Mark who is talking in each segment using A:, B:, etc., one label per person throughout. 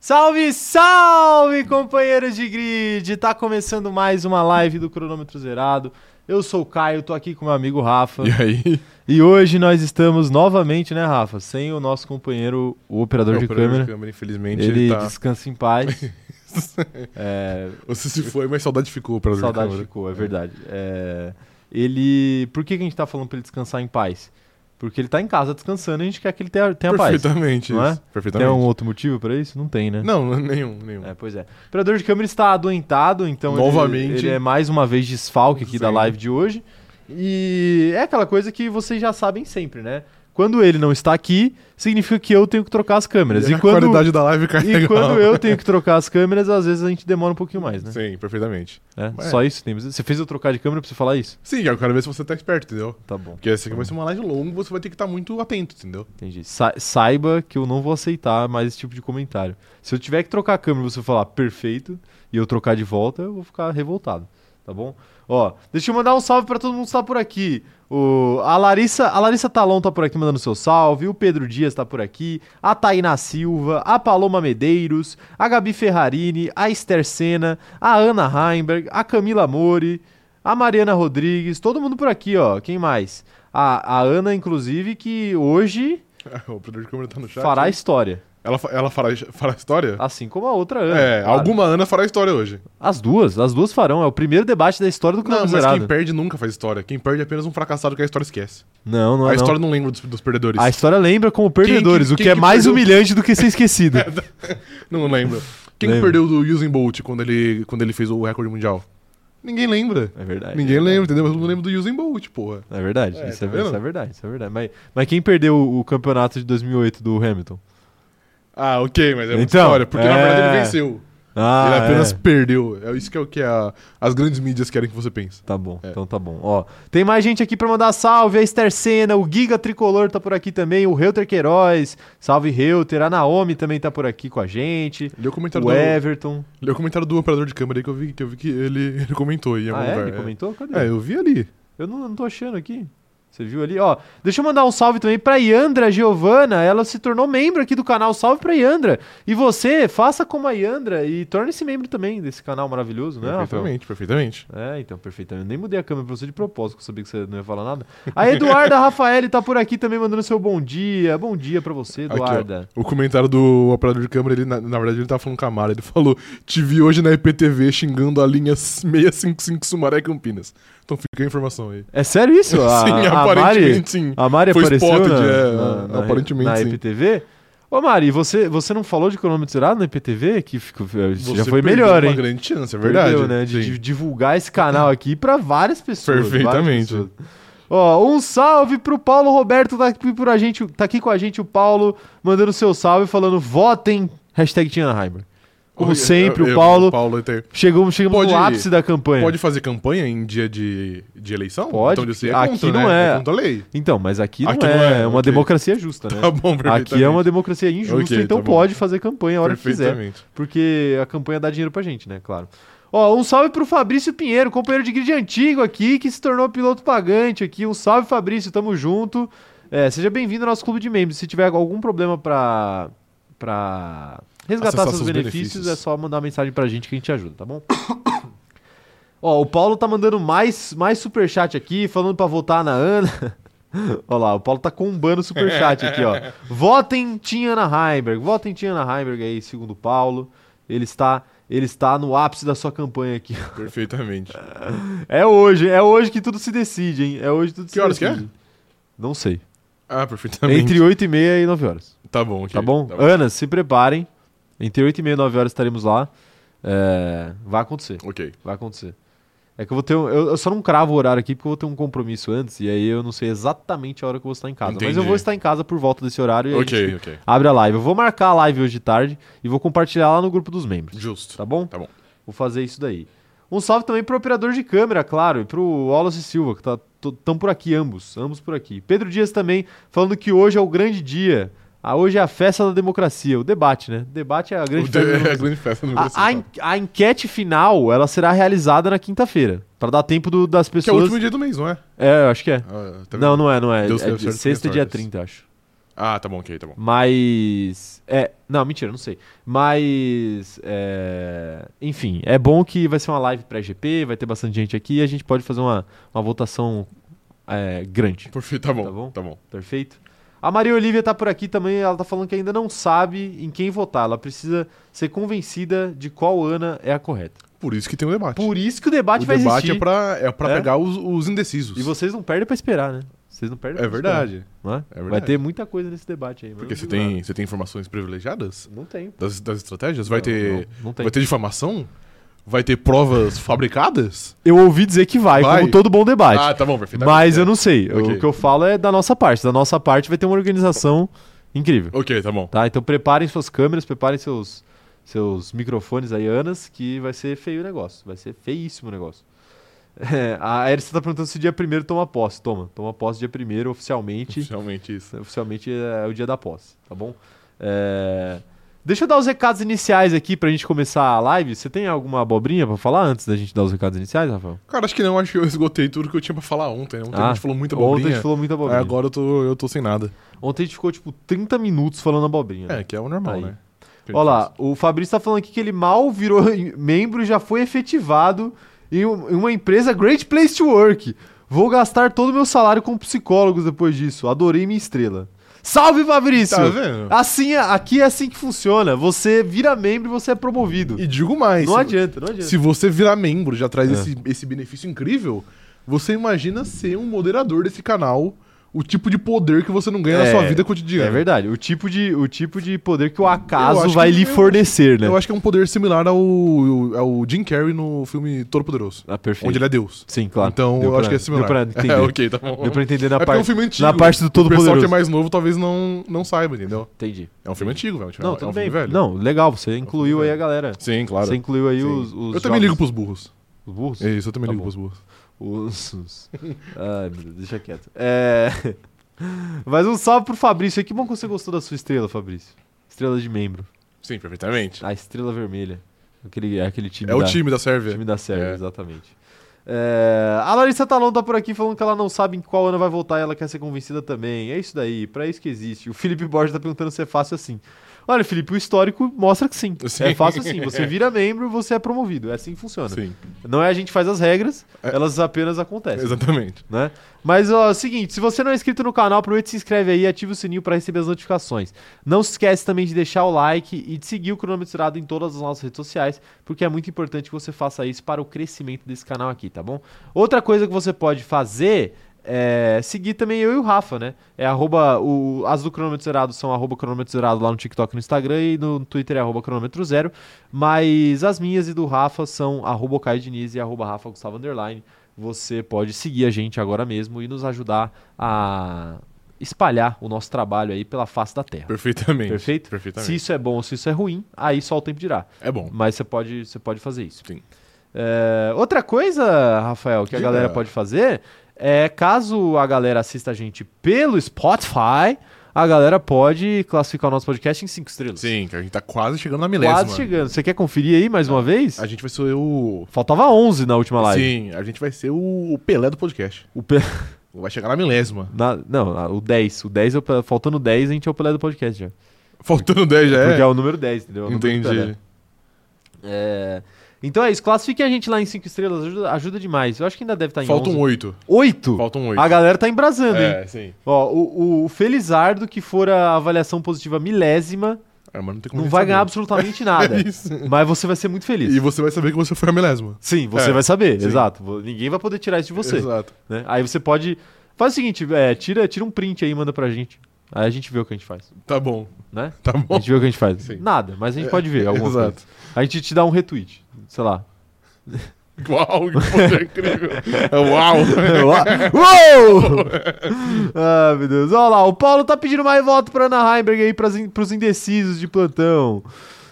A: Salve, salve, companheiros de grid! Tá começando mais uma live do Cronômetro Zerado. Eu sou o Caio, tô aqui com meu amigo Rafa.
B: E aí?
A: E hoje nós estamos novamente, né, Rafa? Sem o nosso companheiro, o operador,
B: É, o
A: de,
B: operador
A: câmera.
B: Infelizmente
A: Ele,
B: ele, tá.
A: descansa em paz. é,
B: Você se foi, mas saudade ficou para
A: saudade
B: câmera.
A: ficou, é verdade. É, ele. Por que, que a gente tá falando pra ele descansar em paz? Porque ele tá em casa descansando e a gente quer que ele tenha, tenha paz.
B: Perfeitamente.
A: não é?
B: isso.
A: Tem
B: Perfeitamente.
A: um outro motivo pra isso? Não tem, né?
B: Não, nenhum, nenhum.
A: É, pois é. O operador de câmera está adoentado, então ele-
B: Novamente.
A: Ele, é mais uma vez desfalque aqui da
B: Sim.
A: live de hoje. E é aquela coisa que vocês já sabem sempre, né? Quando ele não está aqui, significa que eu tenho que trocar as câmeras. E,
B: a
A: quando,
B: qualidade é da live cai
A: e quando eu tenho que trocar as câmeras, às vezes a gente demora um pouquinho mais, né?
B: Sim, perfeitamente.
A: É,
B: Mas-
A: Só isso, Nimbus. Você fez eu trocar de câmera pra você falar isso?
B: Sim, eu quero ver se você tá esperto, entendeu?
A: Tá bom,
B: Porque essa aqui vai ser uma live longa, você vai ter que estar muito atento, entendeu?
A: entendi. Sa- saiba que eu não vou aceitar mais esse tipo de comentário. Se eu tiver que trocar a câmera e você falar perfeito e eu trocar de volta, eu vou ficar revoltado, tá bom? Ó, deixa eu mandar um salve pra todo mundo que tá por aqui. O, a Larissa, a Larissa Talon tá por aqui mandando seu salve, o Pedro Dias tá por aqui, a Tainá Silva, a Paloma Medeiros, a Gabi Ferrarini, a Esther Sena, a Ana Heimberg, a Camila Mori, a Mariana Rodrigues, todo mundo por aqui, ó. Quem mais? A, a Ana, inclusive, que hoje
B: o operador de câmera tá no chat.
A: fará história.
B: Ela, fa- ela fará, fará história?
A: Assim como a outra Ana.
B: é,
A: claro.
B: alguma Ana fará história hoje.
A: As duas, as duas farão. É o primeiro debate da história do
B: Não,
A: Cronômetro
B: mas
A: Zerado.
B: quem perde nunca faz história. Quem perde é apenas um fracassado que a história esquece.
A: Não, não é
B: a
A: não.
B: história não lembra dos, dos perdedores.
A: A história lembra como perdedores,
B: Quem que-
A: o que
B: quem
A: é
B: que
A: mais
B: perdeu? É.
A: humilhante do que ser esquecido.
B: Não lembro. Quem que
A: Lembro.
B: perdeu do Usain Bolt quando ele, quando ele fez o recorde mundial? Ninguém lembra.
A: É verdade.
B: Ninguém lembra, entendeu? Mas todo mundo lembra do Usain Bolt, porra.
A: É verdade,
B: É,
A: isso,
B: tá
A: é, ver-
B: vendo?
A: isso é verdade, isso é verdade. Mas, mas quem perdeu o o campeonato de 2008 do Hamilton?
B: Ah, ok, mas é uma
A: Então,
B: história. Porque na verdade
A: é.
B: ele venceu.
A: Ah,
B: ele apenas
A: é.
B: perdeu. É isso que é o que a- as grandes mídias querem que você pense.
A: Tá bom,
B: É.
A: então tá bom. Ó, tem mais gente aqui pra mandar salve, a Esther Senna, o Giga Tricolor tá por aqui também, o Reuter Queiroz, salve Reuter, a Naomi também tá por aqui com a gente,
B: Lê o comentário,
A: o
B: do,
A: Everton.
B: lê o comentário do operador de câmera aí que eu vi que, eu vi que ele, ele comentou aí em algum
A: Ah, é?
B: lugar.
A: Ele comentou? Cadê?
B: É, eu vi ali.
A: Eu não, não tô achando aqui. Você viu ali? Ó, deixa eu mandar um salve também pra Yandra Giovana. Ela se tornou membro aqui do canal. Salve pra Yandra. E você, faça como a Yandra e torne-se membro também desse canal maravilhoso, né? Rafael?
B: perfeitamente, perfeitamente.
A: É, então, perfeitamente. Eu nem mudei a câmera pra você de propósito, que eu sabia que você não ia falar nada. A Eduarda Rafaeli tá por aqui também mandando seu bom dia. Bom dia pra você,
B: Aqui, ó.
A: Eduarda.
B: O comentário do operador de câmera, ele, na, na verdade, ele tava falando com a Mara. Ele falou: Te vi hoje na IPTV xingando a linha 655 Sumaré Campinas. Então fica a informação aí.
A: é sério isso? A,
B: sim,
A: a Mari, Ah,
B: aparentemente sim.
A: a Mari
B: Foi
A: apareceu
B: spotted,
A: na,
B: é,
A: na, na,
B: aparentemente
A: na
B: sim.
A: IPTV? Ô Mari, você, você não falou de cronômetro zerado na IPTV? Que ficou, eh, já
B: Você
A: foi
B: perdeu
A: melhor,
B: uma
A: hein?
B: grande chance, é verdade.
A: Perdeu, né? De,
B: Sim.
A: de divulgar esse canal aqui pra várias pessoas.
B: Perfeitamente.
A: várias pessoas. Ó, um salve pro Paulo Roberto, tá aqui, por a gente, tá aqui com a gente o Paulo, mandando seu salve, falando votem, hashtag Tina Heimer. Como
B: Eu-
A: sempre,
B: eu-
A: o Paulo,
B: o Paulo tem-
A: chegamos, chegamos
B: Pode-
A: no ápice da campanha.
B: Pode fazer campanha em dia de, de eleição?
A: Pode,
B: Então você é
A: aqui
B: contra, né?
A: não é.
B: contra a lei.
A: Então, mas aqui não,
B: Aqui não
A: é,
B: é,
A: uma
B: ok.
A: democracia justa, né?
B: Tá bom, perfeitamente.
A: Aqui é uma democracia injusta,
B: Ok,
A: então
B: tá bom.
A: pode fazer campanha a hora que quiser.
B: Perfeitamente.
A: Porque a campanha dá dinheiro pra gente, né? Claro. Ó, um salve pro Fabrício Pinheiro, companheiro de grid antigo aqui, que se tornou piloto pagante aqui. Um salve, Fabrício, tamo junto. É, seja bem-vindo ao nosso clube de membros. Se tiver algum problema pra, pra resgatar
B: Acessar
A: seus
B: seus
A: benefícios,
B: benefícios.
A: é só mandar uma mensagem pra gente que a gente ajuda, tá bom? Ó, o Paulo tá mandando mais, mais superchat aqui, falando pra votar na Ana. Olha lá, o Paulo tá combando o superchat aqui, ó. Votem Tim Ana Heimberg. Votem Tim Ana Heimberg aí, segundo o Paulo. Ele está, ele está no ápice da sua campanha aqui.
B: Perfeitamente.
A: É hoje, é hoje que tudo se decide, hein? É hoje que tudo
B: Que
A: se
B: horas que
A: decide. Não sei.
B: Ah, perfeitamente.
A: Entre 8 e meia e 9 horas.
B: Tá bom, ok.
A: Tá bom? Ana, se preparem. Entre 8 e meia e 9 horas estaremos lá. É, vai acontecer,
B: Ok.
A: vai acontecer. É que eu vou ter um, eu, eu só não cravo o horário aqui porque eu vou ter um compromisso antes e aí eu não sei exatamente a hora que eu vou estar em casa. Mas eu
B: Entendi.
A: vou estar em casa por volta desse horário e aí a gente
B: Ok, ok.
A: abre a live. Eu vou marcar a live hoje de tarde e vou compartilhar lá no grupo dos membros.
B: Justo.
A: Tá bom?
B: Tá bom.
A: Vou fazer isso daí. Um salve também pro operador de câmera, claro, e pro Wallace Silva, que tá, to- tão por aqui, ambos, ambos por aqui. Pedro Dias também, falando que hoje é o grande dia. Ah, hoje é a festa da democracia, o debate, né? Ah, O debate é a grande
B: O
A: festa. da
B: de- é a
A: democracia.
B: grande festa do
A: A,
B: Brasil,
A: a
B: tá.
A: en- a enquete final, ela será realizada na quinta-feira, Pra dar tempo do- das
B: Que é o
A: pessoas...
B: último dia do mês, não é?
A: é, eu acho que é.
B: Ah, tá vendo?
A: não, não é, não é.
B: Deus
A: é
B: deu
A: de-
B: certo com minhas
A: sexta, dia
B: tortas.
A: 30, acho.
B: Ah, tá bom, ok, tá bom.
A: Mas. É. Não, mentira, não sei. Mas. é, enfim, é bom que vai ser uma live pré-GP, vai ter bastante gente aqui e a gente pode fazer uma, uma votação é, grande.
B: Perfeito, tá bom,
A: Tá
B: tá
A: bom?
B: bom.
A: Perfeito? A Maria Olivia tá por aqui também, ela tá falando que ainda não sabe em quem votar. Ela precisa ser convencida de qual Ana é a correta.
B: Por isso que tem o debate.
A: Por isso que o debate
B: o
A: vai
B: debate
A: existir.
B: é pra, é pra
A: É?
B: pegar os, os indecisos.
A: E vocês não perdem pra esperar, né? Vocês não perdem
B: É
A: pra
B: verdade.
A: esperar, não é?
B: verdade.
A: Vai ter muita coisa nesse debate aí. mas
B: Porque
A: não
B: você
A: digo
B: tem,
A: nada.
B: você tem informações privilegiadas
A: Não tem.
B: das, das estratégias? Vai
A: Não,
B: ter.
A: não, não tem.
B: Vai ter difamação? Vai ter provas fabricadas?
A: Eu ouvi dizer que vai,
B: Vai.
A: como todo bom debate.
B: Ah, tá bom, perfeito.
A: Mas eu não sei.
B: Ok.
A: O que eu falo é da nossa parte. Da nossa parte vai ter uma organização incrível.
B: Ok, tá bom.
A: Tá? Então preparem suas câmeras, preparem seus, seus microfones aí, Anas, que vai ser feio o negócio. Vai ser feíssimo o negócio. É, a Erissa tá perguntando se dia 1 toma posse. Toma, toma posse dia 1 oficialmente.
B: Realmente isso.
A: Oficialmente é o dia da posse, tá bom? É, Deixa eu dar os recados iniciais aqui pra gente começar a live. Você tem alguma abobrinha pra falar antes da gente dar os recados iniciais, Rafael?
B: Cara, acho que não, acho que eu esgotei tudo que eu tinha pra falar ontem. né? Ontem
A: Ah,
B: a gente falou muita
A: Ontem a
B: bobrinha.
A: gente falou muita abobrinha.
B: Aí agora eu tô, eu tô sem nada.
A: Ontem a gente ficou, tipo, 30 minutos falando abobrinha.
B: É, que é o normal,
A: Aí.
B: né? Que a
A: Olha
B: gente
A: lá, o Fabrício tá falando aqui que ele mal virou em- membro e já foi efetivado em um- em uma empresa Great Place to Work. Vou gastar todo o meu salário com psicólogos depois disso. Adorei minha estrela. Salve, Fabrício!
B: Tá vendo?
A: Assim, é- aqui é assim que funciona. Você vira membro e você é promovido.
B: E digo mais.
A: não
B: se-
A: adianta, não adianta.
B: Se você virar membro, já traz
A: É.
B: esse, esse benefício incrível. Você imagina ser um moderador desse canal, o tipo de poder que você não ganha
A: É,
B: na sua vida cotidiana.
A: É verdade. O tipo, de, o tipo de poder que o acaso
B: acho
A: vai
B: que
A: lhe
B: né? eu-
A: fornecer, né?
B: Eu acho que é um poder similar ao, ao Jim Carrey no filme Todo Poderoso,
A: Ah, perfeito.
B: onde ele é Deus.
A: Sim, claro.
B: Então
A: Deu
B: eu
A: pra-
B: acho que é similar.
A: Deu pra entender.
B: É, ok, tá bom.
A: Deu pra entender
B: É
A: na,
B: porque
A: parte,
B: é um filme antigo.
A: na parte do
B: o pessoal que é
A: Todo-Poderoso.
B: mais novo talvez não, não saiba, entendeu?
A: Entendi.
B: É um filme antigo, velho. tipo,
A: Não,
B: é,
A: tudo
B: um
A: bem.
B: filme velho. É um
A: Não, legal, você incluiu aí a
B: velho.
A: galera.
B: Sim, claro.
A: Você incluiu aí
B: Sim.
A: os, os
B: eu também
A: jovens.
B: ligo pros burros.
A: Os burros?
B: É isso, eu também
A: Tá
B: ligo
A: bom.
B: pros burros.
A: Os... os- Ai, meu Deus, deixa quieto. É... Mas um salve pro Fabrício. aí. Que bom que você gostou da sua estrela, Fabrício. Estrela de membro.
B: Sim, perfeitamente.
A: A estrela vermelha. Aquele, é aquele time
B: É
A: da...
B: o time da Sérvia.
A: time da Sérvia,
B: É.
A: exatamente. É, A Larissa Talon tá por aqui falando que ela não sabe em qual ano vai voltar e ela quer ser convencida também. É isso daí, pra isso que existe. O Felipe Borges tá perguntando se é fácil assim. Olha, Felipe, o histórico mostra que sim.
B: Sim.
A: É fácil sim. Você vira membro, você é promovido. É assim que funciona.
B: Sim,
A: Não é a gente faz as regras,
B: É.
A: elas apenas acontecem.
B: exatamente.
A: né? Mas ó, é o seguinte, se você não é inscrito no canal, aproveita e se inscreve aí e ativa o sininho para receber as notificações. Não se esquece também de deixar o like e de seguir o cronômetro Zerado em todas as nossas redes sociais, porque é muito importante que você faça isso para o crescimento desse canal aqui, tá bom? Outra coisa que você pode fazer é seguir também eu e o Rafa, né? É arroba, o, as do cronômetro zerado são arroba cronômetro zerado lá no TikTok e no Instagram e no Twitter é arroba cronômetro zero, mas as minhas e do Rafa são arroba Caio Diniz e arroba Rafa Gustavo Underline você pode seguir a gente agora mesmo e nos ajudar a espalhar o nosso trabalho aí pela face da terra.
B: Perfeitamente.
A: Perfeito?
B: Perfeitamente.
A: Se isso é bom ou se isso é ruim, aí só o tempo dirá.
B: É bom.
A: Mas você pode, você pode fazer isso.
B: Sim.
A: É, outra coisa, Rafael, que a
B: Diga.
A: galera pode fazer é caso a galera assista a gente pelo Spotify, a galera pode classificar o nosso podcast em cinco estrelas.
B: Sim, que a gente tá quase chegando na milésima.
A: Quase chegando. Você quer conferir aí mais uma vez?
B: A gente vai ser o.
A: Faltava 11 na última live.
B: Sim, a gente vai ser o Pelé do podcast.
A: O pe-
B: Vai chegar na milésima.
A: Na- não, a- o 10. O 10 é o Pelé- faltando 10, a gente é o Pelé do podcast já.
B: Faltando 10 já
A: Porque é
B: é.
A: o número 10, entendeu? É o número do Pelé.
B: Entendi.
A: É, Então é isso, classifiquem a gente lá em 5 estrelas, ajuda, ajuda demais. Eu acho que ainda deve estar Tá em
B: Faltam 8.
A: 8.
B: Faltam 8.
A: A galera tá embrasando, hein?
B: um É, sim.
A: Ó, o, o Felizardo, que for a avaliação positiva milésima,
B: É, mas não tem
A: não
B: como a gente
A: vai
B: saber.
A: ganhar absolutamente nada.
B: É isso.
A: mas você vai ser muito feliz.
B: E você vai saber que você foi a milésima.
A: Sim, você
B: É,
A: vai saber,
B: sim.
A: exato. Vo- Ninguém vai poder tirar isso de você.
B: Exato.
A: né? Aí você pode. Faz o seguinte, é, tira, tira um print aí e manda pra gente. Aí a gente vê o que a gente faz,
B: Tá bom.
A: né?
B: Tá
A: A
B: bom.
A: gente vê o que a gente faz.
B: Sim. É,
A: Nada, mas a gente pode ver alguma coisa.
B: Exato.
A: A gente te dá um retweet, sei lá.
B: Uau, que poder incrível. É um Uau.
A: Uou! ah, meu Deus. Olha lá, o Paulo tá pedindo mais voto pra Ana Heimberg aí pras in- pros indecisos de plantão.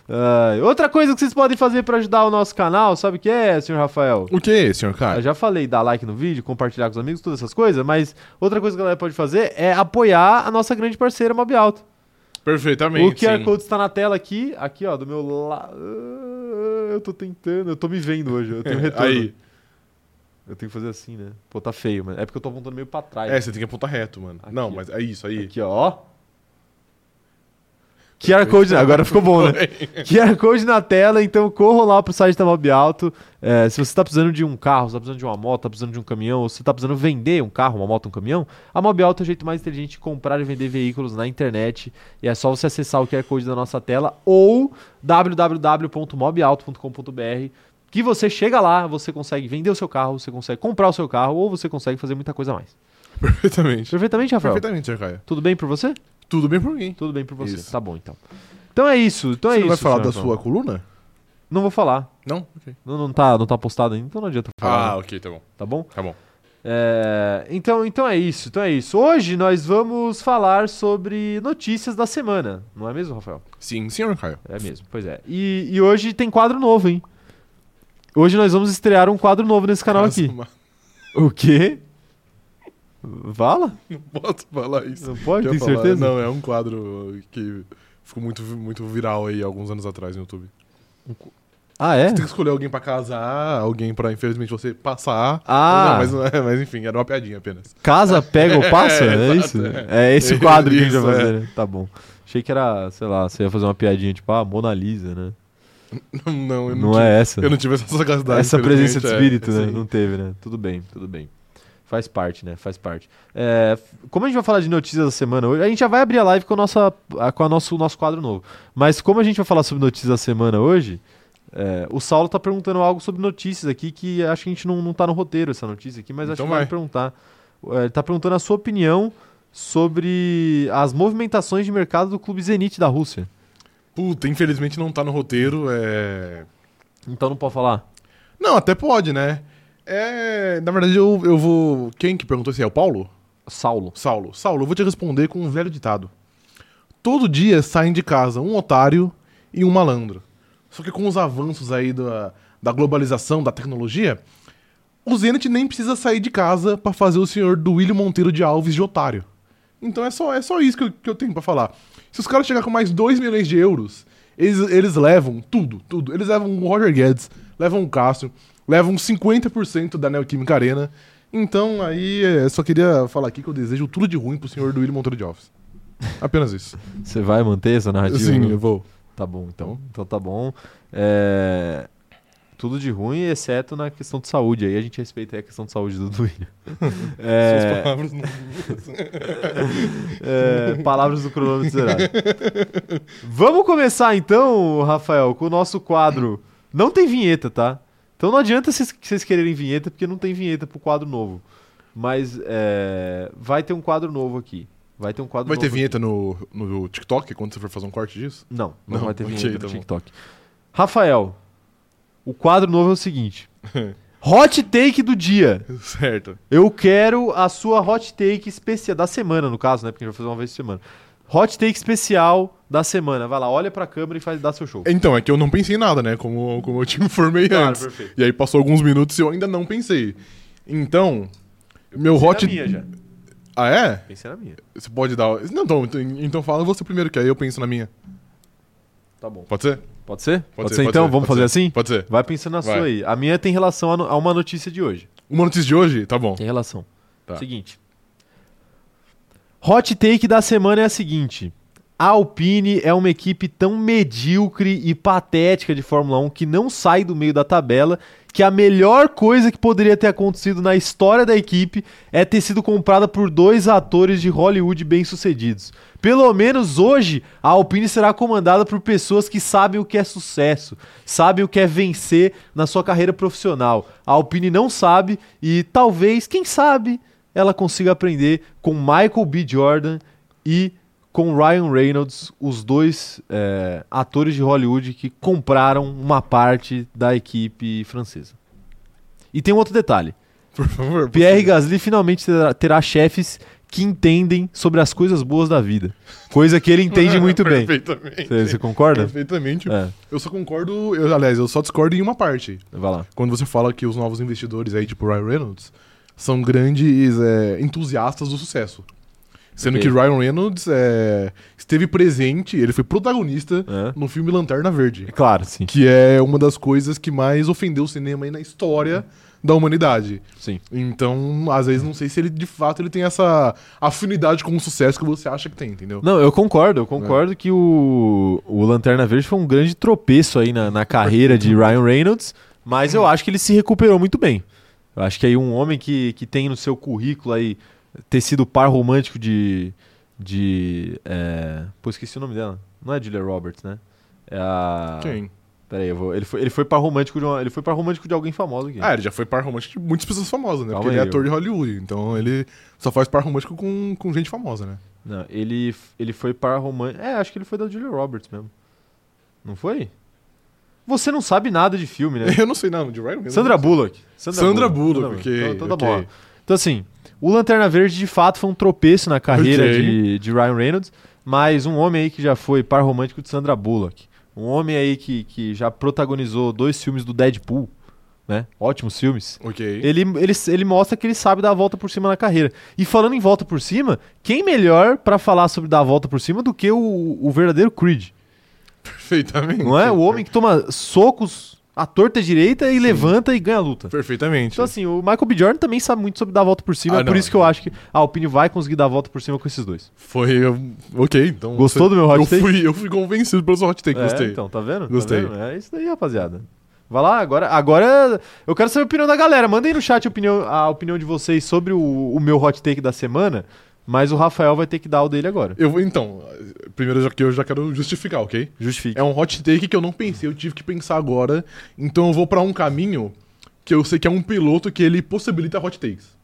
A: Ah, outra coisa que vocês podem fazer pra ajudar o nosso canal, sabe o que é, senhor Rafael?
B: O que, é senhor
A: Eu
B: Caio?
A: já falei, dar like no vídeo, compartilhar com os amigos, todas essas coisas, mas outra coisa que a galera pode fazer é apoiar a nossa grande parceira Mob Alto.
B: Perfeitamente.
A: O é QR
B: sim.
A: Code está na tela aqui, aqui ó, do meu lado. Eu tô tentando, eu tô me vendo hoje, eu tenho retorno.
B: Aí.
A: Eu tenho que fazer assim, né? Pô, tá feio, mano. É porque eu tô apontando meio pra trás.
B: É, você tem que apontar reto, mano.
A: Aqui,
B: não,
A: ó.
B: mas é isso aí.
A: Aqui, ó. QR Code, na- agora ficou bom, né? QR Code na tela, então corram lá pro site da Mob Alto. É, se você tá precisando de um carro, se tá precisando de uma moto, tá precisando de um caminhão, ou se tá precisando vender um carro, uma moto, um caminhão, a Mob Alto é o jeito mais inteligente de comprar e vender veículos na internet. E é só você acessar o QR Code da nossa tela ou www.mobalto.com.br que você chega lá, você consegue vender o seu carro, você consegue comprar o seu carro ou você consegue fazer muita coisa a mais.
B: Perfeitamente.
A: Perfeitamente, Rafael?
B: Perfeitamente, Jacaia.
A: Tudo bem por você?
B: Tudo bem por mim.
A: Tudo bem por você.
B: Isso.
A: Tá bom, então. Então é isso. Então é
B: Então Você
A: isso.
B: não vai falar
A: senhor
B: da
A: Rafael.
B: sua coluna?
A: Não vou falar.
B: Não? Ok.
A: Não, não, tá, não tá postado ainda, então não adianta falar,
B: Ah,
A: né?
B: ok, tá bom.
A: tá bom?
B: Tá bom.
A: É, então, então é isso, então é isso. Hoje nós vamos falar sobre notícias da semana, não é mesmo, Rafael?
B: Sim, senhor Caio.
A: É mesmo, pois é. E, e hoje tem quadro novo, hein? Hoje nós vamos estrear um quadro novo nesse canal aqui.
B: Nossa, mas
A: O quê? Fala?
B: Não posso falar isso.
A: Não pode,
B: Quer
A: tem
B: falar?
A: certeza?
B: Não, é um quadro que ficou muito, muito viral aí alguns anos atrás no YouTube.
A: Ah, é?
B: Você tem que escolher alguém pra casar, alguém pra, infelizmente, você passar.
A: Ah,
B: Não, mas, não é, mas enfim, era uma piadinha apenas.
A: casa, pega ou passa? É,
B: exato,
A: isso? É esse o quadro que a gente
B: Isso,
A: vai
B: é.
A: fazer, né? Tá bom. Achei que era, sei lá, você ia fazer uma piadinha tipo, ah, Mona Lisa, né?
B: Não, eu
A: Não
B: não, tive,
A: é essa.
B: Eu não tive essa sagacidade.
A: Essa presença de
B: infelizmente,
A: espírito,
B: é,
A: né?
B: sim.
A: Não teve, né? Tudo bem, tudo bem. Faz parte, né? Faz parte. É, f- como a gente vai falar de notícias da semana hoje, a gente já vai abrir a live com, a nossa, a- com a nosso, o nosso quadro novo. Mas como a gente vai falar sobre notícias da semana hoje, é, o Saulo tá perguntando algo sobre notícias aqui que acho que a gente não, não tá no roteiro essa notícia aqui, mas acho
B: Então
A: que vai
B: vai.
A: perguntar. É, ele tá perguntando a sua opinião sobre as movimentações de mercado do Clube Zenit da Rússia.
B: Puta, infelizmente não tá no roteiro. É...
A: Então não pode falar?
B: Não, até pode, né? É. Na verdade, eu, eu vou. Quem que perguntou isso aí? É o Paulo?
A: Saulo.
B: Saulo. Saulo, eu vou te responder com um velho ditado. Todo dia saem de casa um otário e um malandro. Só que com os avanços aí da, da globalização, da tecnologia, o Zenit nem precisa sair de casa pra fazer o senhor Duílio Monteiro de Alves de otário. Então é só, é só isso que eu, que eu tenho pra falar. Se os caras chegarem com mais 2 milhões de euros, eles, eles levam tudo, tudo. Eles levam o Roger Guedes, levam o Cássio, levam 50% da Neoquímica Arena. Então aí é, só queria falar aqui que eu desejo tudo de ruim pro senhor Duílio Monteiro de Alves. Apenas isso.
A: Você vai manter essa narrativa?
B: Sim,
A: né?
B: eu vou.
A: Tá bom, então. Então tá bom. É, Tudo de ruim, exceto na questão de saúde. Aí a gente respeita aí a questão de saúde do Duílio.
B: Suas
A: É...
B: palavras não-
A: é, Palavras do cronômetro zerado. Vamos começar então, Rafael, com o nosso quadro. Não tem vinheta, tá? Então não adianta vocês- vocês quererem vinheta, porque não tem vinheta pro quadro novo. Mas é, vai ter um quadro novo aqui. Vai ter um quadro
B: Vai
A: novo
B: ter
A: aqui.
B: vinheta no, no TikTok quando você for fazer um corte disso?
A: Não, não,
B: Não,
A: vai ter
B: ok,
A: vinheta
B: tá
A: no
B: bom.
A: TikTok. Rafael, o quadro novo é o seguinte. hot take do dia.
B: certo.
A: Eu quero a sua hot take especial da semana, no caso, né? Porque a gente vai fazer uma vez por semana. Hot take especial da semana. Vai lá, olha pra câmera e faz, dá seu show.
B: Então, é que eu não pensei em nada, né? Como, como eu te informei
A: Claro,
B: antes.
A: perfeito.
B: E aí passou alguns minutos e eu ainda não pensei. Então, meu hot.
A: Pensei na minha já.
B: Ah, é?
A: Pensei na minha.
B: Você pode dar. Não, então, então- então fala você primeiro, que aí eu penso na minha.
A: Tá bom.
B: Pode ser?
A: Pode ser? Pode, ser, então? Vamos
B: pode
A: fazer
B: ser.
A: assim?
B: Pode ser.
A: Vai pensando na
B: Vai.
A: sua aí. A minha tem relação a, no- a uma notícia de hoje.
B: Uma notícia de hoje? Tá bom.
A: Tem relação.
B: Tá.
A: Seguinte. Hot take da semana é a seguinte. A Alpine é uma equipe tão medíocre e patética de Fórmula 1 que não sai do meio da tabela que a melhor coisa que poderia ter acontecido na história da equipe é ter sido comprada por dois atores de Hollywood bem-sucedidos. Pelo menos hoje, a Alpine será comandada por pessoas que sabem o que é sucesso, sabem o que é vencer na sua carreira profissional. A Alpine não sabe e talvez, quem sabe, ela consiga aprender com Michael B. Jordan e com Ryan Reynolds, os dois é, atores de Hollywood que compraram uma parte da equipe francesa. E tem um outro detalhe:
B: Por favor.
A: Pierre
B: pode
A: Gasly finalmente terá, terá chefes que entendem sobre as coisas boas da vida, coisa que ele entende muito bem.
B: Perfeitamente.
A: Você você concorda?
B: Perfeitamente.
A: É,
B: Eu só concordo. Eu, aliás, eu só discordo em uma parte.
A: vai lá.
B: quando você fala que os novos investidores aí, tipo Ryan Reynolds, são grandes é, entusiastas do sucesso. Sendo
A: Ok.
B: que Ryan Reynolds é, esteve presente, ele foi protagonista
A: É.
B: no filme Lanterna Verde.
A: É claro, sim.
B: Que é uma das coisas que mais ofendeu o cinema aí na história da humanidade.
A: Sim.
B: Então, às vezes, não sei se ele de fato ele tem essa afinidade com o sucesso que você acha que tem, entendeu?
A: Não, eu concordo, eu concordo que o, o Lanterna Verde foi um grande tropeço aí na, na carreira de Ryan Reynolds, mas eu acho que ele se recuperou muito bem. Eu acho que aí um homem que, que tem no seu currículo aí ter sido par romântico de. de. É... Pô, esqueci o nome dela. Não é Julia Roberts, né? É a.
B: Quem?
A: Peraí, eu vou. Ele foi, ele foi par romântico de uma- Ele foi par romântico de alguém famoso aqui.
B: Ah, ele já foi par romântico de muitas pessoas famosas, né?
A: Calma
B: Porque ele é
A: aí,
B: ator
A: eu-
B: de Hollywood, então ele só faz par romântico com, com gente famosa, né?
A: Não, ele, ele foi para romântico. É, acho que ele foi da Julia Roberts mesmo. Não foi? Você não sabe nada de filme, né?
B: Eu não sei não, de Ryan Reynolds.
A: Sandra Bullock.
B: Sandra Bullock, ok,
A: Então, então tá
B: ok.
A: bom. Então, assim, o Lanterna Verde de fato foi um tropeço na carreira
B: Ok.
A: de, de Ryan Reynolds, mas um homem aí que já foi par romântico de Sandra Bullock. Um homem aí que, que já protagonizou dois filmes do Deadpool, né? Ótimos filmes.
B: Ok.
A: Ele, ele, ele mostra que ele sabe dar a volta por cima na carreira. E falando em volta por cima, quem melhor pra falar sobre dar a volta por cima do que o, o verdadeiro Creed?
B: Perfeitamente.
A: Não é? O homem que toma socos à torta e direita e levanta e ganha a luta.
B: Perfeitamente.
A: Então, assim, o Michael B. Jordan também sabe muito sobre dar a volta por cima.
B: Ah,
A: é por
B: não.
A: isso que eu acho que a Alpine vai conseguir dar a volta por cima com esses dois.
B: Foi. eu- Ok, então.
A: Gostou do meu hot
B: eu
A: take?
B: Fui, eu fui convencido pelo seu hot take,
A: É,
B: gostei.
A: então, tá vendo? Tá
B: Gostei.
A: vendo? É isso daí, rapaziada. Vai lá, agora, agora eu quero saber a opinião da galera. Mandem no chat a opinião, a opinião de vocês sobre o, o meu hot take da semana, mas o Rafael vai ter que dar o dele agora.
B: Eu vou, então, primeiro já que eu já quero justificar, ok?
A: Justifique.
B: É um hot take que eu não pensei, eu tive que pensar agora. Então eu vou pra um caminho que eu sei que é um piloto que ele possibilita hot takes.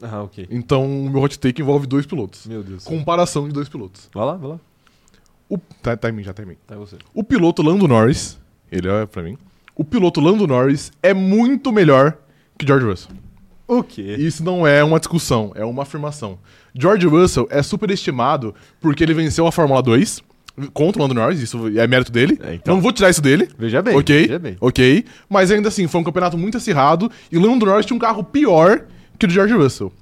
A: Ah, ok.
B: Então, o meu hot take envolve dois pilotos.
A: Meu Deus.
B: Comparação de dois pilotos.
A: Vai lá, vai lá.
B: O... Tá, tá em mim, já tá em mim.
A: Tá você.
B: O piloto Lando Norris, ele é pra mim. O piloto Lando Norris é muito melhor que George Russell.
A: O quê?
B: Isso não é uma discussão, é uma afirmação. George Russell é superestimado porque ele venceu a Fórmula 2 contra o Lando Norris, isso é mérito dele.
A: É, então.
B: Não vou tirar isso dele.
A: Veja bem.
B: ok,
A: Veja bem.
B: ok. Mas ainda assim, foi um campeonato muito acirrado e o Lando Norris tinha um carro pior que o do George Russell.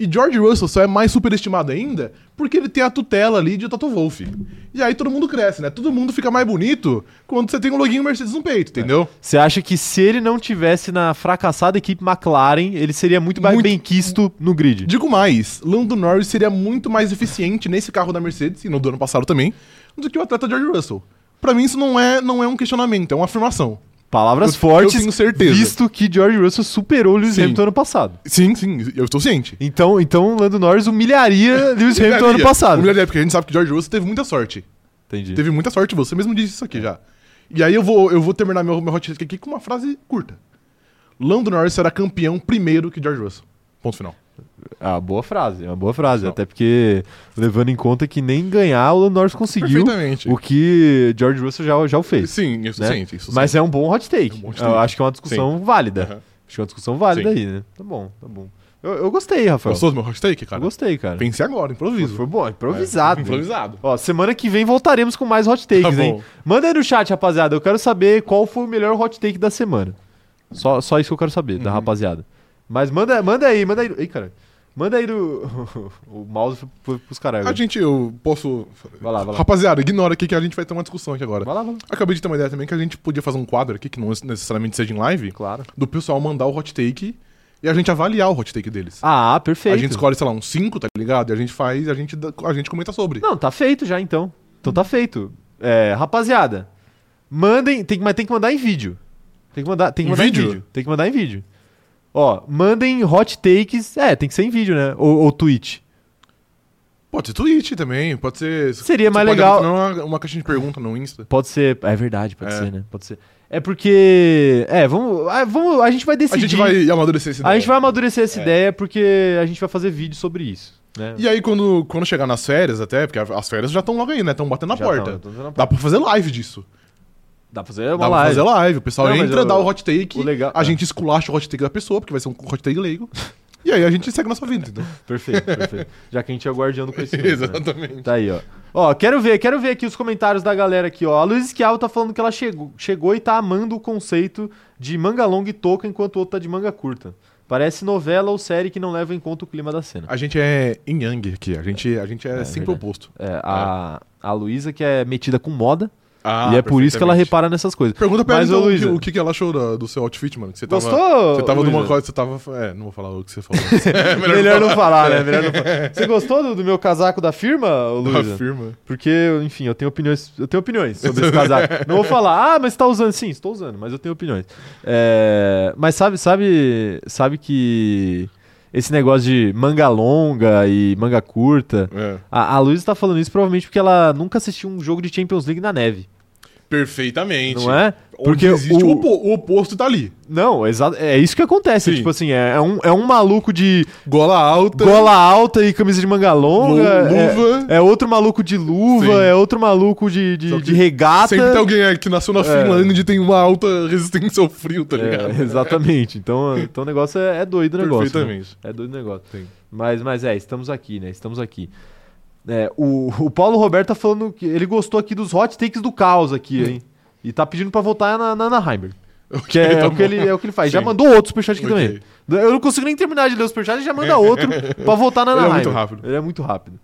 B: E George Russell só é mais superestimado ainda porque ele tem a tutela ali de Toto Wolff. E aí todo mundo cresce, né? Todo mundo fica mais bonito quando você tem um loginho Mercedes no peito, entendeu?
A: Você acha que se ele não tivesse na fracassada equipe McLaren, ele seria muito mais
B: Muito-
A: bem quisto no grid?
B: Digo mais, Lando Norris seria muito mais eficiente nesse carro da Mercedes, e no do ano passado também, do que o atleta George Russell. Pra mim isso não é, não é um questionamento, é uma afirmação.
A: Palavras
B: Eu-
A: fortes,
B: eu tenho certeza.
A: visto que George Russell superou o Lewis
B: Sim.
A: Hamilton ano passado.
B: Sim, sim, eu estou ciente.
A: Então, então o Lando Norris humilharia Lewis Hamilton é ano passado.
B: Humilharia, porque a gente sabe que George Russell teve muita sorte.
A: Entendi.
B: Teve muita sorte, você mesmo disse
A: É.
B: isso aqui já. E aí eu vou, eu vou terminar meu, meu hot take aqui com uma frase curta. Lando Norris será campeão primeiro que George Russell. Ponto final.
A: Ah, boa frase, é uma boa frase.
B: Não.
A: Até porque, levando em conta que nem ganhar o Lando Norris conseguiu
B: Perfeitamente.
A: o que George Russell já, já o fez.
B: Sim, isso
A: né?
B: ciente, isso
A: Mas é um bom hot take.
B: É um bom hot
A: Eu
B: take.
A: acho que é uma discussão válida.
B: Aham.
A: Acho que é uma discussão válida
B: Sim.
A: aí, né? Tá bom, tá bom. Eu, eu gostei, Rafael.
B: Gostou do meu hot take,
A: Eu
B: cara?
A: gostei, cara.
B: Pensei agora, improviso.
A: Foi bom, improvisado.
B: É, improvisado.
A: Ó, semana que vem voltaremos com mais hot takes,
B: Tá
A: hein?
B: bom.
A: Manda aí no chat, rapaziada. Eu quero saber qual foi o melhor hot take da semana. Só, só isso que eu quero saber,
B: Uhum.
A: da rapaziada. Mas manda, manda aí, manda aí. Ei, cara. Manda aí do. o mouse foi- foi pros caras.
B: A
A: agora.
B: gente, eu posso.
A: Vai lá, vai lá.
B: Rapaziada, ignora aqui que a gente vai ter uma discussão aqui agora.
A: Vai lá, vai lá.
B: Acabei de ter uma ideia também que a gente podia fazer um quadro aqui, que não necessariamente seja em live,
A: Claro.
B: do pessoal mandar o hot take e a gente avaliar o hot take deles.
A: Ah, perfeito.
B: A gente escolhe, sei lá, uns 5, tá ligado? E a gente faz, a gente, dá- a gente comenta sobre.
A: Não, tá feito já então. Então tá feito. É, rapaziada, mandem. Tem, que- mas tem que mandar em vídeo. Tem que mandar, tem que
B: Em
A: mandar
B: vídeo?
A: em vídeo. Tem que mandar em vídeo. Ó, mandem hot takes. É, tem que ser em vídeo, né? Ou, ou tweet.
B: Pode ser tweet também, pode ser.
A: Seria
B: você
A: mais
B: pode
A: legal.
B: adicionar Uma, uma caixinha de pergunta no Insta.
A: Pode ser. É verdade, pode
B: É.
A: ser, né? Pode ser. É porque. É, vamos. ah, vamos a gente vai
B: A
A: decidir.
B: gente vai amadurecer esse
A: A gente vai amadurecer essa ideia porque a gente vai fazer vídeo sobre isso. Né?
B: E aí, quando, quando chegar nas férias, até, porque as férias já estão logo aí, né? Estão batendo na
A: Já
B: porta.
A: tão- tão batendo na
B: Dá pra fazer live disso.
A: tá Dá pra fazer uma
B: Dá pra
A: live.
B: fazer live. O pessoal
A: Não, mas
B: entra,
A: eu-
B: dá o hot take,
A: o legal-
B: a
A: é.
B: gente esculacha o hot take da pessoa, porque vai ser um hot take leigo. e aí a gente segue nossa vida, entendeu?
A: Perfeito, perfeito. Já que a gente é o guardião do conhecimento. né? Tá aí, ó. Ó, quero ver, quero ver aqui os comentários da galera aqui, ó. A Luiz Esquial tá falando que ela chegou, chegou e tá amando o conceito de manga longa e touca enquanto o outro tá de manga curta. Parece novela ou série que não leva em conta o clima da cena.
B: A gente é em Yang aqui, a gente, a gente é,
A: É,
B: sempre
A: verdade.
B: oposto.
A: É, a, a Luísa que é metida com moda,
B: Ah,
A: e é por isso que ela
B: perfeitamente.
A: repara nessas coisas.
B: Pergunta pra
A: Mas,
B: ela
A: ô,
B: então, o, que,
A: Luísa,
B: o que que ela achou da- do, seu outfit, mano. Que você tava,
A: Gostou?
B: Você tava numa
A: Luísa?
B: coisa, você tava. É, não vou falar o que você falou.
A: Melhor, não falar, né? Melhor não falar. Você gostou do, do meu casaco da firma, ô,
B: Da
A: Luísa?
B: firma.
A: Porque, enfim, eu tenho opiniões, eu tenho opiniões sobre esse casaco. Não vou falar, ah, mas você tá usando. Sim, estou usando, mas eu tenho opiniões. É, mas sabe, sabe, sabe que esse negócio de manga longa e manga curta.
B: É.
A: A, a Luísa tá falando isso provavelmente porque ela nunca assistiu um jogo de Champions League na neve,
B: Perfeitamente.
A: não é?
B: Onde
A: Porque
B: existe o...
A: o-
B: opo- o oposto tá ali.
A: Não, exato. É isso que acontece.
B: Sim.
A: Tipo assim, é, é um, é um maluco de
B: Gola alta,
A: gola alta e camisa de manga
B: lu-
A: longa. é-
B: luva.
A: É, outro maluco de luva,
B: Sim.
A: é outro maluco de, de,
B: Só que
A: de regata.
B: Sempre tem alguém aí que nasceu na Finlândia e tem uma alta resistência ao frio, tá ligado?
A: É, exatamente. Então, então o negócio é, é doido o negócio. né?
B: Perfeitamente.
A: É doido o negócio.
B: Sim.
A: Mas, mas é, estamos aqui, né? Estamos aqui. É, o, o Paulo Roberto tá falando que ele gostou aqui dos hot takes do caos aqui, hein? E tá pedindo pra votar na, na Anaheim. Que é,
B: tá
A: o que ele, é o que ele faz. Já
B: Sim.
A: mandou outro superchat aqui
B: Ok.
A: também. Eu não consigo nem terminar de ler o superchat e já manda outro pra votar na
B: Ele é
A: Anaheim.
B: muito rápido.
A: Ele é muito rápido.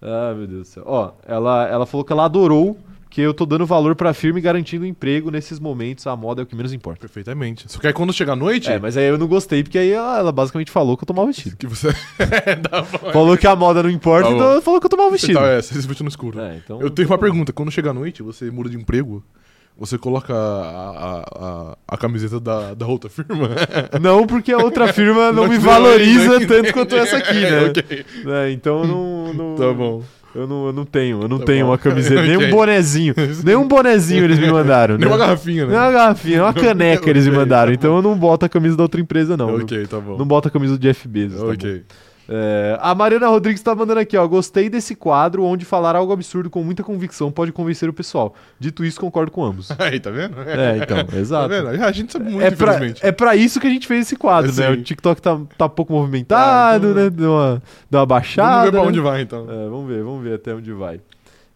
A: Ah, meu Deus do céu. Ó, ela, ela falou que ela adorou que eu tô dando valor pra firma e garantindo emprego nesses momentos. A moda é o que menos importa.
B: Perfeitamente. Só que aí quando chega a noite,
A: É, mas aí eu não gostei, porque aí ela, ela basicamente falou que eu tô mal vestido.
B: que você. Dá uma-
A: Falou que a moda não importa,
B: É. Tá bom.
A: então ela falou que eu tô mal vestido.
B: Tá, é, você se veste no escuro.
A: É, então...
B: Eu tenho uma pergunta. Quando chega a noite, você muda de emprego, você coloca a, a, a, a camiseta da, da outra firma?
A: Não, porque a outra firma não
B: Não
A: me
B: te
A: valoriza
B: valoriza,
A: tanto quanto essa aqui, né?
B: Ok.
A: É, então eu não, não-
B: Tá bom.
A: Eu não, eu não tenho, eu não
B: Tá
A: tenho
B: bom.
A: uma camiseta, nem um
B: Ok.
A: bonezinho. nem um bonezinho eles me mandaram.
B: Nem
A: né?
B: uma garrafinha, né?
A: Nem uma garrafinha, nem uma caneca eles me
B: Ok,
A: mandaram.
B: tá
A: Então eu não boto a camisa da outra empresa, não.
B: ok, tá
A: Não,
B: bom.
A: não boto a camisa do Jeff Bezos. tá bom?
B: ok.
A: É, a Mariana Rodrigues tá mandando aqui, ó. Gostei desse quadro onde falar algo absurdo com muita convicção pode convencer o pessoal. Dito isso, concordo com ambos.
B: Aí, tá vendo?
A: É, então,
B: Tá
A: exato.
B: vendo? A gente sabe muito,
A: é, pra,
B: infelizmente.
A: é pra isso que a gente fez esse quadro,
B: É,
A: né?
B: sim.
A: O TikTok tá, tá pouco movimentado,
B: Ah, então-
A: né? Deu uma, deu uma
B: Vamos
A: baixada.
B: ver pra
A: né?
B: onde vai, então.
A: É, vamos ver, vamos ver até onde vai.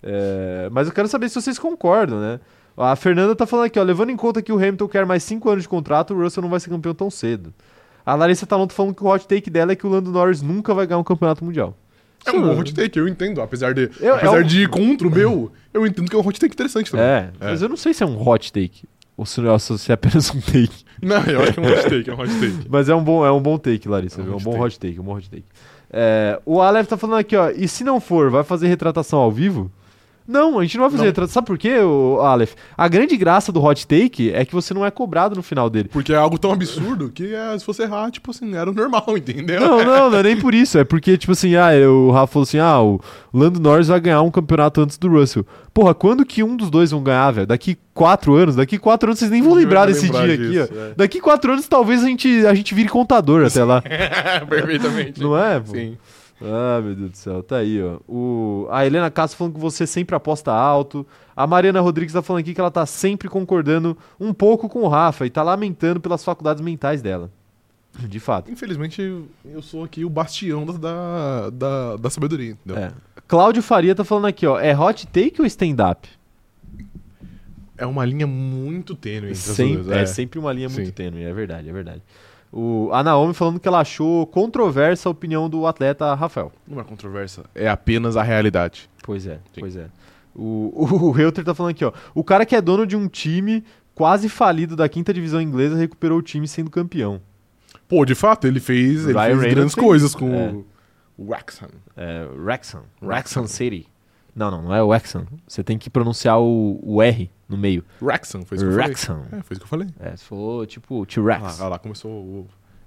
A: É, mas eu quero saber se vocês concordam, né? A Fernanda tá falando aqui, ó, levando em conta que o Hamilton quer mais 5 anos de contrato, o Russell não vai ser campeão tão cedo. A Larissa Talon tá falando que o hot take dela é que o Lando Norris nunca vai ganhar um campeonato mundial.
B: É um bom hot take, eu entendo. Apesar de,
A: Eu-
B: apesar
A: é um-
B: de ir contra o meu, eu entendo que é um hot take interessante também.
A: É, mas eu não sei se é um hot take ou se, ou se é apenas um take.
B: Não, eu acho que é um hot take, é um hot take.
A: Mas é um bom, é um bom take, Larissa.
B: É
A: É
B: um
A: um,
B: hot
A: bom
B: take.
A: hot take, um bom hot take. É, o Aleph tá falando aqui, ó. E se não for, vai fazer retratação ao vivo? Não, a gente não vai fazer
B: Não.
A: retratação. Sabe por quê, ô, Aleph? A grande graça do hot take é que você não é cobrado no final dele.
B: Porque é algo tão absurdo que é, se você errar, tipo assim, era o normal, entendeu?
A: Não, não, não é nem por isso. É porque, tipo assim, ah, o Rafa falou assim: ah, o Lando Norris vai ganhar um campeonato antes do Russell. Porra, quando que um dos dois vão ganhar, velho? Daqui quatro anos? Daqui quatro anos vocês nem vão
B: Nem
A: lembrar
B: vai
A: desse
B: lembrar
A: dia
B: disso,
A: aqui, ó.
B: é.
A: Daqui quatro anos talvez a gente, a gente vire contador até lá.
B: Perfeitamente.
A: Não é, pô?
B: Sim.
A: Ah, meu Deus do céu, tá aí, ó. O... A Helena Castro falando que você sempre aposta alto. A Mariana Rodrigues tá falando aqui que ela tá sempre concordando um pouco com o Rafa e tá lamentando pelas faculdades mentais dela. De fato.
B: Infelizmente, eu sou aqui o bastião da, da, da, da sabedoria, entendeu?
A: É. Cláudio Faria tá falando aqui, ó. É hot take ou stand-up?
B: É uma linha muito tênue entre as
A: Sem-
B: duas,
A: É. sempre uma linha muito
B: Sim.
A: tênue, é verdade, é verdade. O... A Naomi falando que ela achou controversa a opinião do atleta Rafael.
B: Não é controvérsia, é apenas a realidade.
A: Pois é,
B: Sim.
A: pois é. O, o, Reuter tá falando aqui, ó. O cara que é dono de um time quase falido da quinta divisão inglesa recuperou o time sendo campeão.
B: Pô, de fato, ele fez,
A: Ryan
B: ele fez
A: Reynolds
B: grandes
A: fez.
B: coisas com
A: É.
B: o Wrexham.
A: É, Wrexham.
B: Wrexham.
A: Wrexham City. Não, não, não é Wrexham. Você tem que pronunciar o, o R no meio.
B: Wrexham, foi isso que eu falei.
A: Wrexham.
B: É, foi isso que eu falei.
A: É, se for tipo
B: Ah lá,
A: T-Rex.
B: ah lá, começou o,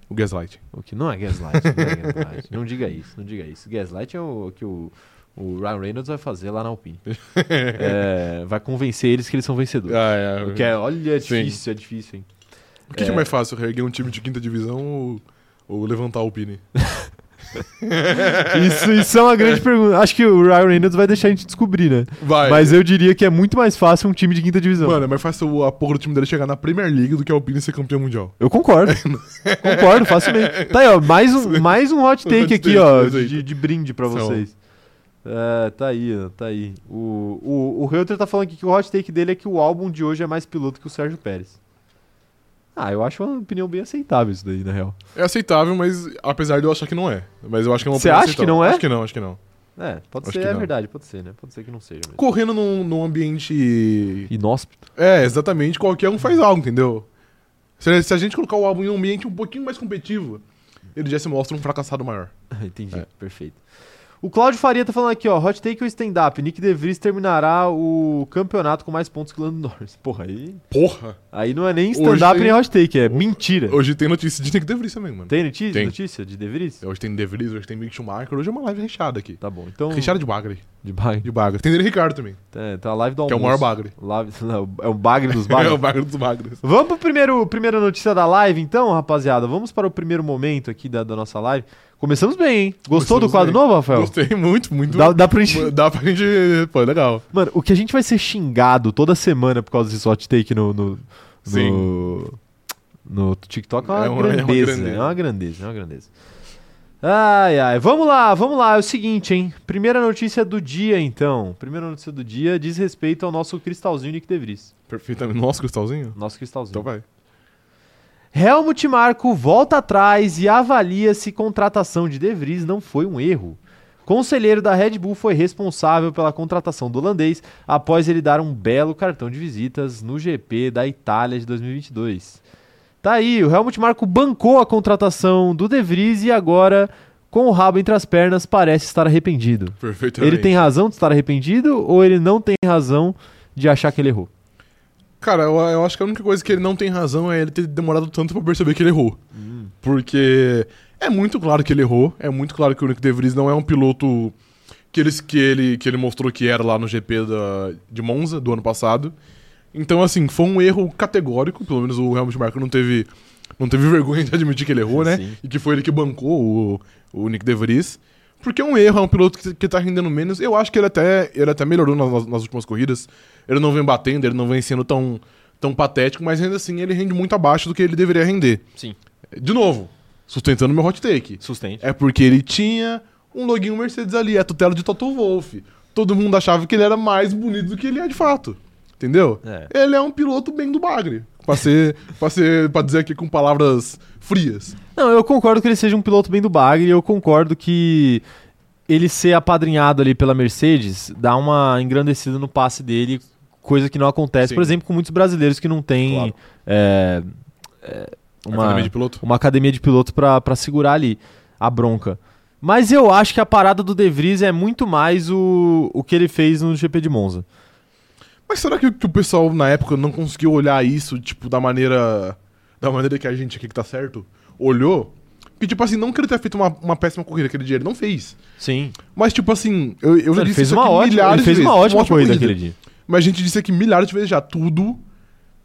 B: o gaslight.
A: O que não é Gaslight. Não, é gaslight. não diga isso, não diga isso. Gaslight é o que o, o Ryan Reynolds vai fazer lá na Alpine. É, vai convencer eles que eles são vencedores.
B: Ah, é.
A: O que é, olha, é
B: Sim.
A: difícil, é difícil, hein?
B: O que, que é mais fácil, reerguer um time de quinta divisão ou, ou levantar o Pini?
A: Isso, isso é uma grande pergunta. Acho que o Ryan Reynolds vai deixar a gente descobrir, né?
B: Vai.
A: Mas eu diria que é muito mais fácil um time de quinta divisão.
B: Mano, é mais fácil o- a porra do time dele chegar na Premier League do que o Pini ser campeão mundial.
A: Eu concordo. concordo, facilmente. Tá aí, ó. Mais um, mais um hot take
B: Hot
A: aqui,
B: take,
A: ó.
B: perfeito.
A: De, de brinde pra
B: São.
A: vocês. É, tá aí, ó, tá aí. O, o, o Reuter tá falando aqui que o hot take dele é que o álbum de hoje é mais piloto que o Sérgio Pérez. Ah, eu acho uma opinião bem aceitável isso daí, na real.
B: É aceitável, mas apesar de eu achar que não é. Mas eu acho que é uma
A: Você
B: opinião
A: acha que
B: aceitável.
A: não é?
B: Acho que não, acho que não.
A: É, pode
B: Acho
A: ser,
B: que
A: é
B: não.
A: verdade, pode ser, né? Pode ser que não seja mesmo.
B: Correndo num, num ambiente.
A: Inóspito.
B: É, exatamente, qualquer um faz algo, entendeu? Se, se a gente colocar o álbum em um ambiente um pouquinho mais competitivo, ele já se mostra um fracassado maior.
A: Entendi,
B: É.
A: perfeito. O Cláudio Faria tá falando aqui, ó. Hot take ou stand-up? Nick DeVries terminará o campeonato com mais pontos que o Lando Norris. Porra, aí.
B: Porra!
A: Aí não é nem
B: Hoje
A: stand-up
B: tem-
A: nem hot take, é mentira.
B: Hoje tem notícia de Nick DeVries também, mano.
A: Tem notícia,
B: Tem.
A: notícia de DeVries?
B: Hoje tem DeVries, hoje tem Mick Schumacher, hoje é uma live recheada aqui.
A: Tá bom, então.
B: Recheada de bagre.
A: De bagre.
B: De bagre. Tem dele Ricardo também,
A: É, tá a live do
B: que é
A: almoço.
B: o maior bagre.
A: Live- não, é o bagre dos bagres.
B: é o bagre dos bagres.
A: Vamos pro primeiro primeira notícia da live, então, rapaziada. Vamos para o primeiro momento aqui da, da nossa live. Começamos bem, hein? Gostou
B: Começamos
A: do quadro
B: bem.
A: novo, Rafael?
B: Gostei muito, muito.
A: é Dá, dá pra gente...
B: Dá pra gente. Pô, é legal.
A: Mano, o que a gente vai ser xingado toda semana por causa desse hot take no... no,
B: Sim.
A: no... no TikTok é uma,
B: É uma- é uma
A: grandeza, é uma grandeza,
B: grandeza.
A: é uma grandeza, Ai, ai, vamos lá, vamos lá, é o seguinte, hein? Primeira notícia do dia, então. Primeira notícia do dia diz respeito ao nosso cristalzinho Nick DeVries.
B: Perfeitamente. Nossa, cristalzinho?
A: Nosso cristalzinho.
B: Então vai.
A: Helmut Marko volta atrás e avalia se contratação de De Vries não foi um erro. Conselheiro da Red Bull foi responsável pela contratação do holandês após ele dar um belo cartão de visitas no GP da Itália de 2022. Tá aí, o Helmut Marko bancou a contratação do De Vries e agora, com o rabo entre as pernas, parece estar arrependido.
B: Perfeitamente.
A: Ele tem razão de estar arrependido ou ele não tem razão de achar que ele errou?
B: Cara, eu, eu acho que a única coisa que ele não tem razão é ele ter demorado tanto pra perceber que ele errou. Porque é muito claro que ele errou, é muito claro que o Nick DeVries não é um piloto que ele, que ele, que ele mostrou que era lá no GP da, de Monza do ano passado. Então, assim, foi um erro categórico, pelo menos o Helmut Marko não teve, não teve vergonha de admitir que ele errou, né?
A: Sim.
B: E que foi ele que bancou o, o Nick DeVries. Porque é um erro, é um piloto que, que tá rendendo menos. Eu acho que ele até, ele até melhorou nas, nas últimas corridas. Ele não vem batendo, ele não vem sendo tão, tão patético, mas ainda assim ele rende muito abaixo do que ele deveria render.
A: Sim,
B: De novo, sustentando meu hot take.
A: sustente.
B: É porque ele tinha um loginho Mercedes ali, a tutela de Toto Wolff. Todo mundo achava que ele era mais bonito do que ele é de fato. Entendeu?
A: É.
B: Ele é um piloto bem do bagre. Pra, ser, pra, ser, pra dizer aqui com palavras frias.
A: Não, eu concordo que ele seja um piloto bem do bagre, eu concordo que ele ser apadrinhado ali pela Mercedes dá uma engrandecida no passe dele, coisa que não acontece,
B: Sim.
A: por exemplo, com muitos brasileiros que não têm
B: Claro.
A: é, é, uma,
B: Academia de piloto?
A: uma academia de pilotos pra pra segurar ali a bronca. Mas eu acho que a parada do De Vries é muito mais o, o que ele fez no GP de Monza.
B: Mas será que, que o pessoal na época não conseguiu olhar isso, tipo, da maneira. Da maneira que a gente aqui que tá certo? Olhou? Que, tipo assim, não que ele tenha feito uma, uma péssima corrida aquele dia, ele não fez.
A: Sim,
B: Mas, tipo assim, eu, eu já
A: ele
B: disse
A: fez,
B: isso
A: uma
B: aqui
A: ótima, ele
B: milhares de
A: fez
B: vezes,
A: uma ótima corrida aquele dia.
B: Mas a gente disse aqui milhares de vezes já. Tudo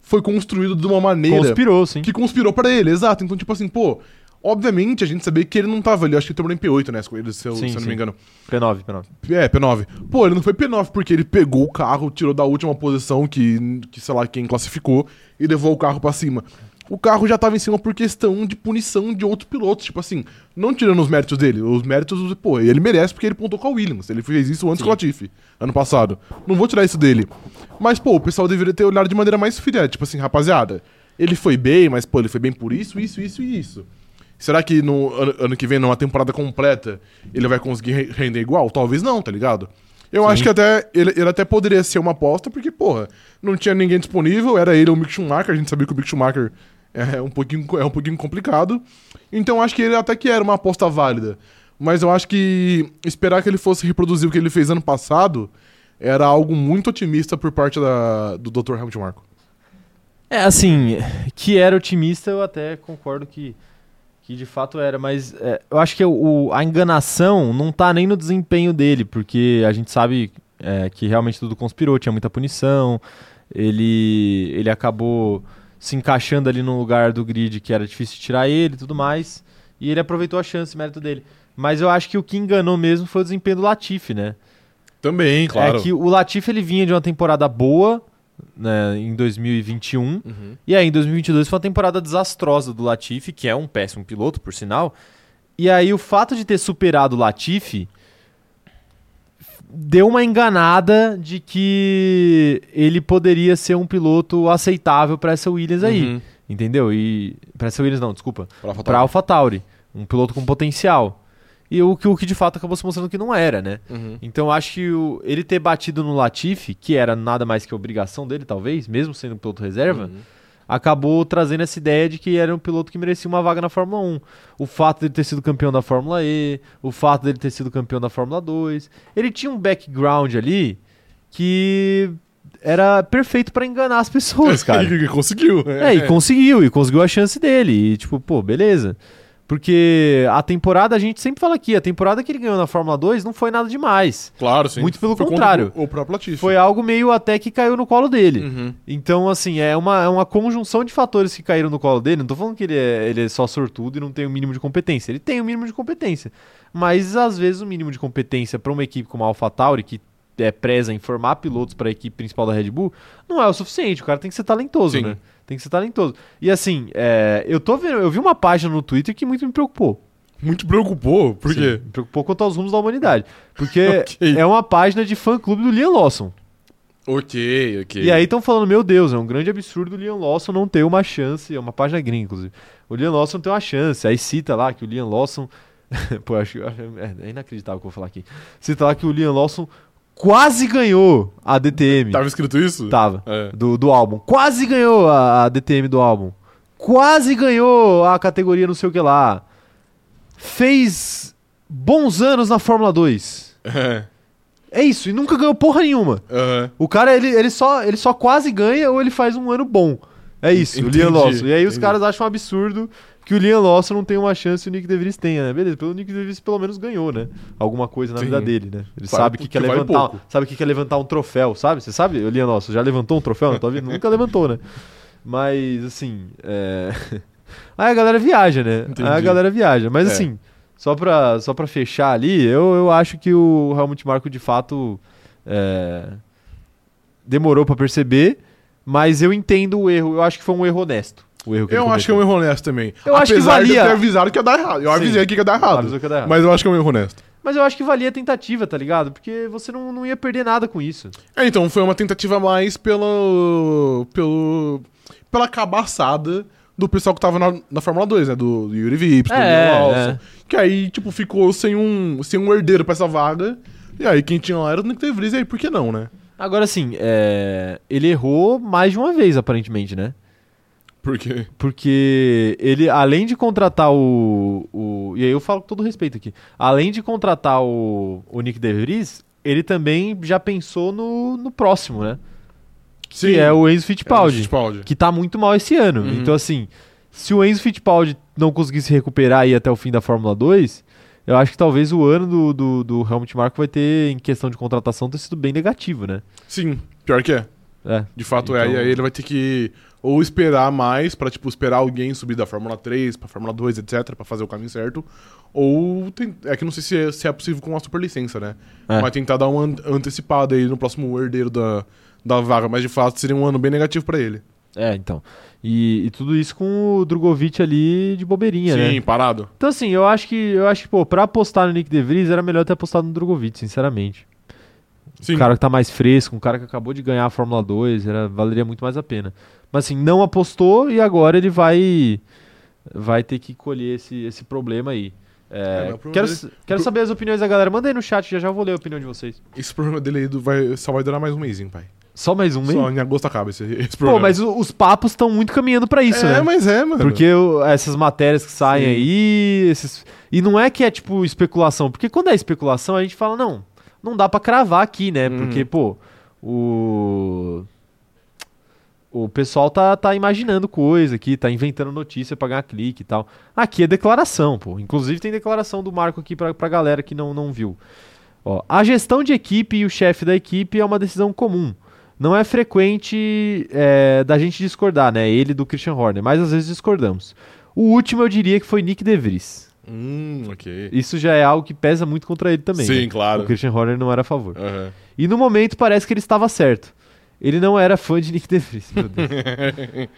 B: foi construído de uma maneira
A: Conspirou, sim.
B: que conspirou pra ele, exato. Então, tipo assim, pô, obviamente a gente sabia que ele não tava ali. Eu Acho que ele terminou em P8, né? As corridas, se eu,
A: Sim,
B: se eu não
A: sim.
B: me engano.
A: P9, P9.
B: É, P9. Pô, ele não foi P9 porque ele pegou o carro, tirou da última posição que, que sei lá, quem classificou e levou o carro pra cima. O carro já tava em cima por questão de punição de outros pilotos. Tipo assim, não tirando os méritos dele. Os méritos, pô, ele merece porque ele pontou com a Williams. Ele fez isso antes
A: Sim.
B: que o Latifi, ano passado. Não vou tirar isso dele. Mas, pô, o pessoal deveria ter olhado de maneira mais filha. Tipo assim, rapaziada, ele foi bem, mas, pô, ele foi bem por isso, isso, isso e isso. Será que no ano, ano que vem, numa temporada completa, ele vai conseguir re- render igual? Talvez não, tá ligado? Eu acho que até ele, ele até poderia ser uma aposta, porque, porra, não tinha ninguém disponível, era ele ou o Mick Schumacher, a gente sabia que o Mick Schumacher é um pouquinho, co- é um pouquinho complicado. Então acho que ele até que era uma aposta válida. Mas eu acho que esperar que ele fosse reproduzir o que ele fez ano passado era algo muito otimista por parte da- do Dr. Helmut Marko.
A: É, assim, que era otimista, eu até concordo que, que de fato era, mas é, eu acho que o, a enganação não tá nem no desempenho dele, porque a gente sabe é, que realmente tudo conspirou, tinha muita punição, ele, ele acabou se encaixando ali no lugar do grid que era difícil de tirar ele e tudo mais, e ele aproveitou a chance, mérito dele. Mas eu acho que o que enganou mesmo foi o desempenho do Latifi, né?
B: Também,
A: É que o Latifi ele vinha de uma temporada boa, né, em 2021, e aí, em 2022 foi uma temporada desastrosa do Latifi, que é um péssimo piloto, por sinal. E aí, o fato de ter superado o Latifi deu uma enganada de que ele poderia ser um piloto aceitável para essa Williams aí. Entendeu? E. Pra essa Williams, não, desculpa.
B: Pra Alpha
A: Pra AlphaTauri. Um piloto com potencial. E o que, o que de fato acabou se mostrando que não era, né?
B: Uhum.
A: Então acho que o- ele ter batido no Latifi, que era nada mais que obrigação dele, talvez, mesmo sendo um piloto reserva,
B: Uhum.
A: acabou trazendo essa ideia de que era um piloto que merecia uma vaga na Fórmula 1. O fato dele ter sido campeão da Fórmula E, o fato dele ter sido campeão da Fórmula 2. Ele tinha um background ali que era perfeito pra enganar as pessoas, cara.
B: Ele conseguiu.
A: É, e conseguiu, e conseguiu a chance dele. E tipo, pô, beleza. Porque a temporada, a gente sempre fala aqui, a temporada que ele ganhou na Fórmula 2 não foi nada demais.
B: Claro, sim.
A: muito pelo
B: Foi contra
A: contrário.
B: O o próprio Latifi.
A: Foi algo meio até que caiu no colo dele.
B: Uhum.
A: Então, assim, é uma, é uma conjunção de fatores que caíram no colo dele. Não tô falando que ele é, ele é só sortudo e não tem o mínimo de competência. Ele tem o mínimo de competência. Mas, às vezes, o mínimo de competência para uma equipe como a AlphaTauri, que é preza em formar pilotos para a equipe principal da Red Bull, não é o suficiente. O cara tem que ser talentoso,
B: Sim.
A: né? Tem que ser talentoso. E assim, é, eu tô vendo, eu vi uma página no Twitter que muito me preocupou.
B: Muito preocupou, por quê?
A: Sim, me preocupou quanto aos rumos da humanidade. Porque
B: Ok.
A: é uma página de fã clube do Liam Lawson.
B: Ok, ok.
A: E aí estão falando, meu Deus, é um grande absurdo o Liam Lawson não ter uma chance, é uma página gringa, inclusive. O Liam Lawson tem uma chance. Aí cita lá que o Liam Lawson. Pô, acho que é, é inacreditável o que eu vou falar aqui. Cita lá que o Liam Lawson quase ganhou a DTM.
B: Tava escrito isso?
A: Tava.
B: É.
A: Do, do álbum. Quase ganhou a, a DTM do álbum. Quase ganhou a categoria não sei o que lá. Fez bons anos na Fórmula 2.
B: É.
A: É isso, e nunca ganhou porra nenhuma.
B: Aham.
A: O cara, ele, ele, só, ele só quase ganha ou ele faz um ano bom. É isso,
B: Entendi,
A: o Liam Lawson. E aí os
B: entendi.
A: caras acham um absurdo que o Liam Lawson não tem uma chance e o Nick DeVries tenha, né? Beleza, pelo Nick DeVries pelo menos ganhou, né? Alguma coisa na
B: Sim.
A: vida dele, né? Ele
B: Sabe
A: sabe o que,
B: que
A: quer
B: vale
A: levantar,
B: pouco.
A: sabe o que quer levantar um troféu, sabe? Você sabe, o Liam Lawson, já levantou um troféu na tua vida? Nunca levantou, né? Mas, assim, é... Aí a galera viaja, né?
B: Entendi.
A: Aí a galera viaja. Mas,
B: É.
A: assim, só pra, só pra fechar ali, eu, eu acho que o Helmut Marko, de fato, é, demorou pra perceber, mas eu entendo o erro. Eu acho que foi um erro honesto. O erro que
B: Eu
A: ele
B: acho que é um erro honesto também.
A: Eu acho que
B: Apesar de
A: valia.
B: eu ter avisado que ia dar errado. Eu
A: Sim.
B: avisei aqui que ia dar errado.
A: Avisou que ia dar errado.
B: Mas eu acho que é um erro honesto.
A: Mas eu acho que valia a tentativa, tá ligado? Porque você não, não ia perder nada com isso.
B: É, então, foi uma tentativa a mais pelo. pelo. pela cabaçada do pessoal que tava na, na Fórmula 2, né? Do, do Yuri Vips, do
A: É,
B: Neil
A: é.
B: Lawson. Que aí, tipo, ficou sem um, sem um herdeiro pra essa vaga. E aí, quem tinha lá era o Nick De Vries, e aí por que não, né?
A: Agora, assim, é, ele errou mais de uma vez, aparentemente, né?
B: Porque.
A: Porque ele, além de contratar o, o- E aí eu falo com todo respeito aqui. Além de contratar o, o Nick DeVries, ele também já pensou no, no próximo, né?
B: Sim,
A: Que é o Enzo Fittipaldi.
B: Fittipaldi.
A: que tá muito mal esse ano.
B: Uhum.
A: Então, assim, se o Enzo Fittipaldi não conseguir se recuperar e ir até o fim da Fórmula 2, eu acho que talvez o ano do, do, do Helmut Marko vai ter, em questão de contratação, ter sido bem negativo, né?
B: Sim, pior que é.
A: É.
B: De fato é.
A: Então-
B: E aí ele vai ter que ou esperar mais pra, tipo, esperar alguém subir da Fórmula 3 pra Fórmula 2, etc, pra fazer o caminho certo. Ou tem- é que não sei se é, se é possível com a superlicença, né?
A: É.
B: Vai tentar dar uma an- antecipada aí no próximo herdeiro da, da vaga, mas de fato seria um ano bem negativo pra ele.
A: É, então. E, e tudo isso com o Drogovic ali de bobeirinha, né?
B: Sim, parado.
A: Então, assim, eu acho que, eu acho que pô, pra apostar no Nick DeVries era melhor ter apostado no Drogovic, sinceramente.
B: Sim.
A: Um cara que tá mais fresco, um cara que acabou de ganhar a Fórmula 2, era, valeria muito mais a pena. Mas assim, não apostou e agora ele vai vai ter que colher esse, esse problema aí. É,
B: É, mas o problema
A: quero,
B: dele-
A: s- quero saber as opiniões da galera. Manda aí no chat, já já eu vou ler a opinião de vocês.
B: Esse problema dele aí do- vai, só vai durar mais um mêsinho, pai.
A: Só mais um mês?
B: Só em agosto acaba esse, esse
A: Pô,
B: problema.
A: mas o- os papos estão muito caminhando pra isso,
B: é,
A: né?
B: mas é, mano.
A: Porque o- essas matérias que saem
B: Sim.
A: aí, esses... e não é que é tipo especulação, porque quando é especulação a gente fala, não, não dá pra cravar aqui, né?
B: Uhum.
A: Porque, pô, o. O pessoal tá, tá imaginando coisa aqui, tá inventando notícia pra ganhar clique e tal. Aqui é declaração, pô. Inclusive tem declaração do Marco aqui pra, pra galera que não, não viu. Ó, a gestão de equipe e o chefe da equipe é uma decisão comum. Não é frequente é, da gente discordar, né? Ele do Christian Horner, mas às vezes discordamos. O último eu diria que foi Nick DeVries.
B: Hum, ok.
A: Isso já é algo que pesa muito contra ele também.
B: Sim,
A: né?
B: claro.
A: O Christian Horner não era a favor.
B: Aham.
A: E no momento parece que ele estava certo. Ele não era fã de Nick DeVries, meu Deus.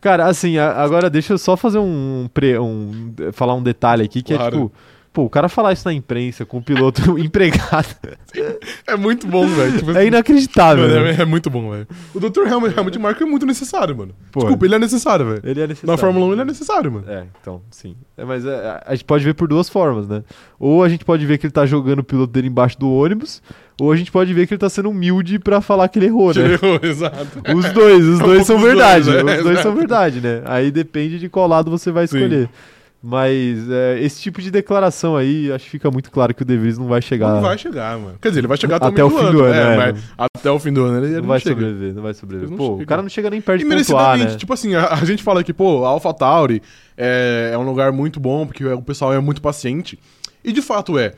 A: Cara, assim, a- agora deixa eu só fazer um, pre- um- falar um detalhe aqui que é
B: Claro.
A: tipo Pô, o cara falar isso na imprensa com o piloto empregado
B: É muito bom, velho. Tipo,
A: é inacreditável.
B: mano,
A: né?
B: é, é muito bom, velho. O Dr. Helmut, Helmut Marko é muito necessário, mano.
A: Pô,
B: Desculpa, ele é necessário, velho.
A: Ele é
B: Na
A: necessário.
B: Fórmula 1 ele é necessário, mano.
A: É, então, sim. É, mas é, a- a gente pode ver por duas formas, né? Ou a gente pode ver que ele tá jogando o piloto dele embaixo do ônibus, ou a gente pode ver que ele tá sendo humilde pra falar que ele errou, né?
B: Entendeu? Exato.
A: Os dois, os
B: É um
A: dois são
B: pouco os dois,
A: verdade.
B: né?
A: Os dois são
B: Exato.
A: verdade, né? Aí depende de qual lado você vai
B: Sim.
A: escolher. Mas é, esse tipo de declaração aí, acho que fica muito claro que o De Vries não vai chegar.
B: Não vai chegar, mano. Quer dizer, ele vai chegar até,
A: Até
B: o
A: o fim do ano,
B: é,
A: é.
B: mas até o fim do ano ele ele
A: não
B: não,
A: vai
B: chega.
A: sobreviver, não vai sobreviver.
B: Ele não
A: Pô,
B: chega.
A: o cara não chega nem perto de
B: E
A: pontuar,
B: merecidamente,
A: né?
B: tipo assim, a, a gente fala que, pô, a AlphaTauri é, é um lugar muito bom, porque o pessoal é muito paciente. E de fato é.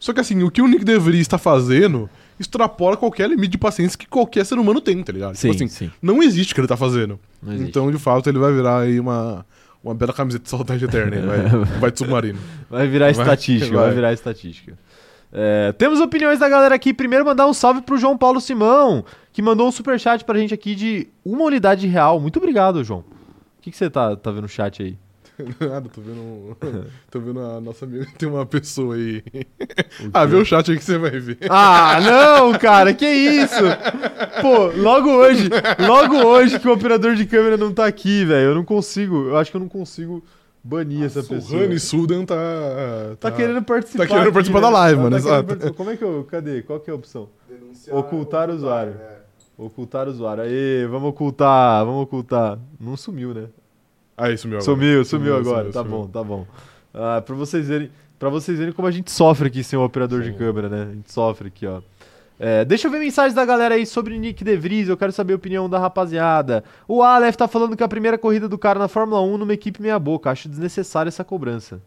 B: Só que assim, o que o Nick DeVries está fazendo extrapola qualquer limite de paciência que qualquer ser humano tem, tá ligado?
A: Sim,
B: tipo assim,
A: sim.
B: não existe o que ele tá fazendo.
A: Não existe.
B: Então, de fato, ele vai virar aí uma, uma bela camiseta de saudade eterna, ele vai, vai de submarino.
A: Vai virar
B: Vai,
A: estatística, vai,
B: vai.
A: virar estatística. É, temos opiniões da galera aqui. Primeiro, mandar um salve pro João Paulo Simão, que mandou um superchat pra gente aqui de uma unidade real. Muito obrigado, João. O que que você tá, tá vendo no chat aí?
B: Nada, tô vendo. um- Tô vendo a nossa amiga. Tem uma pessoa aí.
A: O
B: Ah,
A: quê?
B: vê o chat aí que você vai ver.
A: Ah, não, cara, que isso? Pô, logo hoje, logo hoje que o operador de câmera não tá aqui, velho. Eu não consigo, eu acho que eu não consigo banir essa
B: O
A: pessoa.
B: Rani Sudan tá.
A: Tá querendo participar.
B: Tá querendo
A: aqui,
B: participar
A: né?
B: da live,
A: Tá
B: mano,
A: querendo
B: exato.
A: participar. Como é que eu. Cadê? Qual que é a opção? Ocultar o usuário. é. Ocultar o usuário. Aê, vamos ocultar, vamos ocultar. Não sumiu, né?
B: Aí, sumiu Ah, agora.
A: Sumiu, sumiu agora.
B: sumiu,
A: Tá
B: sumiu.
A: bom, tá bom. Ah, pra vocês verem. Pra vocês verem como a gente sofre aqui sem o operador de
B: Sim.
A: câmera, né? A gente sofre aqui, ó. É, deixa eu ver mensagens da galera aí sobre Nick DeVries, eu quero saber a opinião da rapaziada. O Aleph tá falando que a primeira corrida do cara na Fórmula 1 numa equipe meia boca, acho desnecessária essa cobrança.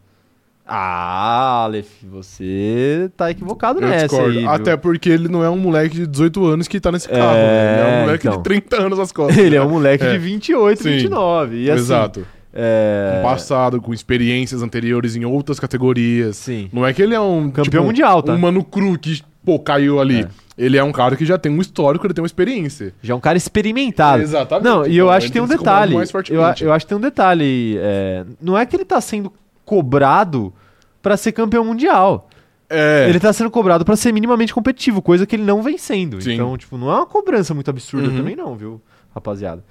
A: Ah, Aleph, você tá equivocado
B: Eu
A: nessa
B: discordo.
A: aí. viu?
B: Até porque ele não é um moleque de 18 anos que tá nesse
A: É,
B: carro. né? Ele é um moleque
A: então.
B: de 30 anos às costas.
A: Ele é um moleque
B: É.
A: de 28,
B: Sim.
A: 29. E assim,
B: Exato. Um
A: É...
B: Com passado, com experiências anteriores em outras categorias.
A: Sim.
B: Não é que ele é um.
A: Campeão mundial, tá?
B: Um mano cru que, pô, caiu ali.
A: É.
B: Ele é um cara que já tem um histórico, ele tem uma experiência.
A: Já é um cara experimentado.
B: Exatamente.
A: Não, e eu
B: Então,
A: acho
B: ele
A: que tem um
B: se incomodar
A: detalhe.
B: mais
A: Eu, a-
B: fortemente.
A: eu acho que tem um detalhe. é, Não é que ele tá sendo cobrado pra ser campeão mundial.
B: É.
A: Ele tá sendo cobrado pra ser minimamente competitivo, coisa que ele não vem sendo.
B: Sim.
A: Então, tipo, não é uma cobrança muito absurda
B: Uhum.
A: também não, viu, rapaziada.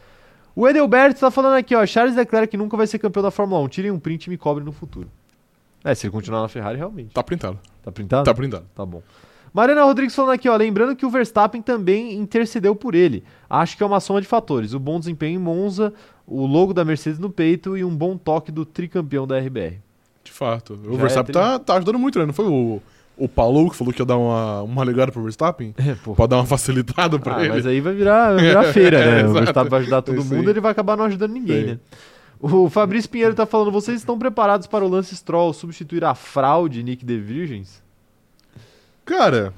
A: O Edelberto tá falando aqui, ó, Charles Leclerc nunca vai ser campeão da Fórmula 1. Tirem um print e me cobrem no futuro. É, se ele continuar na Ferrari, realmente.
B: Tá printado.
A: Tá printado?
B: Tá printado.
A: Tá bom. Mariana Rodrigues falando aqui, ó, lembrando que o Verstappen também intercedeu por ele. Acho que é uma soma de fatores. O bom desempenho em Monza, o logo da Mercedes no peito e um bom toque do tricampeão da RBR.
B: De fato. O
A: Já é
B: Verstappen
A: tri-
B: tá, tá ajudando muito, né? Não foi o, o Paulo que falou que ia dar uma, uma ligada pro Verstappen?
A: É, pô.
B: Pra dar uma facilitada pra
A: Ah,
B: ele. É,
A: mas aí vai virar, vai virar feira, né? o
B: Exato.
A: Verstappen vai ajudar todo
B: Isso aí.
A: mundo, ele vai acabar não ajudando ninguém,
B: Sim.
A: né? O Fabrício Pinheiro tá falando, vocês estão preparados para o Lance Stroll substituir a fraude Nick de Virgens?
B: Cara,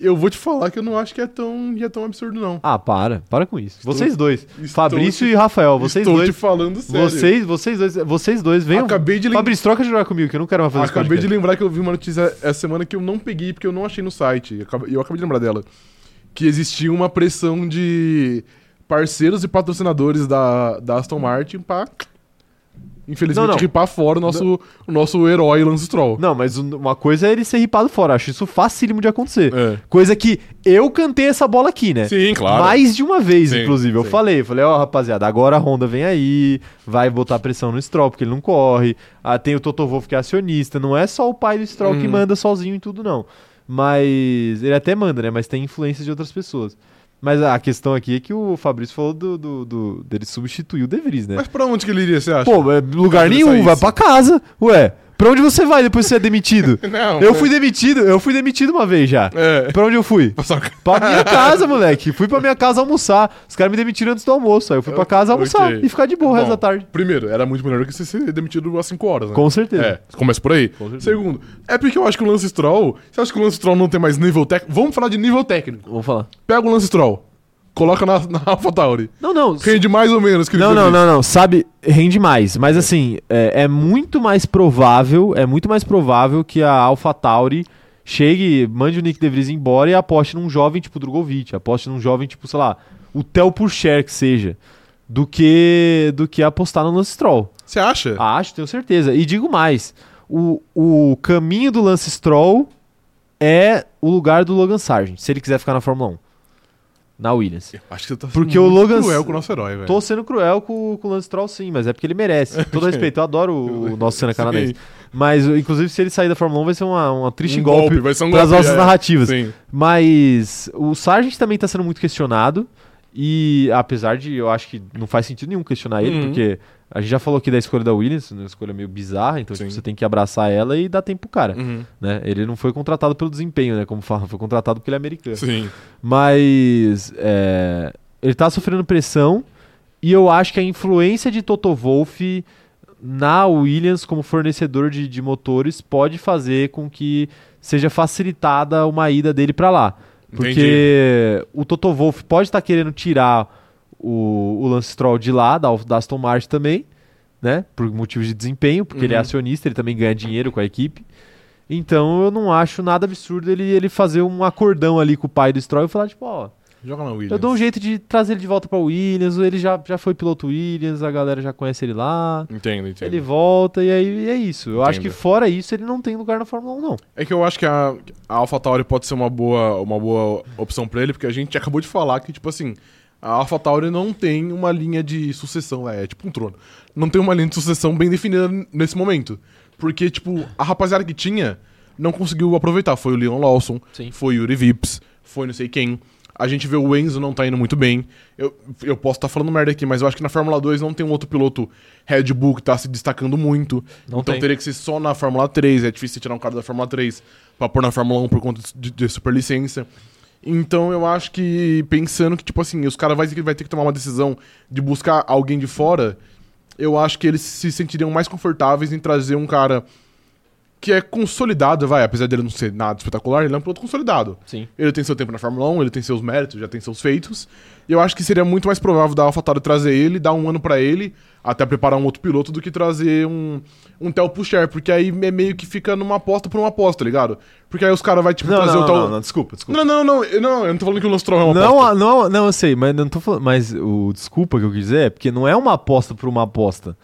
B: eu vou te falar que eu não acho que é tão, que é tão absurdo, não.
A: Ah, para, para com isso.
B: Estou-
A: vocês dois,
B: estou
A: Fabrício
B: te-
A: e Rafael, vocês
B: Estou
A: dois,
B: te falando sério.
A: vocês, vocês dois, vocês dois, venham,
B: Acabei de, lem-
A: Fabrício, troca de jogar comigo, que eu não quero mais fazer esse
B: acabei de
A: podcast.
B: lembrar que eu vi uma notícia essa semana que eu não peguei porque eu não achei no site. E acab- Eu acabei de lembrar dela. Que existia uma pressão de parceiros e patrocinadores da, da Aston Martin pra. Infelizmente,
A: Não, não.
B: ripar fora o nosso, o nosso herói Lance Stroll.
A: Não, mas um- uma coisa é ele ser ripado fora. Acho isso facílimo de acontecer.
B: É.
A: Coisa que eu cantei essa bola aqui, né?
B: Sim, claro.
A: Mais de uma vez,
B: Sim,
A: inclusive. Eu
B: sim.
A: falei, falei, ó, rapaziada, agora a Honda vem aí, vai botar pressão no Stroll, porque ele não corre. Ah, tem o Toto Wolff que é acionista. Não é só o pai do Stroll que
B: Uhum.
A: manda sozinho em tudo, não. Mas. Ele até manda, né? Mas tem influência de outras pessoas. Mas a questão aqui é que o Fabrício falou do, do, do- dele substituir o De Vries, né?
B: Mas pra onde que ele iria, você acha?
A: Pô, é lugar
B: Cadê
A: nenhum,
B: isso?
A: vai pra casa. Ué, pra onde você vai depois que você é demitido?
B: não,
A: Eu
B: é-
A: fui demitido, eu fui demitido uma vez já.
B: É.
A: Pra onde eu fui?
B: Só-
A: Pra minha casa, moleque. Fui pra minha casa almoçar. Os caras me demitiram antes do almoço. Aí eu fui pra casa almoçar
B: Ok.
A: e ficar de boa o resto
B: Tá
A: da
B: Bom,
A: tarde.
B: Primeiro, era muito melhor que você ser demitido às 5 horas, né?
A: Com certeza.
B: É, começa por aí.
A: Com certeza.
B: Segundo, é porque eu acho que o Lance Stroll. Você acha que o Lance Stroll não tem mais nível técnico? Vamos falar de nível técnico.
A: Vou falar.
B: Pega o Lance Stroll, coloca na, na AlphaTauri.
A: Não, não.
B: Rende mais ou menos que ele
A: Não,
B: fez
A: não,
B: isso.
A: não, não. Sabe, rende mais. Mas assim, é, é muito mais provável, é muito mais provável que a AlphaTauri chegue, mande o Nick DeVries embora e aposte num jovem tipo Drogovic, aposte num jovem tipo, sei lá, o Theo Purcher que seja, do que do que apostar no Lance Stroll.
B: Você acha?
A: Acho, tenho certeza. E digo mais, o, o caminho do Lance Stroll é o lugar do Logan Sargent, se ele quiser ficar na Fórmula 1. Na Williams.
B: Acho que você tá
A: Porque o Logan-
B: cruel com o nosso herói, velho.
A: Tô sendo cruel com, com o Lance Stroll, sim, mas é porque ele merece. Todo respeito, eu adoro o, o nosso cena canadense. Mas, inclusive, se ele sair da Fórmula 1, vai ser uma, uma triste
B: Um
A: golpe,
B: vai ser um
A: para as
B: golpe,
A: nossas
B: é.
A: narrativas.
B: Sim.
A: Mas o Sargent também tá sendo muito questionado. E apesar de eu acho que não faz sentido nenhum questionar ele,
B: Uhum.
A: porque a gente já falou aqui da escolha da Williams, uma escolha meio bizarra, então tipo,
B: Sim.
A: você tem que abraçar ela e dar tempo pro cara.
B: Uhum.
A: Né? Ele não foi contratado pelo desempenho, né? Como falam, foi contratado porque ele é americano.
B: Sim.
A: Mas é, ele tá sofrendo pressão e eu acho que a influência de Toto Wolff na Williams como fornecedor de, de motores pode fazer com que seja facilitada uma ida dele para lá. Porque o Toto Wolff pode estar querendo tirar o, o Lance Stroll de lá, da, da Aston Martin também, né? Por motivos de desempenho, porque ele é
B: Uhum.
A: acionista, ele também ganha dinheiro com a equipe. Então eu não acho nada absurdo ele, ele fazer um acordão ali com o pai do Stroll e falar, tipo, ó,
B: Joga na Williams.
A: eu dou um jeito de trazer ele de volta pra Williams, ele já, já foi piloto Williams, a galera já conhece ele lá.
B: Entendo, entendo.
A: Ele volta e aí é isso. Eu acho que
B: Entendo.
A: fora isso ele não tem lugar na Fórmula 1, não.
B: É que eu acho que a, a AlphaTauri pode ser uma boa, uma boa opção pra ele, porque a gente acabou de falar que, tipo assim, a AlphaTauri não tem uma linha de sucessão, é, é tipo um trono. Não tem uma linha de sucessão bem definida n- nesse momento. Porque, tipo, a rapaziada que tinha não conseguiu aproveitar. Foi o Leon Lawson,
A: Sim.
B: foi o Yuri Vips, foi não sei quem. A gente vê o Enzo não tá indo muito bem. Eu, eu posso estar falando merda aqui, mas eu acho que na Fórmula 2 não tem um outro piloto Red Bull que tá se destacando muito.
A: Não
B: então
A: tem.
B: teria que ser só na Fórmula 3. É difícil você tirar um cara da Fórmula 3 pra pôr na Fórmula 1 por conta de, de superlicença. Então eu acho que pensando que, tipo assim, os caras vai, ter que- vai ter que tomar uma decisão de buscar alguém de fora, eu acho que eles se sentiriam mais confortáveis em trazer um cara que é consolidado, vai, apesar dele não ser nada espetacular, ele é um piloto consolidado.
A: Sim.
B: Ele tem seu tempo na Fórmula 1, ele tem seus méritos, já tem seus feitos. E eu acho que seria muito mais provável da AlphaTauri trazer ele, dar um ano pra ele, até preparar um outro piloto, do que trazer um, um Theo Pucher, porque aí é meio que fica numa aposta por uma aposta, tá ligado? Porque aí os caras vão, tipo,
A: Não,
B: trazer
A: não,
B: o Theo...
A: não, não, desculpa, desculpa.
B: Não, não, não, não, eu não, eu não tô falando que o Lance Stroll é uma
A: Não,
B: aposta.
A: a- não, não, eu sei, mas eu não tô falando. Mas o desculpa que eu quis dizer é porque não é uma aposta por uma aposta.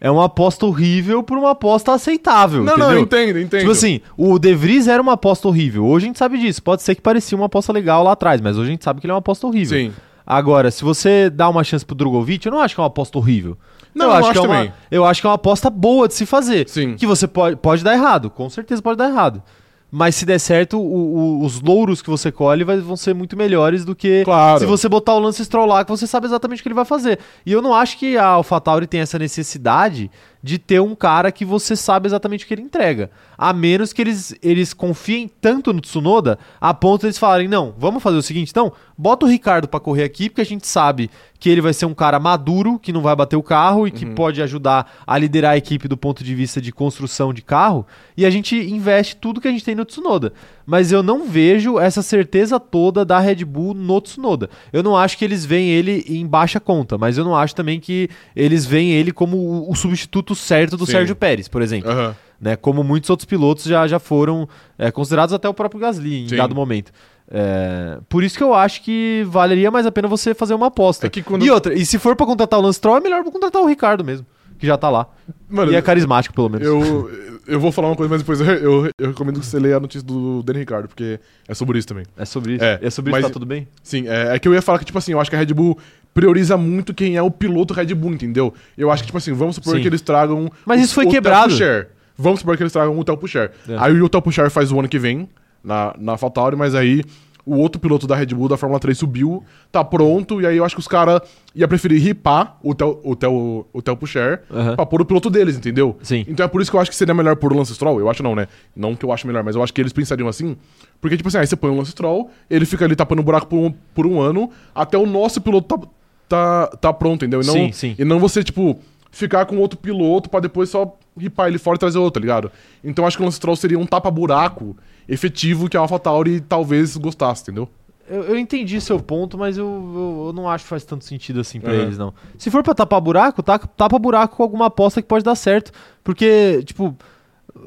A: É uma aposta horrível por uma aposta aceitável.
B: Não,
A: entendeu?
B: não, entendo, entendo.
A: Tipo assim, o De Vries era uma aposta horrível. Hoje a gente sabe disso. Pode ser que parecia uma aposta legal lá atrás, mas hoje a gente sabe que ele é uma aposta horrível.
B: Sim.
A: Agora, se você dá uma chance pro Drogovic, eu não acho que é uma aposta horrível.
B: Não, eu acho
A: que é
B: também.
A: Uma, eu acho que é uma aposta boa de se fazer.
B: Sim.
A: Que você pode, pode dar errado, com certeza pode dar errado. Mas se der certo, o- o- os louros que você colhe vai- vão ser muito melhores do que
B: Claro.
A: se você botar o Lance Stroll lá, que você sabe exatamente o que ele vai fazer. E eu não acho que a AlphaTauri tem essa necessidade de ter um cara que você sabe exatamente o que ele entrega. A menos que eles, eles confiem tanto no Tsunoda a ponto de eles falarem: não, vamos fazer o seguinte, então, bota o Ricardo pra correr aqui, porque a gente sabe que ele vai ser um cara maduro, que não vai bater o carro e que pode ajudar a liderar a equipe do ponto de vista de construção de carro. E a gente investe tudo que a gente tem no Tsunoda. Mas eu não vejo essa certeza toda da Red Bull no Tsunoda. Eu não acho que eles veem ele em baixa conta, mas eu não acho também que eles veem ele como o- o substituto certo do
B: Sim. Ah.
A: Sérgio Pérez, por exemplo
B: Aham.
A: né? Como muitos outros pilotos já, já foram é, considerados até o próprio Gasly em
B: Sim.
A: dado momento. É, por isso que eu acho que valeria mais a pena você fazer uma aposta.
B: É que quando-
A: E outra, e se for pra contratar o Lance Stroll, é melhor contratar o Ricardo mesmo, que já tá lá.
B: Mano,
A: e é carismático, pelo menos.
B: Eu, eu vou falar uma coisa, mas depois eu, eu- eu recomendo que você leia a notícia do Danny Ricardo, porque é sobre isso também.
A: É sobre isso. É,
B: É,
A: sobre
B: mas-
A: isso, tá tudo bem?
B: Sim, é, é que eu ia falar que, tipo assim, eu acho que a Red Bull prioriza muito quem é o piloto Red Bull, entendeu? Eu acho que, tipo assim, vamos supor
A: Sim.
B: que eles tragam.
A: Mas
B: o-
A: isso foi
B: o Theo
A: quebrado.
B: Pourchaire. Vamos supor que eles tragam o Theo Pucher.
A: É.
B: Aí o Theo Pucher faz o ano que vem, na, na AlphaTauri, mas aí o outro piloto da Red Bull da Fórmula 3 subiu, tá pronto, e aí eu acho que os caras ia preferir ripar o Theo, o Theo, o Theo Pucher
A: Aham.
B: pra pôr o piloto deles, entendeu?
A: Sim.
B: Então é por isso que eu acho que seria melhor pôr o Lance Stroll. Eu acho não, né? Não que eu acho melhor, mas eu acho que eles pensariam assim. Porque, tipo assim, aí você põe o Lance Stroll, ele fica ali tapando o buraco por um, por um ano, até o nosso piloto tá, tá, tá pronto, entendeu? E não,
A: Sim, sim.
B: E não você, tipo, ficar com outro piloto pra depois só ripar ele fora e trazer outro, tá ligado? Então eu acho que o Lance Stroll seria um tapa-buraco efetivo que a AlphaTauri talvez gostasse, entendeu?
A: Eu, eu entendi seu ponto, mas eu, eu, eu não acho que faz tanto sentido assim pra
B: Uhum.
A: eles, não. Se for pra tapar buraco, taca- tapa buraco com alguma aposta que pode dar certo. Porque, tipo.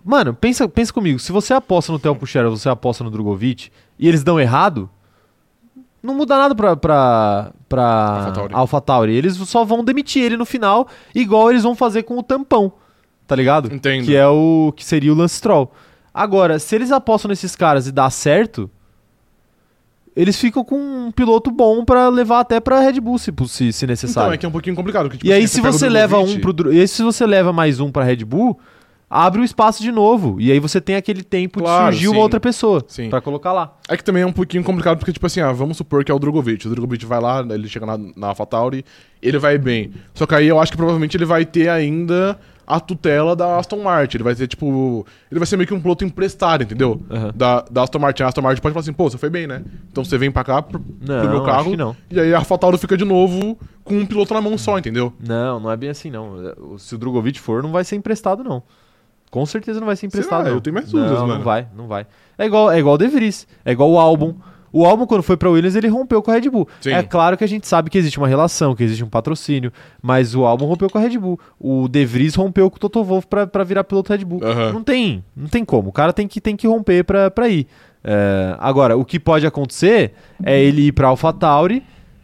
A: Mano, pensa, pensa comigo. Se você aposta no Theo Puchera, você aposta no Drogovic, e eles dão errado, não muda nada pra, pra, pra
B: AlphaTauri.
A: AlphaTauri. Eles só vão demitir ele no final, igual eles vão fazer com o tampão. tá ligado?
B: Entendo.
A: Que é o que seria o Lance Stroll. Agora, se eles apostam nesses caras e dá certo, eles ficam com um piloto bom pra levar até pra Red Bull, se, poss- se se necessário.
B: Então, é que é um pouquinho complicado. porque, tipo,
A: E aí,
B: assim,
A: se
B: pega o
A: você leva um
B: Drogovic-
A: pro. Dro- E aí, se você leva mais um pra Red Bull, abre o espaço de novo. E aí você tem aquele tempo
B: Claro,
A: de surgir uma
B: sim.
A: outra pessoa
B: Sim.
A: pra colocar lá.
B: É que também é um pouquinho complicado, porque, tipo assim, ah, vamos supor que é o Drogovic. O Drogovic vai lá, ele chega na, na AlphaTauri, ele vai bem. Só que aí eu acho que provavelmente ele vai ter ainda a tutela da Aston Martin. Ele vai ter, tipo. Ele vai ser meio que um piloto emprestado, entendeu?
A: Aham.
B: Da, da Aston Martin. A Aston Martin pode falar assim, pô, você foi bem, né? Então você vem pra cá pro, pro
A: Não,
B: meu
A: acho
B: carro.
A: que não.
B: E aí a AlphaTauri fica de novo com um piloto na mão só, entendeu?
A: Não, não é bem assim, não. O- Se o Drogovic for, não vai ser emprestado, não. Com certeza não vai ser emprestado,
B: Será?
A: não.
B: Eu tenho mais
A: não,
B: dúvidas,
A: não
B: mano.
A: vai, não vai. É igual, é igual o De Vries, é igual o álbum. O álbum, quando foi pra Williams, ele rompeu com a Red Bull.
B: Sim.
A: É claro que a gente sabe que existe uma relação, que existe um patrocínio, mas o álbum rompeu com a Red Bull. O De Vries rompeu com o Toto Wolff pra, pra virar piloto Red Bull.
B: Aham.
A: Tipo, Não tem, não tem como. O cara tem que, tem que romper pra, pra ir. É, agora, o que pode acontecer é ele ir pra AlphaTauri,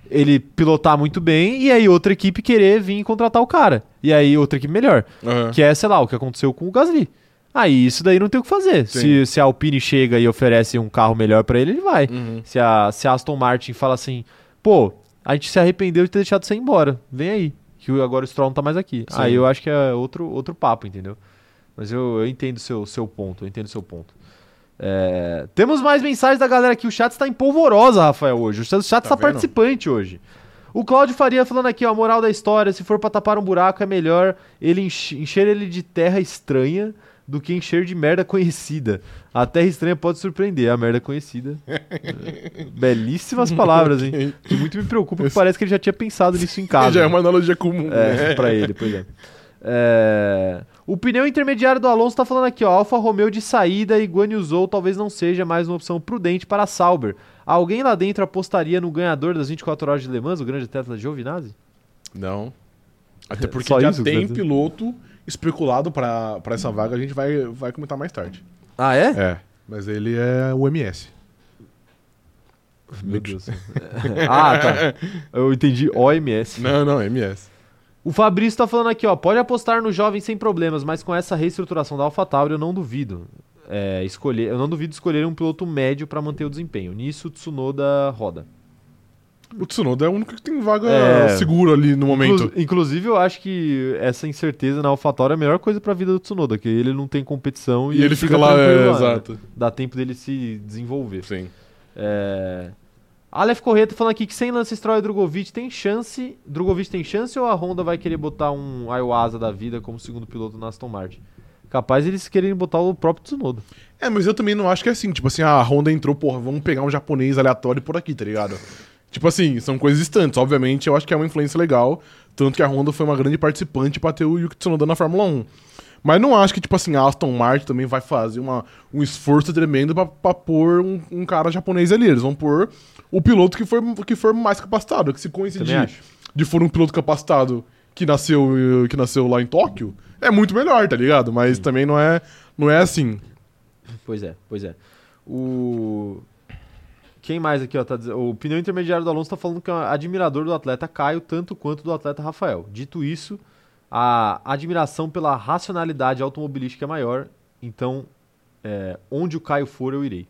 A: ele pilotar muito bem e aí outra equipe querer vir contratar o cara. E aí outra equipe melhor.
B: Aham.
A: Que é, sei lá, o que aconteceu com o Gasly. Aí isso daí não tem o que fazer.
B: Sim.
A: Se, se a Alpine chega e oferece um carro melhor pra ele, ele vai.
B: Uhum.
A: Se a, se a Aston Martin fala assim, pô, a gente se arrependeu de ter deixado você ir embora, vem aí, que o- agora o Stroll não tá mais aqui.
B: Sim.
A: Aí eu acho que é outro, outro papo, entendeu? Mas eu, eu entendo seu, seu ponto, eu entendo seu ponto. É, Temos mais mensagens da galera aqui, o chat está em polvorosa, Rafael, hoje. O chat está
B: Tá vendo?
A: participante hoje. O Cláudio Faria falando aqui, ó, a moral da história, se for pra tapar um buraco é melhor ele enche- encher ele de terra estranha do que encher de merda conhecida. A terra estranha pode surpreender, a merda conhecida. É. Belíssimas palavras, hein? Que muito me preocupa, porque parece que ele já tinha pensado nisso em casa.
B: Já é uma analogia comum.
A: É,
B: né?
A: pra ele, pois é. É, O pneu intermediário do Alonso tá falando aqui, ó. Alfa Romeo de saída e Guanizou talvez não seja mais uma opção prudente para a Sauber. Alguém lá dentro apostaria no ganhador das 24 horas de Le Mans, o grande atleta Giovinazzi?
B: Não. Até porque
A: É, Só
B: já
A: isso que
B: tem
A: vai ter.
B: piloto especulado pra, pra essa vaga, a gente vai, vai comentar mais tarde.
A: Ah,
B: É. Mas ele é o MS.
A: Meu Deus. ah, tá. Eu entendi OMS.
B: Não, não, MS.
A: O Fabrício tá falando aqui, ó. Pode apostar no jovem sem problemas, mas com essa reestruturação da AlphaTauri eu não duvido. É, escolher, eu não duvido escolher um piloto médio pra manter o desempenho. Nisso, Tsunoda roda.
B: O Tsunoda é o único que tem vaga
A: É.
B: segura ali no momento.
A: Inclu- inclusive, eu acho que essa incerteza na AlphaTauri é a melhor coisa pra vida do Tsunoda, que ele não tem competição e,
B: E ele fica lá,
A: tranquilo lá,
B: é,
A: né?
B: exato.
A: Dá tempo dele se desenvolver.
B: Sim.
A: É... Aleph Corrêa tá falando aqui que sem Lance Stroll e Drogovic tem chance. Drogovic tem chance ou a Honda vai querer botar um Ayahuasca da vida como segundo piloto na Aston Martin? Capaz eles quererem botar o próprio Tsunoda.
B: É, mas eu também não acho que é assim. Tipo assim, a Honda entrou, porra, vamos pegar um japonês aleatório por aqui, tá ligado? tipo assim, são coisas distantes. Obviamente, eu acho que é uma influência legal. Tanto que a Honda foi uma grande participante pra ter o Yuki Tsunoda na Fórmula 1. Mas não acho que, tipo assim, a Aston Martin também vai fazer uma, um esforço tremendo pra, pra pôr um, um cara japonês ali. Eles vão pôr o piloto que for, que for mais capacitado. Que se
A: Também
B: coincidir
A: acho.
B: de for um piloto capacitado que nasceu, eh, que nasceu lá em Tóquio, é muito melhor, tá ligado? Mas também não é, não é assim.
A: Pois é, pois é. O. Quem mais aqui, ó? Tá dizendo... O pneu intermediário do Alonso tá falando que é um admirador do atleta Caio, tanto quanto do atleta Rafael. Dito isso, a admiração pela racionalidade automobilística é maior, então. é, onde o Caio for, eu irei.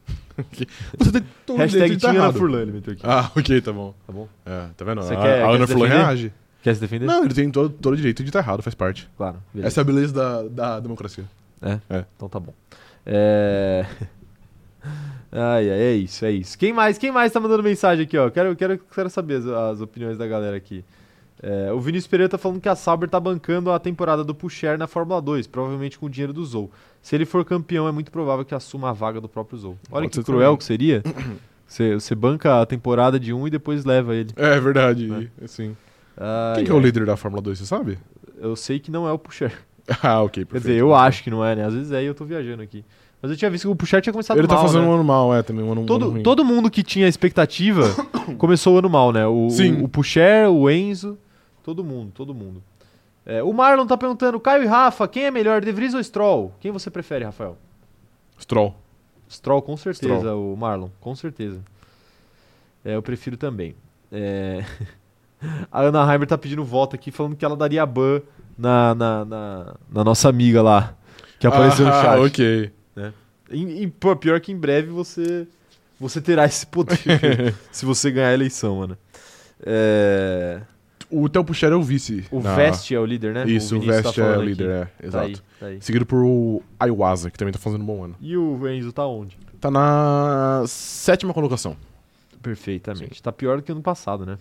B: Você tem todo
A: Hashtag
B: direito de tá
A: tinha na
B: errado.
A: Furlan, ele meteu aqui.
B: Ah, ok, tá bom.
A: Tá bom?
B: É, tá vendo?
A: Você
B: a
A: quer-
B: a
A: quer
B: Ana
A: se
B: Furlan
A: defender?
B: reage.
A: Quer se defender?
B: Não, ele tem todo, todo direito de estar errado, faz parte.
A: Claro. beleza.
B: Essa é a beleza da, da democracia.
A: Então tá bom. É. Ai, ai, é isso, é isso. Quem mais? Quem mais tá mandando mensagem aqui, ó? Quero, quero, quero saber as, as opiniões da galera aqui. É, o Vinícius Pereira tá falando que a Sauber tá bancando a temporada do Puxer na Fórmula 2, provavelmente com o dinheiro do Zou. Se ele for campeão, é muito provável que assuma a vaga do próprio Zou. Olha
B: Pode
A: que
B: ser
A: cruel
B: também.
A: que seria. Você, você banca a temporada de um e depois leva ele.
B: É verdade, assim.
A: Ai,
B: Quem que é o
A: ai.
B: líder da Fórmula 2, você sabe?
A: Eu sei que não é o Puxer.
B: Ah, ok, perfeito.
A: Quer dizer, eu acho que não é, né? Às vezes é e eu tô viajando aqui. Mas eu tinha visto que o Puxer tinha começado
B: Ele tá
A: mal,
B: fazendo
A: né?
B: um ano mal, é, também um ano, um ano
A: Todo,
B: ruim.
A: todo mundo que tinha expectativa começou o ano mal, né? O,
B: Sim.
A: o, o Puxer, o Enzo, todo mundo, todo mundo. É, o Marlon tá perguntando, Caio e Rafa, quem é melhor, De Vries ou Stroll? Quem você prefere, Rafael?
B: Stroll.
A: Stroll, com certeza,
B: Stroll.
A: o Marlon, com certeza. É, eu prefiro também. É, A Ana Heimer tá pedindo voto aqui, falando que ela daria ban na, na, na- na nossa amiga lá, que apareceu no
B: Ah,
A: chat.
B: ok.
A: E, e, pô, pior que em breve você, você terá esse poder se você ganhar a eleição, mano. É,
B: O Theo Puchero é o vice.
A: O
B: na-
A: Vest é o líder, né?
B: Isso, o,
A: Vinícius tá
B: Vest é
A: falando
B: o
A: aqui.
B: líder, é.
A: Tá aí,
B: Exato.
A: tá aí.
B: Seguido por Aiwaza, que também tá fazendo um bom ano.
A: E o Enzo tá onde?
B: Tá na sétima colocação.
A: Perfeitamente. Tá pior do que ano passado, né?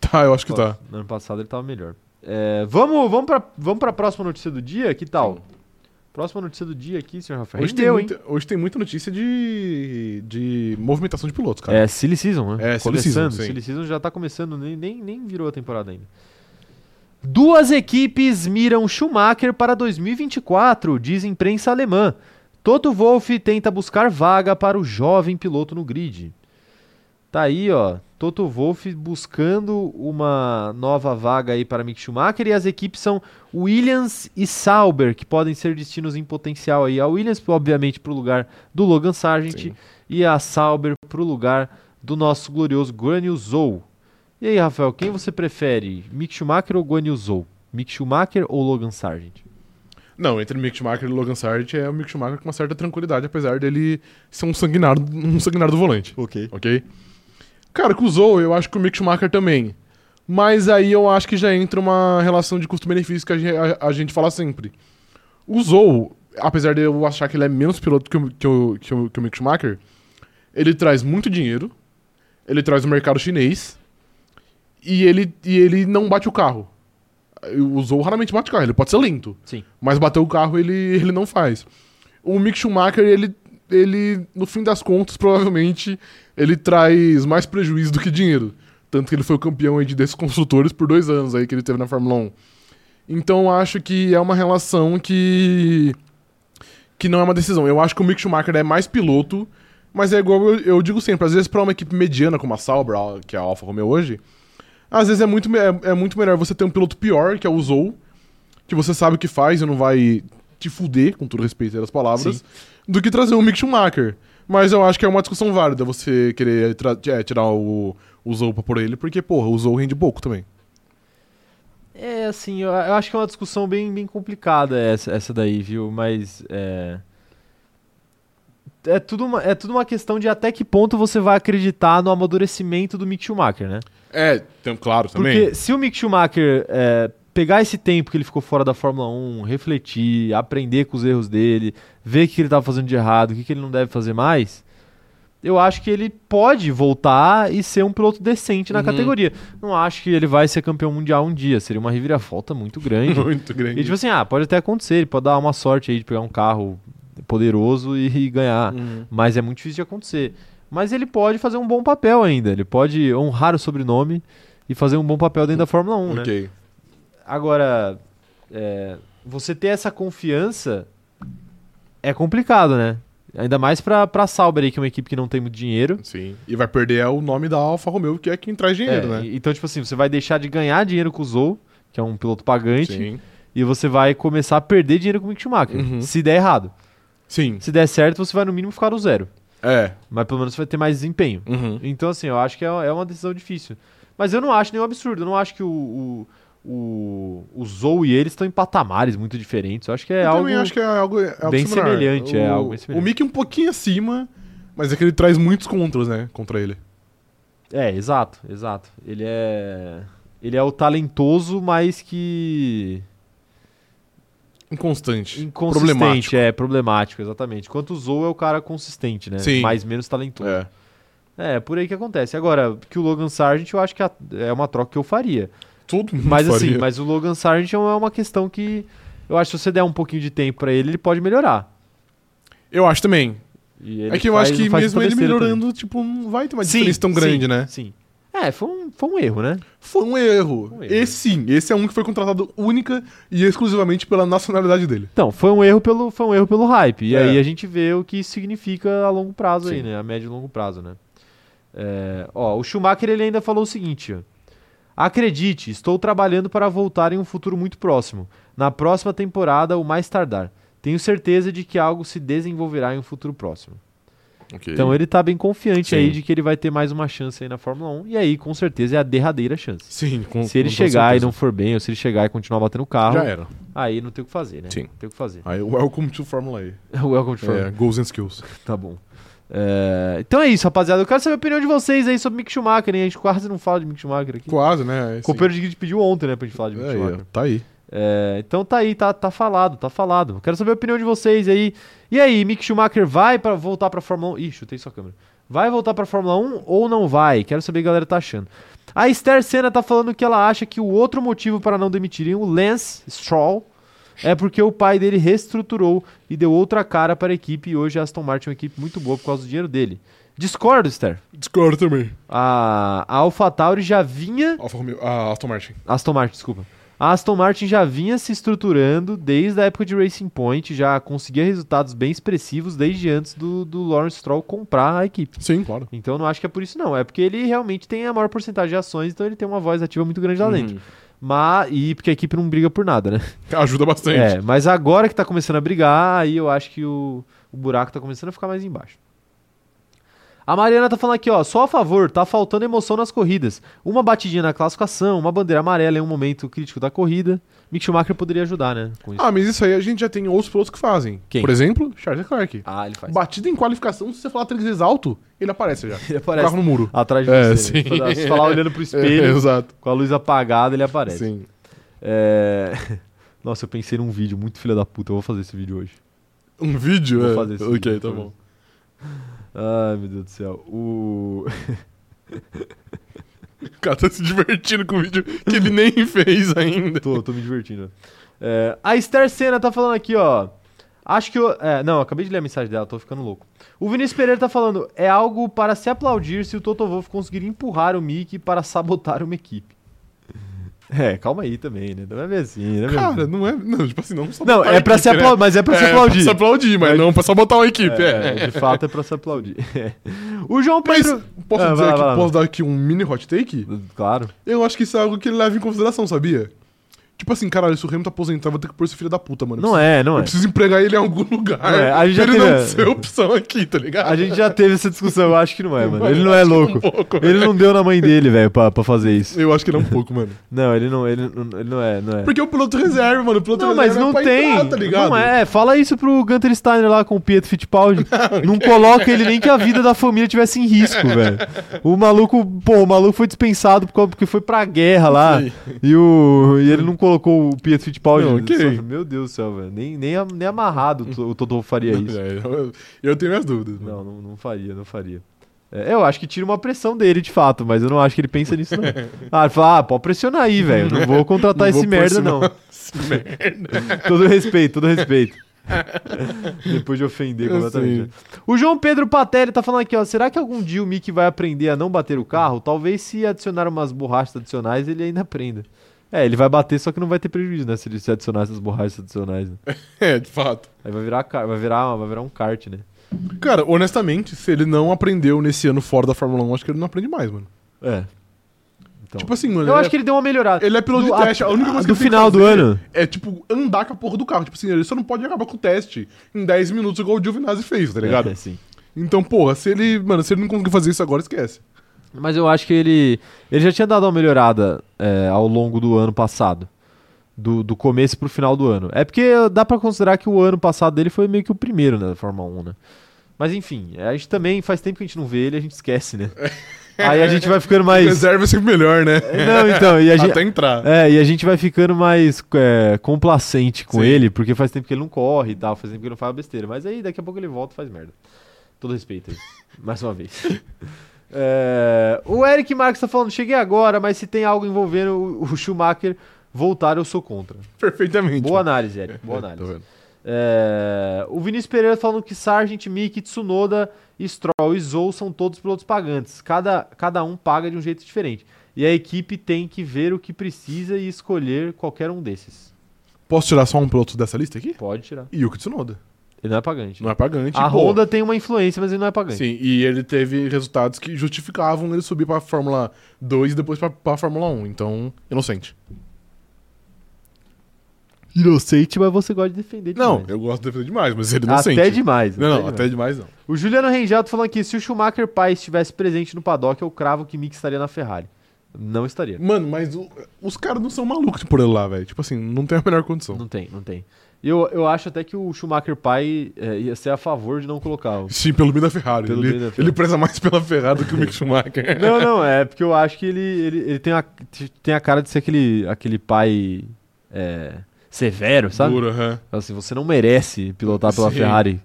B: Tá, eu acho que tá.
A: No ano passado ele tava melhor. É, vamos, vamos, pra, vamos pra próxima notícia do dia? Que tal? Próxima notícia do dia aqui, senhor Rafael.
B: Hoje tem, muita, hoje tem muita notícia de, de movimentação de pilotos, cara.
A: É, Silly Season, né?
B: É, silly
A: começando.
B: season, sim.
A: silly Season já tá começando, nem, nem, nem virou a temporada ainda. Duas equipes miram Schumacher para 2024, diz imprensa alemã. Toto Wolff tenta buscar vaga para o jovem piloto no grid. Tá aí, ó. Toto Wolff buscando uma nova vaga aí para Mick Schumacher e as equipes são Williams e Sauber, que podem ser destinos em potencial aí. A Williams, obviamente, para o lugar do Logan Sargent
B: Sim.
A: e a Sauber para o lugar do nosso glorioso Guan Yu Zhou. E aí, Rafael, quem você prefere? Mick Schumacher ou Guan Yu Zhou? Mick Schumacher ou Logan Sargent?
B: Não, entre o Mick Schumacher e o Logan Sargent é o Mick Schumacher com uma certa tranquilidade, apesar dele ser um sanguinário, um sanguinário do volante,
A: Ok.
B: ok? Cara, com o Zou, eu acho que o Mick Schumacher também. Mas aí eu acho que já entra uma relação de custo-benefício que a ge- a, a gente fala sempre. O Zou, apesar de eu achar que ele é menos piloto que o, que o- que o- que o Mick Schumacher, ele traz muito dinheiro, ele traz o mercado chinês e ele, e ele não bate o carro. O Zou raramente bate o carro, ele pode ser lento.
A: Sim.
B: Mas bater o carro ele, ele não faz. O Mick Schumacher, ele, ele, no fim das contas, provavelmente, ele traz mais prejuízo do que dinheiro. Tanto que ele foi o campeão aí de desses construtores por dois anos aí que ele teve na Fórmula 1. Então eu acho que é uma relação que. que não é uma decisão. Eu acho que o Mick Schumacher é mais piloto, mas é igual eu, eu digo sempre, às vezes para uma equipe mediana como a Sauber, a- que é a Alfa Romeo hoje, às vezes é muito, me- é, é muito melhor você ter um piloto pior, que é o Zou, que você sabe o que faz e não vai te fuder, com todo respeito às palavras,
A: Sim.
B: do que trazer um Mick Schumacher. Mas eu acho que é uma discussão válida você querer tra- é, tirar o, o Zou pra por ele, porque, porra, o Zou rende pouco também.
A: É, assim, eu, eu acho que é uma discussão bem, bem complicada essa, essa daí, viu? Mas é... É tudo, uma, é tudo uma questão de até que ponto você vai acreditar no amadurecimento do Mick Schumacher, né?
B: É, tem, claro,
A: Porque se o Mick Schumacher é, pegar esse tempo que ele ficou fora da Fórmula 1, refletir, aprender com os erros dele, ver o que ele estava fazendo de errado, o que, que ele não deve fazer mais, eu acho que ele pode voltar e ser um piloto decente na
B: Uhum.
A: categoria. Não acho que ele vai ser campeão mundial um dia, seria uma reviravolta muito grande.
B: Muito grande.
A: e tipo assim, ah, pode até acontecer, ele pode dar uma sorte aí de pegar um carro poderoso e, e ganhar
B: Uhum.
A: mas é muito difícil de acontecer. Mas ele pode fazer um bom papel ainda, ele pode honrar o sobrenome e fazer um bom papel dentro da Fórmula 1, né?
B: ok.
A: Agora, é, você ter essa confiança é complicado, né? Ainda mais pra, pra Sauber aí, que é uma equipe que não tem muito dinheiro.
B: Sim. E vai perder é o nome da Alfa Romeo, que é quem traz dinheiro,
A: É,
B: né?
A: e- Então, tipo assim, você vai deixar de ganhar dinheiro com o Zou, que é um piloto pagante,
B: Sim.
A: e você vai começar a perder dinheiro com o Mick Schumacher,
B: Uhum.
A: se der errado.
B: Sim.
A: Se der certo, você vai no mínimo ficar no zero.
B: É.
A: Mas pelo menos você vai ter mais desempenho.
B: Uhum.
A: Então, assim, eu acho que é, é uma decisão difícil. Mas eu não acho nenhum absurdo. Eu não acho que o, o, o, o Zou e eles estão em patamares muito diferentes. Eu acho que é
B: eu
A: algo.
B: também acho que é algo, é algo
A: bem
B: similar.
A: semelhante, é
B: O-
A: algo bem semelhante.
B: O Mickey um pouquinho acima, mas é que ele traz muitos contras, né? Contra ele.
A: É, exato, exato. Ele é. Ele é o talentoso, mas que. Então,
B: Inconstante.
A: Inconsistente.
B: Problemático.
A: É, problemático, exatamente. Enquanto o Zou é o cara consistente, né?
B: Sim.
A: Mais menos talentoso.
B: É.
A: É. por aí que acontece. Agora, que o Logan Sargent, eu acho que a- é uma troca que eu faria.
B: Todo mundo
A: Mas
B: faria.
A: assim, mas o Logan Sargent é uma questão que eu acho que se você der um pouquinho de tempo pra ele, ele pode melhorar.
B: Eu acho também.
A: E ele
B: é que eu
A: faz-
B: acho que
A: faz
B: mesmo
A: tanta
B: ele
A: besteira
B: melhorando, tipo, não vai ter uma
A: também.
B: diferença tão grande,
A: sim,
B: né?
A: Sim. É, foi um, foi um erro, né?
B: Foi um erro.
A: Um erro.
B: Esse sim, esse é um que foi contratado única e exclusivamente pela nacionalidade dele.
A: Então, foi um erro pelo, foi um erro pelo hype. E
B: É.
A: aí a gente vê o que isso significa a longo prazo aí,
B: Sim.
A: né? A médio e longo prazo, né? É, ó, o Schumacher ele ainda falou o seguinte: ó. acredite, estou trabalhando para voltar em um futuro muito próximo. Na próxima temporada, o mais tardar. Tenho certeza de que algo se desenvolverá em um futuro próximo.
B: Ok.
A: Então ele tá bem confiante
B: Sim.
A: aí de que ele vai ter mais uma chance aí na Fórmula 1. E aí, com certeza, é a derradeira chance.
B: Sim, com,
A: Se ele
B: com toda
A: chegar e
B: certeza.
A: não for bem, ou se ele chegar e continuar batendo o
B: Já é.
A: carro,
B: era.
A: aí não tem o que fazer, né?
B: Sim.
A: Não tem o que fazer.
B: Aí, welcome to Fórmula E.
A: Welcome to Fórmula
B: É, goals and skills.
A: Tá bom. É, então é isso, rapaziada. Eu quero saber a opinião de vocês aí sobre Mick Schumacher, hein? A gente quase não fala de Mick Schumacher aqui.
B: Quase, né? É,
A: O companheiro de grid pediu ontem, né, pra gente falar de
B: sim.
A: Mick
B: Aí,
A: Schumacher.
B: ó, tá aí.
A: É, então tá aí, tá, tá falado, tá falado. Eu Quero saber a opinião de vocês aí. E aí, Mick Schumacher vai para voltar pra Fórmula 1? Ih, chutei sua câmera. Vai voltar pra Fórmula 1 ou não vai? Quero saber o que a galera tá achando. A Esther Senna tá falando que ela acha que o outro motivo para não demitirem o Lance Stroll é porque o pai dele reestruturou e deu outra cara para a equipe e hoje a Aston Martin é uma equipe muito boa por causa do dinheiro dele. Discordo, Esther.
B: Discord também.
A: A, a AlphaTauri já vinha
B: Alfa Romeo. Ah, Aston Martin.
A: Aston Martin, desculpa. A Aston Martin já vinha se estruturando desde a época de Racing Point, já conseguia resultados bem expressivos desde antes do, do Lawrence Stroll comprar a equipe.
B: Sim, claro.
A: Então não acho que é por isso não, é porque ele realmente tem a maior porcentagem de ações, então ele tem uma voz ativa muito grande lá dentro. Mas e porque a equipe não briga por nada, né?
B: Ajuda bastante.
A: É, mas agora que tá começando a brigar, aí eu acho que o, o buraco tá começando a ficar mais embaixo. A Mariana tá falando aqui, ó, só a favor, tá faltando emoção nas corridas. Uma batidinha na classificação, uma bandeira amarela em um momento crítico da corrida. Mick Schumacher poderia ajudar, né? Com isso.
B: Ah, mas isso aí a gente já tem outros pilotos que fazem.
A: Quem?
B: Por exemplo, Charles Leclerc.
A: Ah, ele faz.
B: Batida em qualificação, se você falar três vezes alto, ele aparece já.
A: Ele
B: O
A: aparece
B: Carro no muro.
A: atrás de
B: É,
A: você. né?
B: sim.
A: Quando- Se falar olhando pro
B: É,
A: espelho,
B: exato.
A: com a luz apagada, ele aparece.
B: Sim.
A: É, Nossa, eu pensei num vídeo muito filha da puta, eu vou fazer esse vídeo hoje.
B: Um vídeo?
A: Vou
B: é.
A: fazer esse
B: ok,
A: vídeo,
B: tá
A: por
B: bom.
A: Ai, meu Deus do céu. O...
B: O cara tá se divertindo com o vídeo que ele nem fez ainda.
A: Tô, tô me divertindo. É, a Esther Senna tá falando aqui, ó. Acho que eu. É, não, acabei de ler a mensagem dela, tô ficando louco. O Vinícius Pereira tá falando: é algo para se aplaudir se o Toto Wolff conseguir empurrar o Mickey para sabotar uma equipe. É, calma aí também, né? Não é bem assim, né?
B: Cara, não é. Não, tipo assim, não só
A: não,
B: botar
A: é pra
B: equipe,
A: se
B: né?
A: aplaudir, mas é pra se aplaudir.
B: se aplaudir, mas
A: É.
B: não pra só botar uma equipe. É.
A: É, de fato é pra se aplaudir. É. O João
B: Mas
A: Pedro.
B: posso
A: Ah,
B: dizer
A: vai lá,
B: aqui,
A: vai lá.
B: posso dar aqui um mini hot take?
A: Claro.
B: Eu acho que isso é algo que ele leva em consideração, sabia? Tipo assim, caralho, se o Hamilton aposentar, eu vou ter que pôr esse filho da puta, mano. Eu
A: Não é, não
B: Eu
A: é.
B: preciso empregar ele em algum lugar.
A: Não é, a gente
B: pra
A: já
B: ele não
A: teve-
B: ser opção aqui, tá ligado?
A: A gente já teve essa discussão, eu acho que não é, mano. Ele não é
B: Acho que
A: louco.
B: Um pouco,
A: Ele não deu na mãe dele, velho, pra, pra fazer isso.
B: Eu acho que ele é um pouco, mano.
A: Não, ele não, ele, não- ele não é, não é.
B: Porque o piloto reserva, mano. O piloto
A: Não, mas
B: reserva
A: não
B: é pra
A: tem.
B: entrar, tá ligado?
A: Não é. Fala isso pro Gunter Steiner lá com o Pietro Fittipaldi. Não coloca ele nem que a vida da família tivesse em risco, velho. O maluco, pô, o maluco foi dispensado por causa- porque foi pra guerra lá.
B: Sim.
A: E, o, e ele não colocou o Pietro Fittipaldi.
B: Não, ok.
A: Meu Deus do céu, velho. Nem, nem, am- nem amarrado o to- o Totó faria isso.
B: É, eu- eu tenho minhas dúvidas.
A: Não,
B: mano.
A: não, não faria, não faria. É, eu acho que tira uma pressão dele, de fato, mas eu não acho que ele pensa nisso, não. Ah, ele fala, ah, pode pressionar aí, velho. Não vou contratar
B: Não
A: esse
B: vou pôr
A: merda,
B: esse
A: não.
B: Esse merda.
A: Todo respeito, todo respeito. Depois de ofender
B: Eu
A: completamente.
B: sei.
A: né? O João Pedro Patelli tá falando aqui, ó. Será que algum dia o Mickey vai aprender a não bater o carro? Talvez se adicionar umas borrachas adicionais, ele ainda aprenda. É, ele vai bater, só que não vai ter prejuízo, né? Se ele se adicionar essas borrachas adicionais. né?
B: É, de fato.
A: Aí vai virar, car- vai virar, vai virar um kart, né?
B: Cara, honestamente, se ele não aprendeu nesse ano fora da Fórmula 1, acho que ele não aprende mais, mano.
A: É. Então.
B: Tipo assim, mano.
A: eu
B: ele
A: acho
B: é-
A: que ele deu uma melhorada.
B: Ele é piloto
A: Do-
B: de teste. A única coisa que
A: do
B: ele tem que
A: final do
B: fazer
A: ano.
B: É, tipo, andar com a porra do carro. Tipo assim, ele só não pode acabar com o teste em 10 minutos, igual o Giovinazzi fez, tá ligado?
A: É, sim.
B: Então, porra, se ele. Mano, se ele não conseguir fazer isso agora, esquece.
A: Mas eu acho que ele. Ele já tinha dado uma melhorada é, ao longo do ano passado. Do, do começo pro final do ano. É porque dá pra considerar que o ano passado dele foi meio que o primeiro né, da Fórmula 1, né? Mas enfim, é, a gente também faz tempo que a gente não vê ele, a gente esquece, né? Aí a gente vai ficando mais.
B: Reserva é sempre melhor, né?
A: Não, então, e a gente.
B: Até entrar.
A: É, e a gente vai ficando mais é, complacente com
B: Sim.
A: ele, porque faz tempo que ele não corre e tal, faz tempo que ele não faz besteira. Mas aí daqui a pouco ele volta e faz merda. Todo respeito aí. Mais uma vez. É, o Eric Marques tá falando, cheguei agora, mas se tem algo envolvendo o, o Schumacher voltar, eu sou contra.
B: Perfeitamente.
A: Boa
B: mano.
A: análise, Eric. Boa
B: É, tá
A: análise.
B: vendo?
A: É, o Vinícius Pereira falando que Sargent, Mick, Tsunoda, Stroll e Zou são todos pilotos pagantes. Cada, cada um paga de um jeito diferente. E a equipe tem que ver o que precisa e escolher qualquer um desses.
B: Posso tirar só um piloto dessa lista aqui?
A: Pode tirar.
B: Yuki Tsunoda.
A: Ele não é pagante.
B: Não é pagante.
A: a
B: boa.
A: Honda tem uma influência, mas ele não é pagante.
B: Sim, e ele teve resultados que justificavam ele subir pra Fórmula um, 2 e depois pra, pra Fórmula 1. Então, inocente.
A: inocente, mas você gosta de defender
B: Não,
A: demais.
B: eu gosto de defender demais, mas ele não sente.
A: Até demais.
B: Não, não,
A: demais.
B: até demais não.
A: O Juliano Renjato falando aqui, se o Schumacher pai estivesse presente no paddock, eu cravo que Mick estaria na Ferrari. Não estaria.
B: Mano, mas o- os caras não são malucos por ele lá, velho. Tipo assim, não tem a menor condição.
A: Não tem, não tem. Eu, eu acho até que o Schumacher pai eh, ia ser a favor de não colocar. o-
B: Sim, pelo bem da Ferrari.
A: Pelo
B: ele,
A: bem da
B: ele
A: Ferrari.
B: preza mais pela Ferrari do que o Mick Schumacher.
A: Não, não, é porque eu acho que ele, ele, ele tem, a, tem a cara de ser aquele, aquele pai eh, severo, sabe?
B: Duro, aham.
A: Assim, você não merece pilotar pela
B: Sim.
A: Ferrari.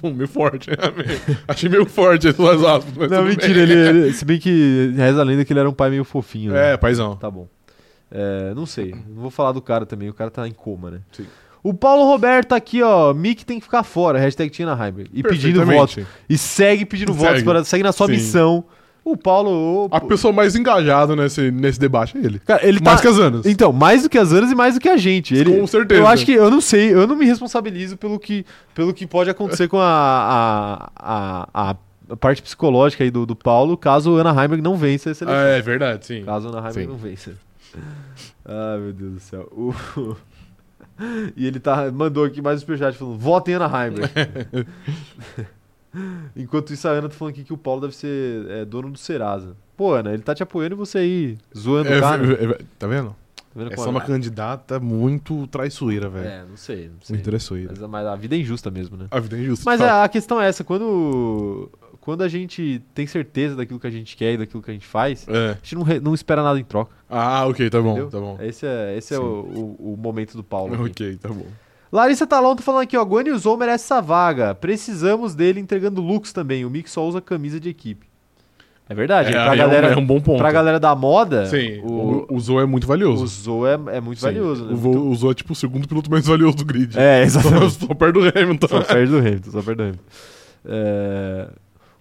B: Bom, meio forte. né? meio- Achei meio forte as duas aspas. mas
A: Não,
B: tudo bem.
A: mentira, ele, ele- se bem que reza a lenda que ele era um pai meio fofinho. né?
B: É, paizão.
A: Tá bom. É, não sei. Não vou falar do cara também. O cara tá em coma, né?
B: Sim.
A: O Paulo Roberto aqui, ó. Mick tem que ficar fora. Hashtag Tina Heimberg. E pedindo votos.
B: Perfeitamente.
A: E segue pedindo
B: Segue.
A: votos. Para, segue na sua
B: Sim.
A: missão. O Paulo. o-
B: A pessoa mais engajada nesse, nesse debate é ele.
A: Cara, ele tá.
B: mais que as anos.
A: Então, mais do que as anos e mais do que a gente. Ele,
B: Com certeza.
A: Eu acho que. Eu não sei. Eu não me responsabilizo pelo que, pelo que pode acontecer com a. a, a, a- a parte psicológica aí do, do Paulo, caso Ana Heimberg não vença essa eleição.
B: Ah, é verdade, sim.
A: Caso a Anaheim
B: Sim.
A: não vença. Ai, meu Deus do céu. O- e ele tá, mandou aqui mais um superchat falando: votem Anaheim. Enquanto isso, a Ana tá falando aqui que o Paulo deve ser é, dono do Serasa. Pô, Ana, ele tá te apoiando e você aí zoando
B: É,
A: o cara.
B: é, é, tá vendo?
A: Tá vendo
B: Essa
A: como
B: é uma candidata muito traiçoeira, velho.
A: É, não sei, não sei.
B: muito traiçoeira.
A: Mas, a- mas a vida é injusta mesmo, né?
B: A vida é injusta.
A: Mas
B: tá?
A: a, a questão é essa: quando, quando a gente tem certeza daquilo que a gente quer e daquilo que a gente faz,
B: É.
A: a gente não, re- não espera nada em troca.
B: Ah, ok, tá bom,
A: Entendeu?
B: tá bom.
A: Esse é, esse é
B: Sim.
A: o, o- o momento do Paulo. aqui.
B: Ok, tá bom.
A: Larissa Talon tá falando aqui, ó. Guanizou merece essa vaga. Precisamos dele entregando looks também. O Mick só usa camisa de equipe. É verdade. pra,
B: aí
A: galera,
B: um, é um bom ponto.
A: pra galera da moda,
B: Sim, o,
A: o,
B: o Zoe é muito
A: o
B: valioso.
A: Zou é, é muito
B: Sim,
A: valioso. Né?
B: O, Vo- o Zoe é tipo o segundo piloto mais valioso do grid.
A: É,
B: Só,
A: exatamente.
B: só perto do Hamilton.
A: só perde do Hamilton, só perde do Hamilton. É,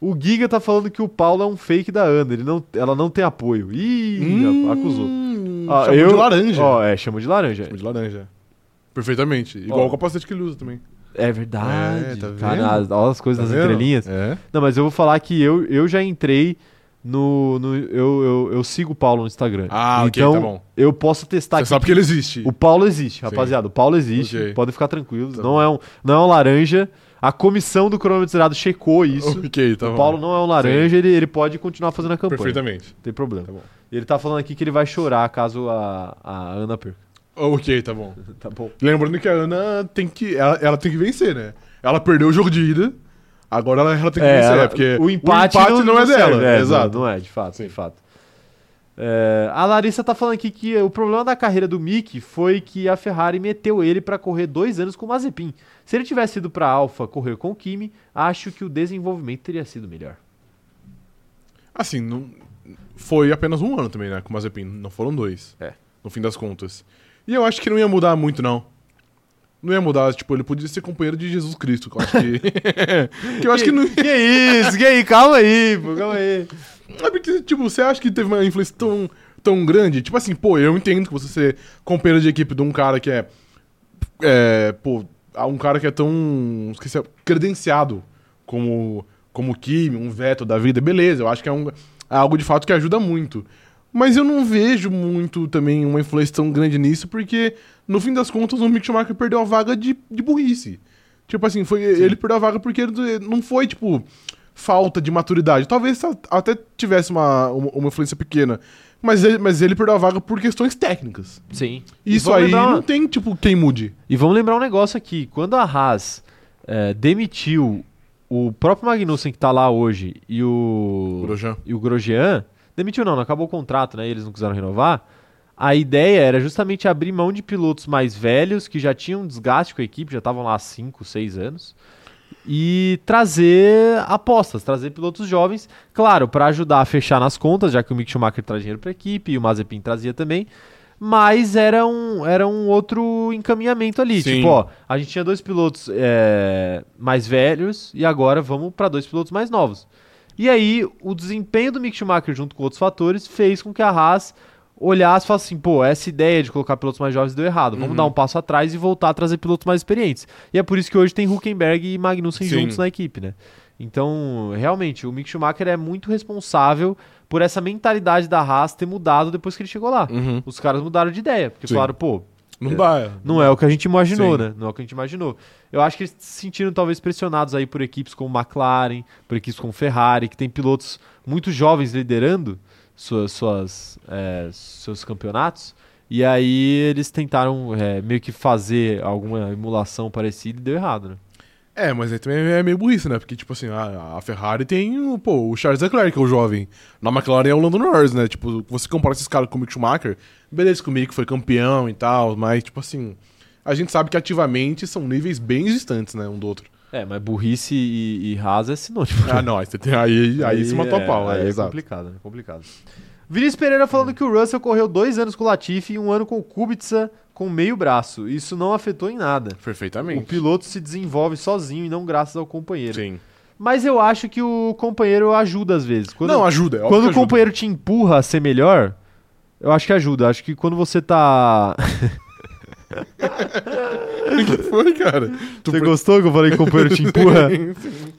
A: O Giga tá falando que o Paulo é um fake da Ana. Ele não, ela não tem apoio. Ih,
B: Hum,
A: rapaz, acusou.
B: chamou
A: Ah,
B: de laranja.
A: Ó, é, chamou de laranja.
B: Chamou de laranja. Perfeitamente. Igual
A: Ó.
B: o capacete que ele usa também.
A: É verdade.
B: É, tá vendo?
A: cara, as- olha as coisas
B: Tá
A: nas
B: vendo?
A: entrelinhas.
B: É.
A: Não, mas eu vou falar que eu, eu já entrei no. no- eu, eu, eu sigo o Paulo no Instagram.
B: Ah, ok,
A: então,
B: tá bom.
A: Eu posso testar
B: Você
A: aqui.
B: sabe que ele existe.
A: O Paulo existe, rapaziada. O Paulo existe.
B: Ok.
A: Podem ficar tranquilos.
B: Tá
A: não, é um, não é um laranja. A comissão do cronômetro zerado checou isso.
B: Ok, tá
A: o
B: bom.
A: Paulo não é um laranja, ele, ele pode continuar fazendo a campanha.
B: Perfeitamente.
A: Não tem problema.
B: Tá bom.
A: Ele tá falando aqui que ele vai chorar caso a, a Ana perca.
B: Ok, tá bom.
A: Tá bom.
B: Lembrando que a Ana tem que. Ela, ela tem que vencer, né? Ela perdeu o jogo de ida. Agora ela, ela tem que
A: É,
B: vencer,
A: ela-
B: né? Porque
A: o empate,
B: não, é
A: serve,
B: dela.
A: é, não-
B: Exato.
A: Não, é, de fato,
B: Sim.
A: de fato. É, a Larissa tá falando aqui que o problema da carreira do Mick foi que a Ferrari meteu ele pra correr dois anos com o Mazepin. Se ele tivesse ido pra Alfa correr com o Kimi, acho que o desenvolvimento teria sido melhor.
B: Assim, não... foi apenas um ano também, né? Com o Mazepin. Não foram dois.
A: É.
B: No fim das contas. E eu acho que não ia mudar muito, não. Não ia mudar, tipo, ele podia ser companheiro de Jesus Cristo, que eu acho que. que eu acho que não.
A: Que isso, que aí, calma aí, pô, calma aí.
B: É porque, tipo, você acha que teve uma influência tão, tão grande? Tipo assim, pô, eu entendo que você ser companheiro de equipe de um cara que é. É. Pô, há um cara que é tão. Esqueci, credenciado como. Como o Kimi, um veto da vida, beleza, eu acho que é um, algo de fato que ajuda muito. Mas eu não vejo muito também uma influência tão grande nisso, porque no fim das contas o Mick Schumacher perdeu a vaga de, de burrice. Tipo assim, foi, ele perdeu a vaga porque ele não foi, tipo, falta de maturidade. Talvez a- até tivesse uma, uma, uma influência pequena, mas ele, mas ele perdeu a vaga por questões técnicas.
A: Sim.
B: Isso
A: vamos
B: aí
A: lembrar uma-
B: não tem, tipo, quem mude.
A: E vamos lembrar um negócio aqui: quando a Haas eh, demitiu o próprio Magnussen que tá lá hoje e o.
B: Grosjean.
A: e o Grosjean, demitiu não, não acabou o contrato, né? Eles não quiseram renovar. A ideia era justamente abrir mão de pilotos mais velhos que já tinham desgaste com a equipe, já estavam lá há 5, 6 anos, e trazer apostas, trazer pilotos jovens, claro, para ajudar a fechar nas contas, já que o Mick Schumacher traz dinheiro para a equipe e o Mazepin trazia também. Mas era um, era um outro encaminhamento ali.
B: Sim.
A: Tipo, ó, a gente tinha dois pilotos é, mais velhos e agora vamos para dois pilotos mais novos. E aí, o desempenho do Mick Schumacher junto com outros fatores fez com que a Haas olhasse e falasse assim, pô, essa ideia de colocar pilotos mais jovens deu errado, vamos
B: Uhum.
A: dar um passo atrás e voltar a trazer pilotos mais experientes. E é por isso que hoje tem Huckenberg e Magnussen
B: Sim.
A: juntos na equipe, né? Então, realmente, o Mick Schumacher é muito responsável por Uhum. essa mentalidade da Haas ter mudado depois que ele chegou lá. Os caras mudaram de ideia, porque
B: Uhum. Sim.
A: falaram, pô,
B: Não dá.
A: Não é o que a gente imaginou,
B: Sim.
A: né? Não é o que a gente imaginou. Eu acho que eles se sentiram talvez pressionados aí por equipes como McLaren, por equipes como Ferrari, que tem pilotos muito jovens liderando suas, suas, é, seus campeonatos. E aí eles tentaram é, meio que fazer alguma emulação parecida e deu errado, né?
B: É, mas aí também é meio burrice, né? Porque, tipo assim, a, a Ferrari tem o, pô, o Charles Leclerc, que é o jovem. Na McLaren é o Lando Norris, né? Tipo, você compara esses caras com o Mick Schumacher, beleza que o Mick foi campeão e tal, mas, tipo assim, a gente sabe que ativamente são níveis bem distantes, né? Um do outro.
A: É, mas burrice e, e rasa é sinônimo.
B: Ah, não, aí, você tem- aí, aí, se matou
A: é,
B: a pau,
A: aí
B: é,
A: é
B: exato.
A: complicado, é complicado. Vinícius Pereira falando que o Russell correu dois anos com o Latifi e um ano com o Kubica com meio braço. Isso não afetou em nada. O
B: Perfeitamente.
A: piloto se desenvolve sozinho e não graças ao companheiro.
B: Sim.
A: Mas eu acho que o companheiro ajuda às vezes. Quando,
B: não, ajuda. É óbvio
A: quando
B: que
A: o
B: ajuda.
A: companheiro te empurra a ser melhor, eu acho que ajuda. Acho que quando você tá.
B: O que foi, cara? Tu
A: você gostou que eu falei que o companheiro te empurra?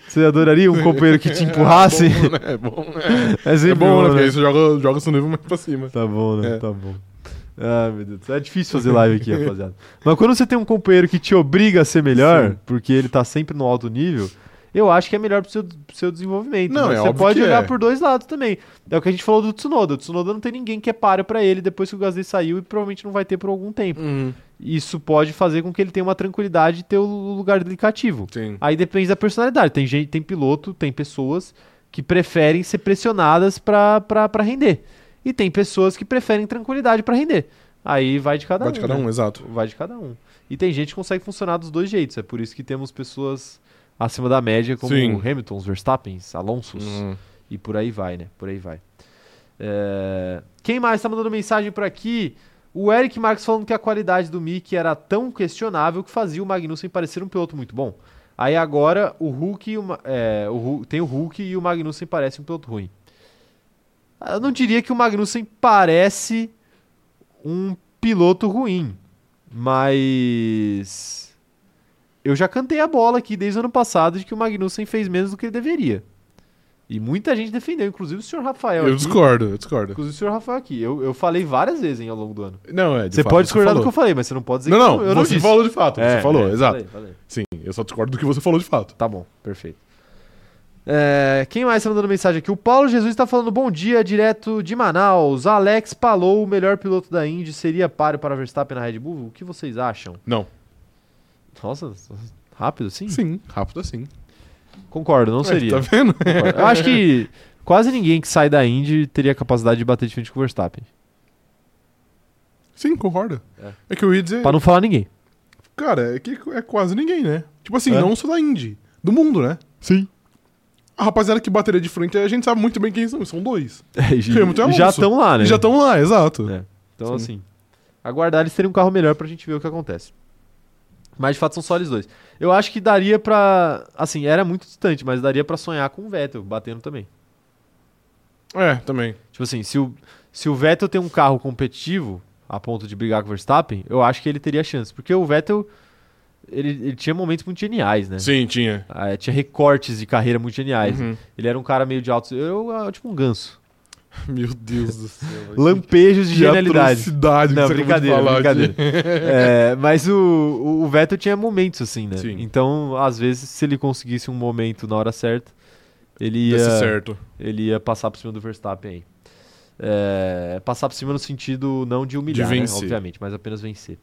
A: Você adoraria um companheiro que te empurrasse?
B: É bom, né? É bom, né?
A: É,
B: É
A: sempre
B: bom, né? Porque aí você joga, joga seu nível mais pra cima.
A: Tá bom, né?
B: É.
A: Tá bom. Ah, meu Deus. É difícil fazer live aqui, rapaziada. Mas quando você tem um companheiro que te obriga a ser melhor,
B: Sim.
A: porque ele tá sempre no alto nível, eu acho que é melhor pro seu, pro seu desenvolvimento.
B: Não,
A: Mas
B: é
A: você
B: óbvio
A: pode
B: que
A: olhar
B: é.
A: por dois lados também. É o que a gente falou do Tsunoda. O Tsunoda não tem ninguém que é páreo pra ele depois que o Gasly saiu e provavelmente não vai ter por algum tempo.
B: Uhum.
A: Isso pode fazer com que ele tenha uma tranquilidade e ter o lugar dele cativo.
B: Sim.
A: Aí depende da personalidade. Tem gente, tem piloto, tem pessoas que preferem ser pressionadas pra, pra, pra render. E tem pessoas que preferem tranquilidade pra render. Aí vai de cada
B: Vai
A: um.
B: de cada
A: né?
B: um, exato.
A: Vai de cada um. E tem gente que consegue funcionar dos dois jeitos. É por isso que temos pessoas acima da média, como
B: Sim.
A: o Hamilton, os Verstappen, Alonsos.
B: Uhum.
A: E por aí vai, né? Por aí vai. É, Quem mais tá mandando mensagem por aqui? O Eric Marques falando que a qualidade do Mick era tão questionável que fazia o Magnussen parecer um piloto muito bom. Aí agora o Hulk, e o Ma- é, o Hulk- tem o Hulk e o Magnussen parece um piloto ruim. Ah, Eu não diria que o Magnussen parece um piloto ruim, mas eu já cantei a bola aqui desde o ano passado de que o Magnussen fez menos do que ele deveria. E muita gente defendeu, inclusive É, o senhor Rafael.
B: Eu
A: aqui.
B: discordo, eu discordo.
A: Inclusive o senhor Rafael aqui. Eu, eu falei várias vezes hein, ao longo do ano.
B: Não, é, de
A: Você
B: fato,
A: pode discordar do
B: falou.
A: que eu falei, mas você não pode dizer
B: Não,
A: que
B: não,
A: eu
B: você
A: disse.
B: falou de fato,
A: É,
B: você falou,
A: é,
B: exato.
A: falei, falei.
B: Sim, eu só discordo do que você falou de fato.
A: Tá bom, perfeito. É, quem mais tá mandando mensagem aqui? O Paulo Jesus tá falando bom dia, direto de Manaus. Alex Palou, o melhor piloto da Indy, seria páreo para Verstappen na Red Bull? O que vocês acham?
B: Não.
A: Nossa, rápido sim?
B: Sim, rápido assim.
A: Concordo, não
B: Ué,
A: seria.
B: Tá vendo?
A: Concordo. Eu acho que quase ninguém que sai da Indy teria capacidade de bater de frente com o Verstappen.
B: Sim, concordo.
A: É.
B: É. que eu ia dizer,
A: Pra não falar ninguém.
B: cara, é que é quase ninguém, né? Tipo assim,
A: É.
B: não só da Indy, do mundo, né?
A: Sim.
B: A rapaziada que bateria de frente, a gente sabe muito bem quem são, são dois. Hamilton é um
A: já
B: urso.
A: estão lá, né?
B: E já estão lá, exato.
A: É. Então,
B: Sim.
A: assim, aguardar eles terem um carro melhor pra gente ver o que acontece. Mas de fato são só eles dois. Eu acho que daria pra. Assim, era muito distante, mas daria pra sonhar com o Vettel batendo também.
B: É, também.
A: Tipo assim, se o, se o Vettel tem um carro competitivo a ponto de brigar com o Verstappen, eu acho que ele teria chance. Porque o Vettel, ele, ele tinha momentos muito geniais, né?
B: Sim, tinha.
A: Ah, tinha recortes de carreira muito geniais.
B: Uhum.
A: Ele era um cara meio de alto. Eu, eu, tipo um ganso.
B: Meu Deus do céu.
A: Lampejos de
B: Que
A: genialidade.
B: atrocidade que
A: Não,
B: você acabou de
A: brincadeira,
B: falar aqui.
A: brincadeira. É, mas o, o- o Vettel tinha momentos assim, né?
B: Sim.
A: Então, às vezes, se ele conseguisse um momento na hora certa, ele
B: Desse
A: ia,
B: certo.
A: ele ia passar por cima do Verstappen aí. É, passar por cima no sentido não de humilhar,
B: De
A: né?
B: vencer.
A: obviamente, mas apenas vencer.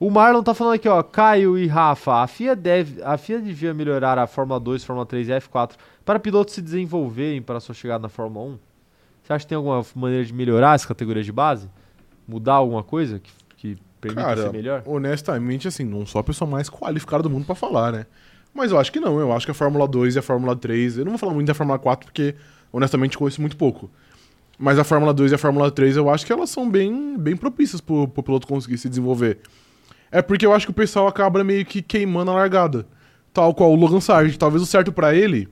A: O Marlon tá falando aqui, ó, Caio e Rafa, a FIA, deve, a FIA devia melhorar a Fórmula 2, Fórmula 3 e F4 para pilotos se desenvolverem para sua chegada na Fórmula 1? Você acha que tem alguma maneira de melhorar as categorias de base? Mudar alguma coisa que, que permita
B: Cara,
A: ser melhor?
B: Honestamente, assim, não sou a pessoa mais qualificada do mundo pra falar, né? Mas eu acho que não. Eu acho que a Fórmula 2 e a Fórmula 3. Eu não vou falar muito da Fórmula 4 porque, honestamente, conheço muito pouco. Mas a Fórmula 2 e a Fórmula 3 eu acho que elas são bem, bem propícias pro, pro piloto conseguir se desenvolver. É porque eu acho que o pessoal acaba meio que queimando a largada. Tal qual o Logan Sargent. Talvez o certo pra ele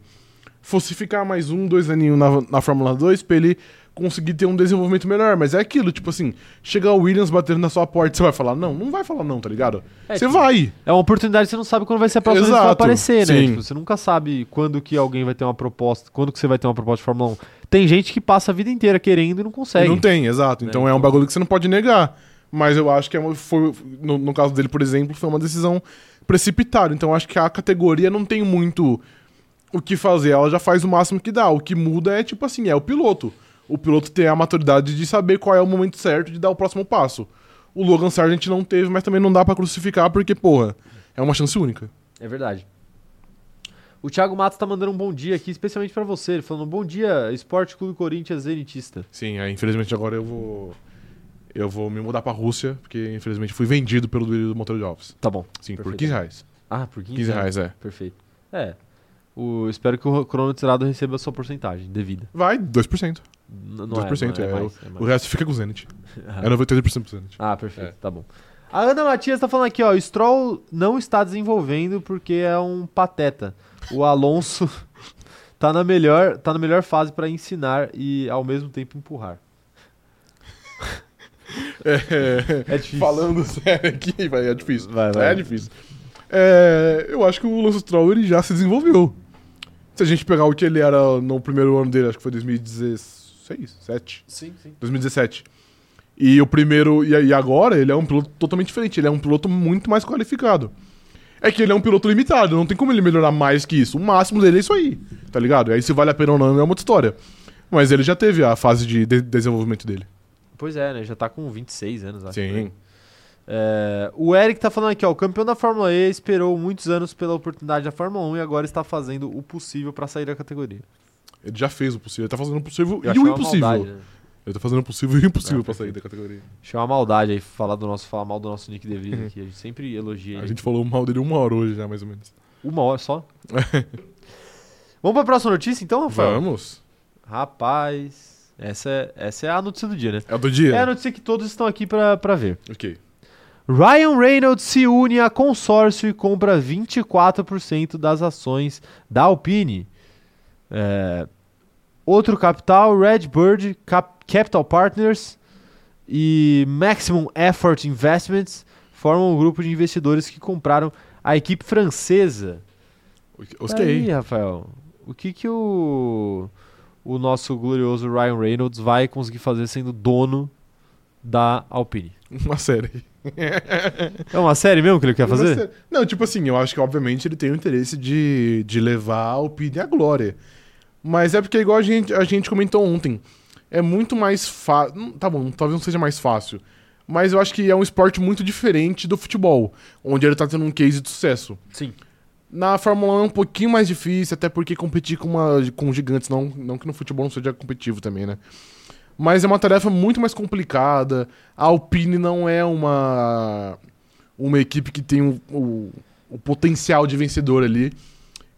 B: fosse ficar mais um, dois aninhos na, na Fórmula 2 pra ele conseguir ter um desenvolvimento melhor. Mas é aquilo, tipo assim, chegar o Williams batendo na sua porta, você vai falar não? Não vai falar não, tá ligado?
A: É,
B: Você
A: tipo,
B: vai.
A: É uma oportunidade que você não sabe quando vai ser a próxima vez que vai
B: Exato,
A: aparecer, né?
B: sim.
A: Tipo, você nunca sabe quando que alguém vai ter uma proposta, quando que você vai ter uma proposta de Fórmula 1. Tem gente que passa a vida inteira querendo e não consegue.
B: Não tem, exato.
A: Né,
B: Então é um
A: então-
B: bagulho que você não pode negar. Mas eu acho que é uma- foi, no, no caso dele, por exemplo, foi uma decisão precipitada. Então eu acho que a categoria não tem muito o que fazer. Ela já faz o máximo que dá. O que muda é tipo assim, é o piloto. O piloto tem a maturidade de saber qual é o momento certo de dar o próximo passo. O Logan Sargent não teve, mas também não dá pra crucificar porque, porra, é uma chance única.
A: É verdade. O Thiago Matos tá mandando um bom dia aqui, especialmente pra você. Ele falando: Bom dia, Esporte Clube Corinthians Zenitista.
B: Sim, aí, infelizmente agora eu vou eu vou me mudar pra Rússia, porque infelizmente fui vendido pelo do motor de Alves.
A: Tá bom.
B: Sim, por
A: Perfeito.
B: 15 reais.
A: Ah, por 15,
B: 15 reais, é.
A: Perfeito. É. O, espero que o crono tirado receba a sua porcentagem devida.
B: Vai 2%.
A: N- não
B: 2%,
A: é, não
B: é,
A: é, mais, é
B: O
A: mais.
B: resto fica com o Zenit.
A: Ah.
B: É 93% pro Zenit.
A: Ah, perfeito,
B: É.
A: tá bom. A Ana Matias tá falando aqui, ó, o Stroll não está desenvolvendo porque é um pateta. O Alonso tá na melhor, tá na melhor fase pra ensinar e ao mesmo tempo empurrar.
B: É,
A: É difícil.
B: falando sério aqui, vai, é difícil.
A: Vai, vai.
B: É difícil. É, eu acho que o Lance Stroll ele já se desenvolveu. Se a gente pegar o que ele era no primeiro ano dele, acho que foi 2016, 17.
A: Sim, sim.
B: 2017. E o primeiro. E, e agora ele é um piloto totalmente diferente. Ele é um piloto muito mais qualificado. É que ele é um piloto limitado, não tem como ele melhorar mais que isso. O máximo dele é isso aí, tá ligado? Aí se vale a pena ou não é uma outra história. Mas ele já teve a fase de, de- desenvolvimento dele.
A: Pois é, né? Já tá com 26 anos, acho. né?
B: Sim.
A: É, o Eric tá falando aqui, ó. O campeão da Fórmula E esperou muitos anos pela oportunidade da Fórmula 1 e agora está fazendo o possível pra sair da categoria.
B: Ele já fez o possível, ele tá fazendo o possível
A: Eu
B: e
A: achei
B: o
A: uma
B: impossível.
A: maldade, né?
B: Ele tá fazendo o possível e o impossível
A: Ah,
B: pra sair
A: perfeito.
B: da categoria.
A: Achei uma maldade aí falar do nosso, falar mal do nosso Nick DeVries aqui. A gente sempre elogia
B: A
A: ele.
B: gente falou mal dele uma hora hoje, já, mais ou menos.
A: Uma hora só? Vamos pra próxima notícia então, Rafael?
B: Vamos?
A: Rapaz, essa é, essa é a notícia do dia, né?
B: É o do dia?
A: É a notícia que todos estão aqui pra, pra ver.
B: Ok.
A: Ryan Reynolds se une a consórcio e compra 24% das ações da Alpine. É, outro capital, Redbird Cap- Capital Partners e Maximum Effort Investments formam um grupo de investidores que compraram a equipe francesa. Aí,
B: Gostei.
A: Rafael, o que, que o, o nosso glorioso Ryan Reynolds vai conseguir fazer sendo dono da Alpine?
B: Uma série.
A: É uma série mesmo que ele quer fazer?
B: Você- Não, tipo assim, eu acho que obviamente ele tem o interesse de, de levar a Alpine à glória. Mas é porque, igual a gente, a gente comentou ontem, é muito mais fácil. Tá bom, talvez não seja mais fácil. Mas eu acho que é um esporte muito diferente do futebol, onde ele tá tendo um case de sucesso.
A: Sim.
B: Na Fórmula 1 é um pouquinho mais difícil, até porque competir com, uma, com gigantes, não, não que no futebol não seja competitivo também, né? Mas é uma tarefa muito mais complicada. A Alpine não é uma, uma equipe que tem o, o, o potencial de vencedor ali.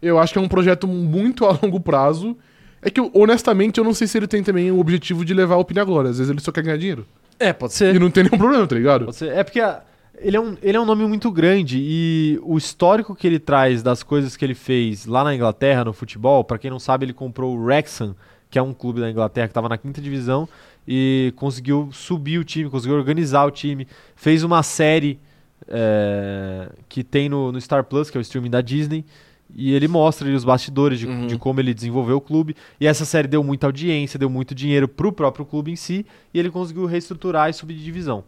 B: Eu acho que é um projeto muito a longo prazo. É que, eu- honestamente, eu não sei se ele tem também o objetivo de levar a Alpine agora. Às vezes ele só quer ganhar dinheiro.
A: É, pode ser.
B: E não tem nenhum problema, tá ligado?
A: Pode ser. É porque a- ele, é um, ele é um nome muito grande e o histórico que ele traz das coisas que ele fez lá na Inglaterra no futebol, pra quem não sabe, ele comprou o Wrexham, que é um clube da Inglaterra que estava na quinta divisão e conseguiu subir o time, conseguiu organizar o time, fez uma série é, que tem no, no Star Plus, que é o streaming da Disney. E ele mostra ali os bastidores de,
B: Uhum.
A: de como ele desenvolveu o clube. E essa série deu muita audiência, deu muito dinheiro pro próprio clube em si. E ele conseguiu reestruturar e subir de divisão.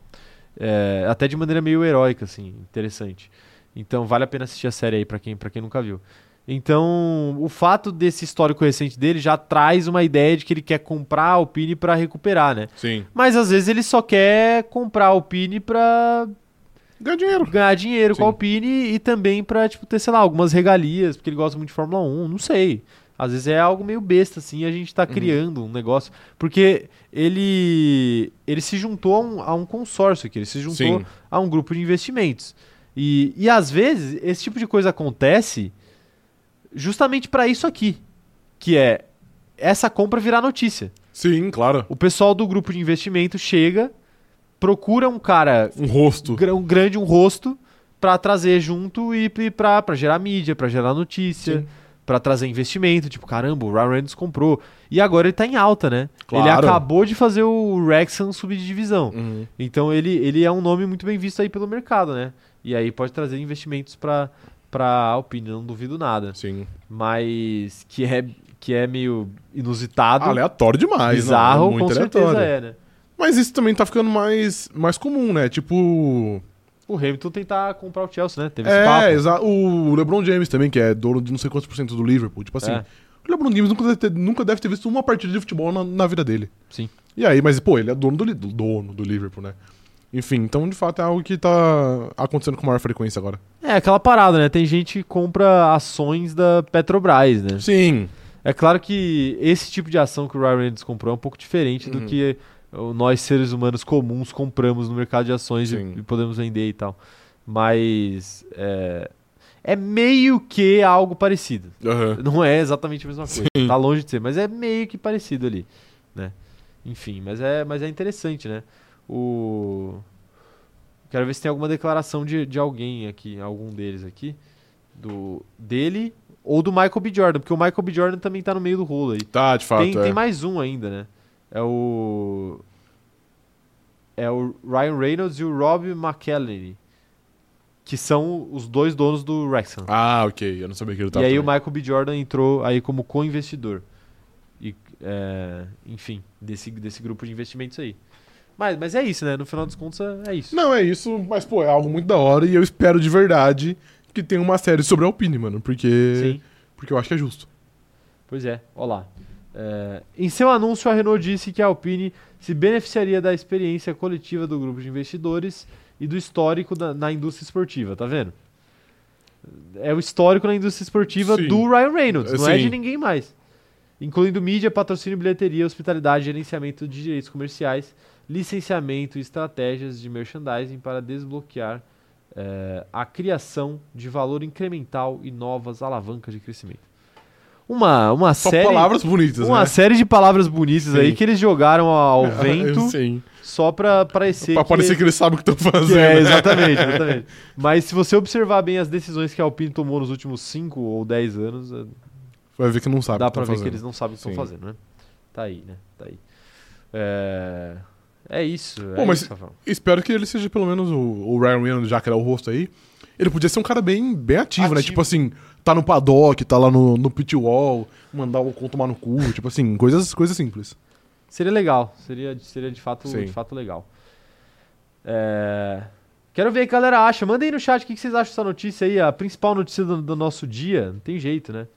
A: É, até de maneira meio heróica, assim, interessante. Então vale a pena assistir a série aí pra quem, pra quem nunca viu. Então, o fato desse histórico recente dele já traz uma ideia de que ele quer comprar a Alpine pra recuperar, né?
B: Sim.
A: Mas às vezes ele só quer comprar a Alpine pra
B: Ganhar dinheiro.
A: ganhar dinheiro com a
B: Sim.
A: Alpine e também pra, tipo, ter, sei lá, algumas regalias, porque ele gosta muito de Fórmula 1, não sei. Às vezes é algo meio besta, assim, a
B: Uhum.
A: gente tá criando um negócio. Porque ele ele se juntou a um, a um consórcio aqui, ele se juntou
B: Sim.
A: a um grupo de investimentos. E, e às vezes esse tipo de coisa acontece justamente pra isso aqui, que é essa compra virar notícia.
B: Sim, claro.
A: O pessoal do grupo de investimento chega, procura um cara
B: Um rosto.
A: gra- um grande um rosto pra trazer junto e, e pra, pra gerar mídia, pra gerar notícia,
B: Sim.
A: pra trazer investimento. Tipo, caramba, o Ryan Reynolds comprou. E agora ele tá em alta, né?
B: Claro.
A: Ele acabou de fazer o Rexham subir de divisão.
B: Uhum.
A: Então ele, ele é um nome muito bem visto aí pelo mercado, né? E aí pode trazer investimentos pra, pra Alpine, não duvido nada.
B: Sim.
A: Mas que é, que é meio inusitado,
B: Aleatório demais. não, é
A: bizarro,
B: muito
A: com certeza
B: aleatório.
A: é, né?
B: Mas isso também tá ficando mais, mais comum, né? Tipo.
A: O Hamilton tentar comprar o Chelsea, né? Teve esse papo.
B: É, exa- o LeBron James também, que é dono de não sei quantos por cento do Liverpool. Tipo assim,
A: É.
B: o LeBron James nunca deve, ter, nunca deve ter visto uma partida de futebol na, na vida dele.
A: Sim.
B: E aí, mas, pô, ele é dono do, Li- do dono do Liverpool, né? Enfim, então de fato é algo que tá acontecendo com maior frequência agora.
A: É aquela parada, né? Tem gente que compra ações da Petrobras, né?
B: Sim.
A: É claro que esse tipo de ação que o Ryan Reynolds comprou é um pouco diferente do
B: Uhum.
A: que o- nós seres humanos comuns compramos no mercado de ações e,
B: Sim.
A: e podemos vender e tal. Mas é, é meio que algo parecido. Não é exatamente a mesma coisa.
B: Sim.
A: Tá longe de ser, mas é meio que parecido ali, né? Enfim, mas é, mas é interessante, né? O Quero ver se tem alguma declaração de, de alguém aqui, algum deles aqui, do dele ou do Michael B. Jordan, porque o Michael B. Jordan também tá no meio do rolo aí.
B: Tá, de fato.
A: tem,
B: é.
A: tem mais um ainda, né? É o é o Ryan Reynolds e o Rob McElhenney, que são os dois donos do Wrexham.
B: Ah, ok. Eu não sabia que ele
A: E
B: tava.
A: aí o
B: também.
A: Michael B. Jordan entrou aí como co-investidor. E, é, enfim, desse, desse grupo de investimentos aí. Mas, mas é isso, né? No final dos contos é- é isso.
B: Não, é isso, mas, pô, é algo muito da hora e eu espero de verdade que tenha uma série sobre a Alpine, mano, porque.
A: Sim,
B: Porque eu acho que é justo.
A: pois é. Olha lá. É, em seu anúncio, a Renault disse que a Alpine se beneficiaria da experiência coletiva do grupo de investidores e do histórico da- na indústria esportiva, tá vendo? É o histórico na indústria esportiva
B: Sim.
A: do Ryan Reynolds, não é
B: Sim.
A: de ninguém mais. Incluindo mídia, patrocínio, bilheteria, hospitalidade, gerenciamento de direitos comerciais, licenciamento e estratégias de merchandising para desbloquear eh, a criação de valor incremental e novas alavancas de crescimento. Uma, uma
B: Só
A: série.
B: palavras bonitas,
A: Uma
B: né?
A: série de palavras bonitas
B: Sim.
A: aí que eles jogaram ao vento
B: Sim.
A: só pra parecer.
B: Pra parecer que eles sabem o que estão fazendo.
A: é,
B: né?
A: exatamente, exatamente. Mas se você observar bem as decisões que a Alpine tomou nos últimos 5 ou 10 anos, eh,
B: Vai ver que não sabe. o
A: dá
B: que
A: pra ver
B: tão
A: que
B: fazendo.
A: eles não sabem o que estão
B: Sim.
A: fazendo, né? Tá aí, né? Tá aí. É, é isso. é
B: Pô, mas-
A: isso, Rafael.
B: Espero que ele seja pelo menos o, o Ryan Reynolds, já que ele é o rosto aí. Ele podia ser um cara bem, bem ativo, né?
A: Ativo.
B: Tipo assim, tá no paddock, tá lá no, no pit wall, mandar o Ocon tomar no cu, tipo assim, coisas, coisas simples.
A: Seria legal. Seria, seria de, fato,
B: Sim.
A: de fato legal. É, Quero ver o que a galera acha. Mandem aí no chat o que que vocês acham dessa notícia aí. A principal notícia do, do nosso dia. Não tem jeito, né?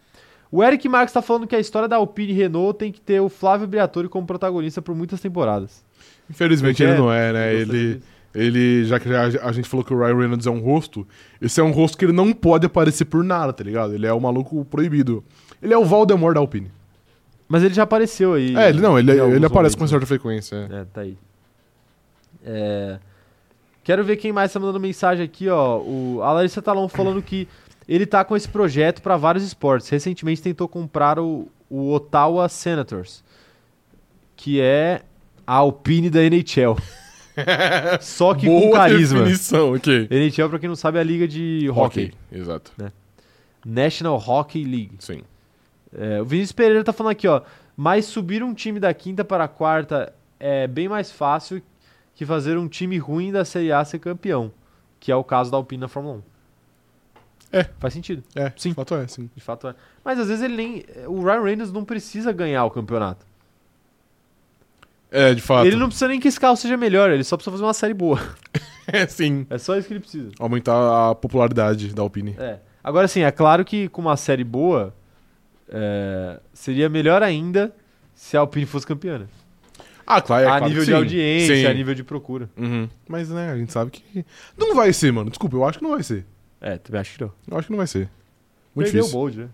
A: O Eric Marques tá falando que a história da Alpine e Renault tem que ter o Flávio Briatore como protagonista por muitas temporadas.
B: Infelizmente
A: Porque
B: ele não é, né?
A: Eu gostaria
B: Ele,
A: disso.
B: ele, já que já a gente falou que o Ryan Reynolds é um rosto, esse é um rosto que ele não pode aparecer por nada, tá ligado? Ele é o maluco proibido. Ele é o Valdemort da Alpine.
A: Mas ele já apareceu aí.
B: é, ele não, ele,
A: em alguns
B: ele
A: momentos,
B: aparece com
A: né?
B: certa frequência.
A: É, tá aí. É, Quero ver quem mais tá mandando mensagem aqui, ó. O... A Larissa Talon falando que ele tá com esse projeto para vários esportes. Recentemente tentou comprar o, o Ottawa Senators, que é a Alpine da NHL. Só que com carisma.
B: definição, ok.
A: NHL, pra quem não sabe, é a liga de hockey.
B: Exato,
A: National Hockey League.
B: sim.
A: É, o Vinícius Pereira tá falando aqui, ó. Mas subir um time da quinta para a quarta é bem mais fácil que fazer um time ruim da Série A ser campeão, que é o caso da Alpine na Fórmula 1.
B: É.
A: Faz sentido,
B: É,
A: Sim.
B: sim. fato é, sim.
A: de fato é. Mas às vezes ele nem. O Ryan Reynolds não precisa ganhar o campeonato.
B: É, de fato.
A: Ele não precisa nem que esse carro seja melhor, ele só precisa fazer uma série boa.
B: É, sim.
A: É só isso que ele precisa.
B: Aumentar a popularidade da Alpine.
A: É. Agora sim, é claro que com uma série boa é, seria melhor ainda se a Alpine fosse campeã. né?
B: Ah, claro, é
A: a
B: claro
A: nível
B: que
A: de
B: sim.
A: audiência,
B: Sim.
A: a nível de procura.
B: Uhum. Mas, né, a gente sabe que... Não vai ser, mano. Desculpa, eu acho que não vai ser.
A: É, também acho que não.
B: Eu acho que não vai ser. Muito
A: Perdeu o
B: difícil.
A: Bold, né?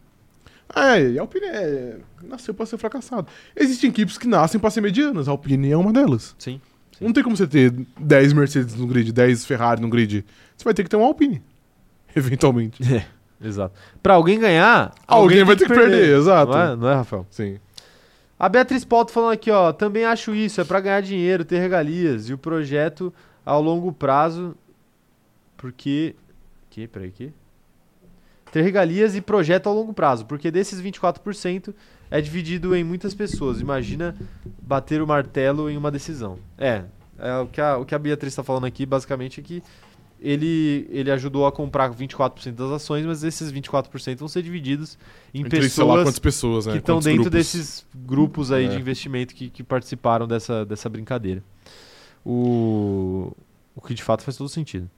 B: É, e a Alpine é... nasceu pra ser fracassado. Existem equipes que nascem pra ser medianas. A Alpine é uma delas.
A: Sim. Sim.
B: Não tem como você ter 10 Mercedes no grid, 10 Ferrari no grid. Você vai ter que ter uma Alpine. Eventualmente.
A: Exato. Pra alguém ganhar,
B: Alguém, vai ter que perder, exato.
A: Não é, não é, Rafael?
B: Sim.
A: A Beatriz Paulo falando aqui, ó. Também acho isso, é pra ganhar dinheiro, ter regalias. E o projeto ao longo prazo. Porque. Que? Peraí, aqui. Ter regalias e projeto ao longo prazo. Porque desses 24% é dividido em muitas pessoas. Imagina bater o martelo em uma decisão. É. é o, que a, o que a Beatriz tá falando aqui, basicamente, é que ele, ele ajudou a comprar 24% das ações, mas esses 24% vão ser divididos em
B: Entre sei Então, lá
A: pessoas
B: quantas pessoas, né?
A: que estão
B: quantos
A: dentro
B: grupos.
A: desses grupos aí
B: É.
A: de investimento que, que participaram dessa, dessa brincadeira. O, o que de fato faz todo sentido.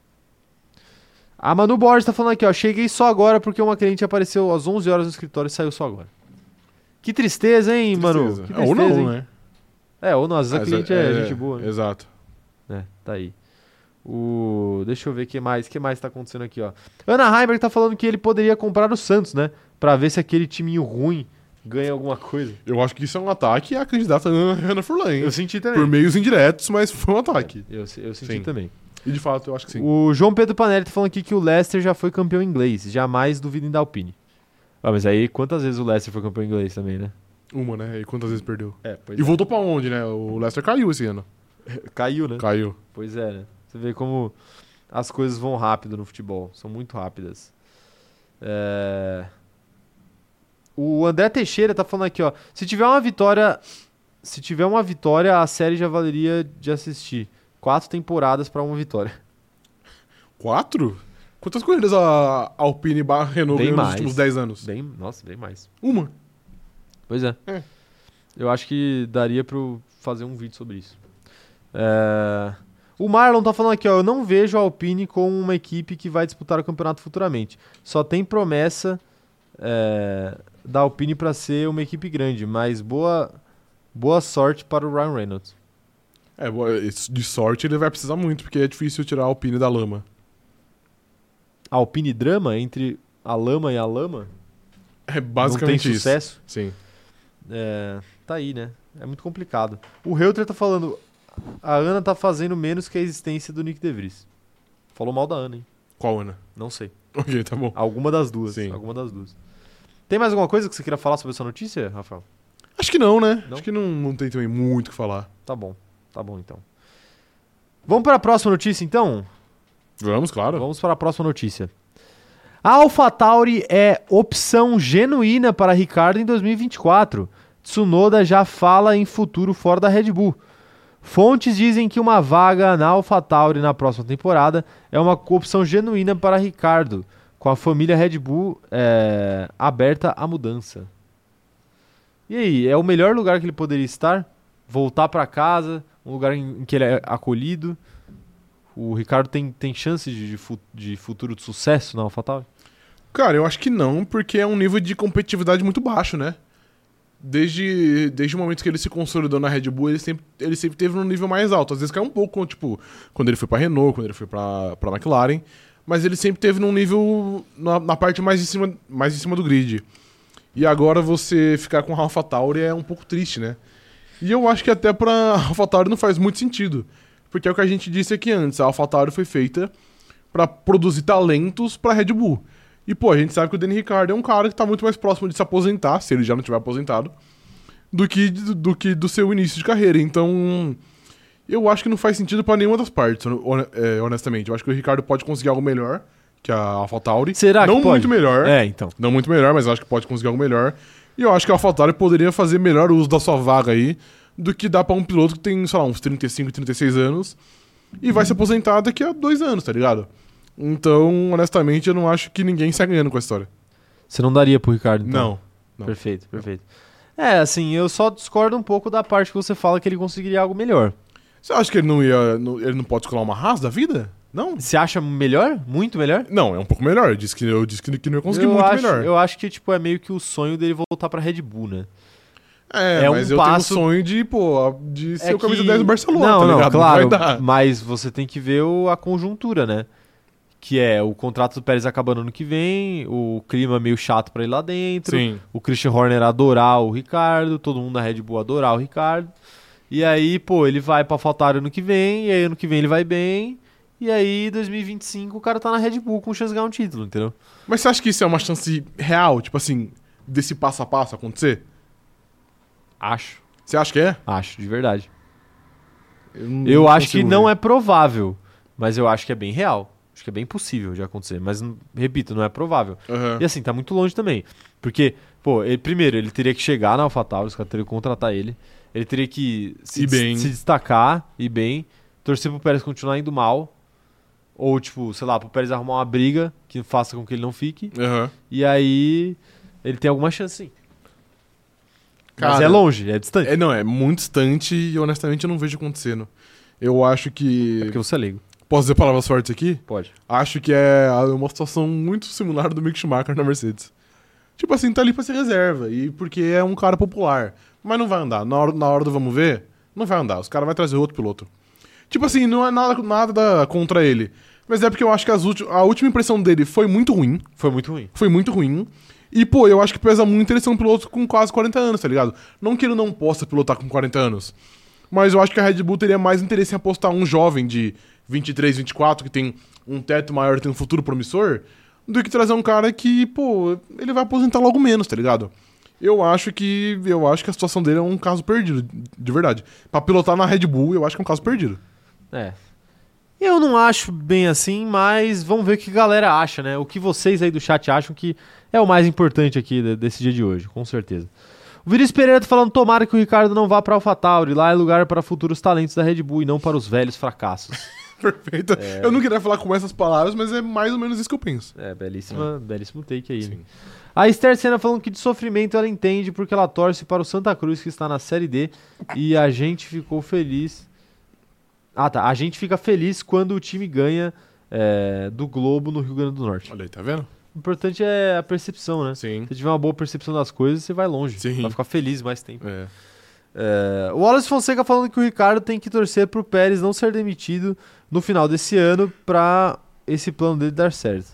A: A Manu Borges tá falando aqui, ó. Cheguei só agora porque uma cliente apareceu às 11 horas no escritório e saiu só agora. Que tristeza, hein, Manu?
B: Tristeza.
A: Que
B: Ah, ou
A: tristeza, hein?
B: não, né?
A: É, ou não, às vezes a
B: Mas
A: cliente é, gente boa, né?
B: Exato.
A: É, tá aí. O... Deixa eu ver o que mais, que mais tá acontecendo aqui, ó. Ana Heimberg tá falando que ele poderia comprar o Santos, né? Pra ver se aquele timinho ruim ganha alguma coisa.
B: Eu acho que isso é um ataque à candidata Ana Ana Furlan, hein?
A: Eu senti também.
B: Por meios indiretos, mas foi um ataque.
A: Eu, se- eu senti
B: Sim.
A: também.
B: E de fato, eu acho que sim.
A: O João Pedro Panelli tá falando aqui que o Leicester já foi campeão inglês. Jamais duvidem da Alpine. Ah, mas aí quantas vezes o Leicester foi campeão inglês também, né?
B: Uma, né? E quantas vezes perdeu?
A: É, pois
B: E voltou pra onde, né? O Leicester caiu esse ano.
A: Caiu, né?
B: Caiu.
A: Pois é, né? Você vê como as coisas vão rápido no futebol. São muito rápidas. É, O André Teixeira tá falando aqui, ó. Se tiver uma vitória. Se tiver uma vitória, a série já valeria de assistir. Quatro temporadas pra uma vitória.
B: Quatro? Quantas corridas a Alpine barra Renault
A: Bem
B: ganhou nos
A: mais.
B: últimos 10 anos?
A: Bem, nossa, bem mais.
B: Uma.
A: Pois é.
B: É.
A: Eu acho que daria pra eu fazer um vídeo sobre isso. É, O Marlon tá falando aqui, ó. Eu não vejo a Alpine como uma equipe que vai disputar o campeonato futuramente. Só tem promessa é, da Alpine pra ser uma equipe grande, mas boa, boa sorte para o Ryan Reynolds.
B: É, bo- de sorte ele vai precisar muito, porque é difícil tirar a Alpine da lama.
A: A Alpine drama entre a lama e a lama
B: É
A: não
B: basicamente
A: tem
B: isso.
A: sucesso.
B: Sim.
A: É, tá aí, né? É muito complicado. O Reuter tá falando. A Ana tá fazendo menos que a existência do Nick DeVries. Falou mal da Ana, hein?
B: Qual Ana?
A: Não sei.
B: Ok, tá bom.
A: Alguma das duas.
B: Sim.
A: Alguma das duas. Tem mais alguma coisa que você queira falar sobre essa notícia, Rafael?
B: Acho que não, né?
A: Não?
B: Acho que não, não tem também muito o que falar.
A: Tá bom. Tá bom então. Vamos para a próxima notícia então?
B: Vamos, claro.
A: Vamos para a próxima notícia. A AlphaTauri é opção genuína para Ricardo em 2024. Tsunoda já fala em futuro fora da Red Bull. Fontes dizem que uma vaga na AlphaTauri na próxima temporada é uma opção genuína para Ricardo, com a família Red Bull é, aberta à mudança. E aí, é o melhor lugar que ele poderia estar? Voltar para casa, um lugar em em que ele é acolhido. O Ricardo tem, tem chance de, de, fu- de futuro de sucesso na AlphaTauri?
B: Cara, eu acho que não, porque é um nível de competitividade muito baixo, né? Desde, desde o momento que ele se consolidou na Red Bull, ele sempre, ele sempre teve um nível mais alto. Às vezes caiu um pouco, tipo, quando ele foi pra Renault, quando ele foi pra, pra McLaren. Mas ele sempre teve num nível na, na parte mais em, cima, mais em cima do grid. E agora você ficar com a AlphaTauri é um pouco triste, né? E eu acho que até pra AlphaTauri não faz muito sentido. Porque é o que a gente disse aqui antes, a AlphaTauri foi feita pra produzir talentos pra Red Bull. E, pô, a gente sabe que o Danny Ricardo é um cara que tá muito mais próximo de se aposentar, se ele já não tiver aposentado, do que do, do que do seu início de carreira. Então, eu acho que não faz sentido pra nenhuma das partes, hon- é, honestamente. Eu acho que o Ricardo pode conseguir algo melhor que a AlphaTauri.
A: Será que
B: Não
A: pode?
B: muito melhor.
A: É, então.
B: Não muito melhor, mas eu acho que pode conseguir algo melhor. E eu acho que a AlphaTauri poderia fazer melhor uso da sua vaga aí do que dá pra um piloto que tem, sei lá, uns 35, 36 anos e vai se aposentar daqui a dois anos, tá ligado? Então, honestamente, eu não acho que ninguém sai ganhando com a história.
A: Você não daria pro Ricardo, então?
B: Não. não.
A: Perfeito, perfeito. É, assim, eu só discordo um pouco da parte que você fala que ele conseguiria algo melhor.
B: Você acha que ele não ia. não- ele não pode escolar uma Haas da vida? Não?
A: Você acha melhor? Muito melhor?
B: Não, é um pouco melhor. Eu disse que, eu disse que, que não ia conseguir
A: eu
B: muito
A: acho,
B: melhor.
A: Eu acho que, tipo, é meio que o sonho dele voltar pra Red Bull, né?
B: É,
A: é um
B: mas eu
A: passo-
B: tenho o sonho de, pô, de ser
A: é
B: o camisa
A: que-
B: 10 do Barcelona,
A: não,
B: tá
A: não,
B: ligado?
A: claro,
B: não vai dar.
A: mas você tem que ver o- a conjuntura, né? Que é o contrato do Pérez acabando ano que vem, o clima meio chato pra ir lá dentro,
B: Sim.
A: o Christian Horner adorar o Ricardo, todo mundo na Red Bull adorar o Ricardo. E aí, pô, ele vai pra faltar ano que vem, e aí ano que vem ele vai bem. E aí, 2025, o cara tá na Red Bull com chance de ganhar um título, entendeu?
B: Mas você acha que isso é uma chance real, tipo assim, desse passo a passo acontecer?
A: Acho.
B: Você acha que é?
A: Acho, de verdade.
B: Eu, não
A: Eu acho que
B: consigo
A: não
B: ver.
A: é provável, mas eu acho que é bem real. Acho que é bem possível de acontecer, mas n- repito, não é provável.
B: Aham.
A: E assim, tá muito longe também. Porque, pô, ele- primeiro, ele teria que chegar na AlphaTauri, os caras teriam que contratar ele. Ele teria que se,
B: Ir
A: des-
B: bem.
A: se destacar, ir bem, torcer pro Pérez continuar indo mal. Ou, tipo, sei lá, pro Pérez arrumar uma briga que faça com que ele não fique.
B: Aham.
A: E aí ele tem alguma chance, sim. Mas
B: Cara,
A: é longe, é distante.
B: É, não, é muito distante e honestamente eu não vejo acontecendo. Eu acho
A: É
B: que.
A: porque você é leigo.
B: Posso dizer palavras fortes aqui?
A: Pode.
B: Acho que é uma situação muito similar do Mick Schumacher na Mercedes. Tipo assim, tá ali pra ser reserva, e porque é um cara popular. Mas não vai andar. Na hora, na hora do vamos ver, não vai andar. Os caras vão trazer outro piloto. Tipo assim, não é nada, nada contra ele. Mas é porque eu acho que as ulti- a última impressão dele foi muito ruim.
A: Foi muito ruim.
B: Foi muito ruim. E, pô, eu acho que pesa muito ele ser um piloto com quase 40 anos, tá ligado? Não que ele não possa pilotar com 40 anos. Mas eu acho que a Red Bull teria mais interesse em apostar um jovem de 23, 24, que tem um teto maior, tem um futuro promissor, do que trazer um cara que, pô, ele vai aposentar logo menos, tá ligado? Eu acho que. Eu acho que a situação dele é um caso perdido, de verdade. Pra pilotar na Red Bull, eu acho que é um caso perdido.
A: É. Eu não acho bem assim, mas vamos ver o que a galera acha, né? O que vocês aí do chat acham que é o mais importante aqui de- desse dia de hoje, com certeza. O Vinícius Pereira tá falando, tomara que o Ricardo não vá pra AlphaTauri, lá é lugar para futuros talentos da Red Bull e não para os velhos fracassos.
B: Perfeito. Eu não queria falar com essas palavras, mas é mais ou menos isso que eu penso.
A: É, belíssima, belíssimo take aí. né?
B: Hum. Sim.
A: A Esther Senna falando que de sofrimento ela entende porque ela torce para o Santa Cruz que está na Série D e a gente ficou feliz. Ah, tá. A gente fica feliz quando o time ganha é, do Globo no Rio Grande do Norte.
B: Olha aí, tá vendo?
A: O importante é a percepção, né? Se
B: Sim.
A: você tiver uma boa percepção das coisas, você vai longe.
B: Sim.
A: Vai ficar feliz mais tempo.
B: É.
A: É, o Wallace Fonseca falando que o Ricardo tem que torcer pro Pérez não ser demitido no final desse ano pra esse plano dele dar certo.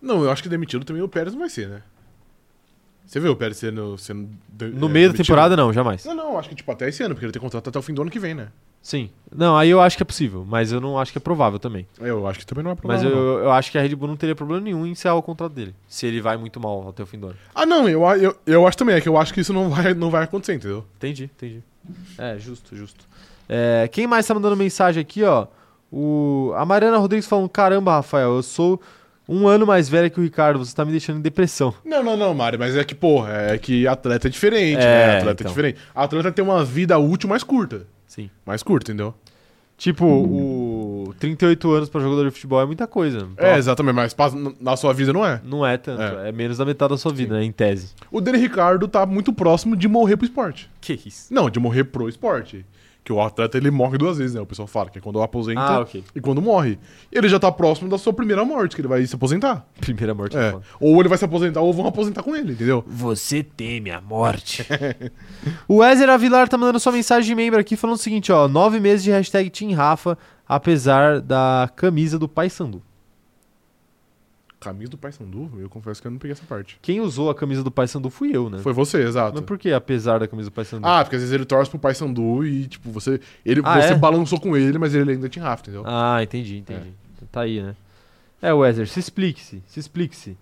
B: Não, eu acho que demitido também o Pérez não vai ser, né? Você viu o Pérez sendo. sendo de-
A: No meio da
B: é, demitido?
A: temporada, não, jamais.
B: Não, não, acho que tipo até esse ano, porque ele tem contrato até o fim do ano que vem, né?
A: Sim. Não, aí eu acho que é possível, mas eu não acho que é provável também.
B: Eu acho que também não é
A: Mas
B: provável.
A: eu,
B: não.
A: eu acho que a Red Bull não teria problema nenhum em encerrar o contrato dele. Se ele vai muito mal até o fim do ano.
B: Ah, não, eu, a- eu, eu acho também, é que eu acho que isso não vai, não vai acontecer, entendeu?
A: Entendi, entendi. É, justo, justo. É, quem mais tá mandando mensagem aqui, ó? O, a Mariana Rodrigues falando: caramba, Rafael, eu sou um ano mais velha que o Ricardo, você tá me deixando em depressão.
B: Não, não, não, Mário, mas é que, porra, é que atleta é diferente,
A: É,
B: né? Atleta
A: então.
B: é diferente. Atleta tem uma vida útil mais curta.
A: Sim.
B: Mais curta, entendeu?
A: Tipo, o 38 anos pra jogador de futebol é muita coisa.
B: É, exatamente, mas pra- na sua vida não é.
A: Não é tanto, é.
B: É.
A: menos da metade da sua vida, né, em tese.
B: O Dani Ricardo tá muito próximo de morrer pro esporte.
A: Que isso?
B: Não, de morrer pro esporte. Que o atleta ele morre duas vezes, né? O pessoal fala que é quando aposenta
A: Ah, ok.
B: e quando morre. Ele já tá próximo da sua primeira morte, que ele vai se aposentar.
A: Primeira morte
B: É.
A: do
B: Ou ele vai se aposentar ou vão aposentar com ele, entendeu?
A: Você teme a morte. o Ezer Avilar tá mandando sua mensagem de membro aqui falando o seguinte, ó. Nove meses de hashtag Team Rafa, apesar da camisa do Pai Sandu.
B: Camisa do Paysandu? Eu confesso que eu não peguei essa parte.
A: Quem usou a camisa do Pai Sandu fui eu, né?
B: Foi você, exato.
A: Mas por que apesar da camisa do Pai Sandu?
B: Ah, porque às vezes ele torce pro Paysandu e, tipo, você ele
A: Ah,
B: você
A: é?
B: balançou com ele, mas ele ainda tinha Rafa, entendeu?
A: Ah, entendi, entendi. Tá aí, né? É, Weser, se explique-se, se explique-se.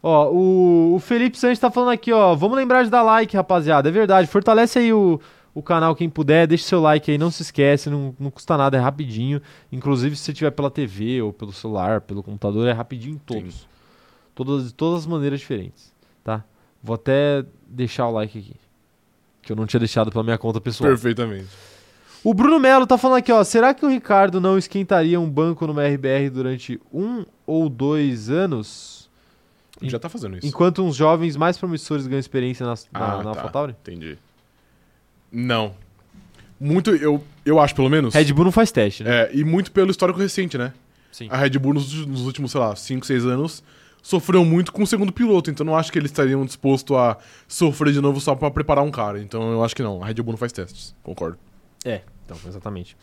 A: Ó, o, o Felipe Santos tá falando aqui, ó. Vamos lembrar de dar like, rapaziada. É verdade. Fortalece aí o, o canal quem puder. Deixa seu like aí, não se esquece. Não, não custa nada, é rapidinho. Inclusive, se você tiver pela TV ou pelo celular, pelo computador, é rapidinho em todos. Todas, de todas as maneiras diferentes, tá? Vou até deixar o like aqui. Que eu não tinha deixado pela minha conta pessoal.
B: Perfeitamente.
A: O Bruno Melo tá falando aqui, ó. Será que o Ricardo não esquentaria um banco no RBR durante um ou dois anos? Em-
B: Já tá fazendo isso.
A: Enquanto uns jovens mais promissores ganham experiência na, na,
B: Ah,
A: na
B: tá.
A: AlphaTauri?
B: Entendi. Não. Muito, eu, eu acho, pelo menos.
A: Red Bull não faz teste, né?
B: É, e muito pelo histórico recente, né?
A: Sim.
B: A Red Bull nos, nos últimos, sei lá, 5, 6 anos sofreu muito com o segundo piloto, então não acho que eles estariam dispostos a sofrer de novo só pra preparar um cara. Então eu acho que não, a Red Bull não faz testes, concordo.
A: É, então, exatamente.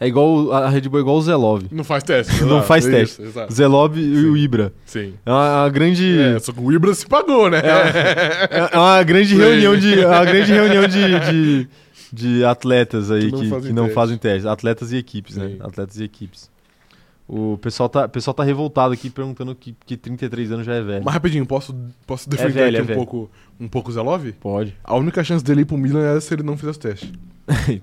A: É igual. o- A Red Bull é igual o Zelov.
B: Não faz teste.
A: Não
B: exato,
A: faz
B: é
A: teste.
B: isso, exato.
A: Zelov e o Ibra.
B: Sim.
A: É uma, uma grande.
B: É, só que o Ibra se pagou, né?
A: É, é uma grande reunião de. é Uma grande reunião de, de, de atletas aí que,
B: Que
A: que
B: não
A: não, fazem,
B: fazem teste.
A: teste. Atletas e equipes, né?
B: Sim.
A: Atletas e equipes. O pessoal tá, pessoal tá revoltado aqui perguntando que, que 33 anos já é velho.
B: Mas rapidinho, posso, posso defender
A: velho, é
B: aqui um,
A: velho.
B: pouco, um pouco o Zelov?
A: Pode.
B: A única chance dele ir pro Milan era se ele não fizesse teste.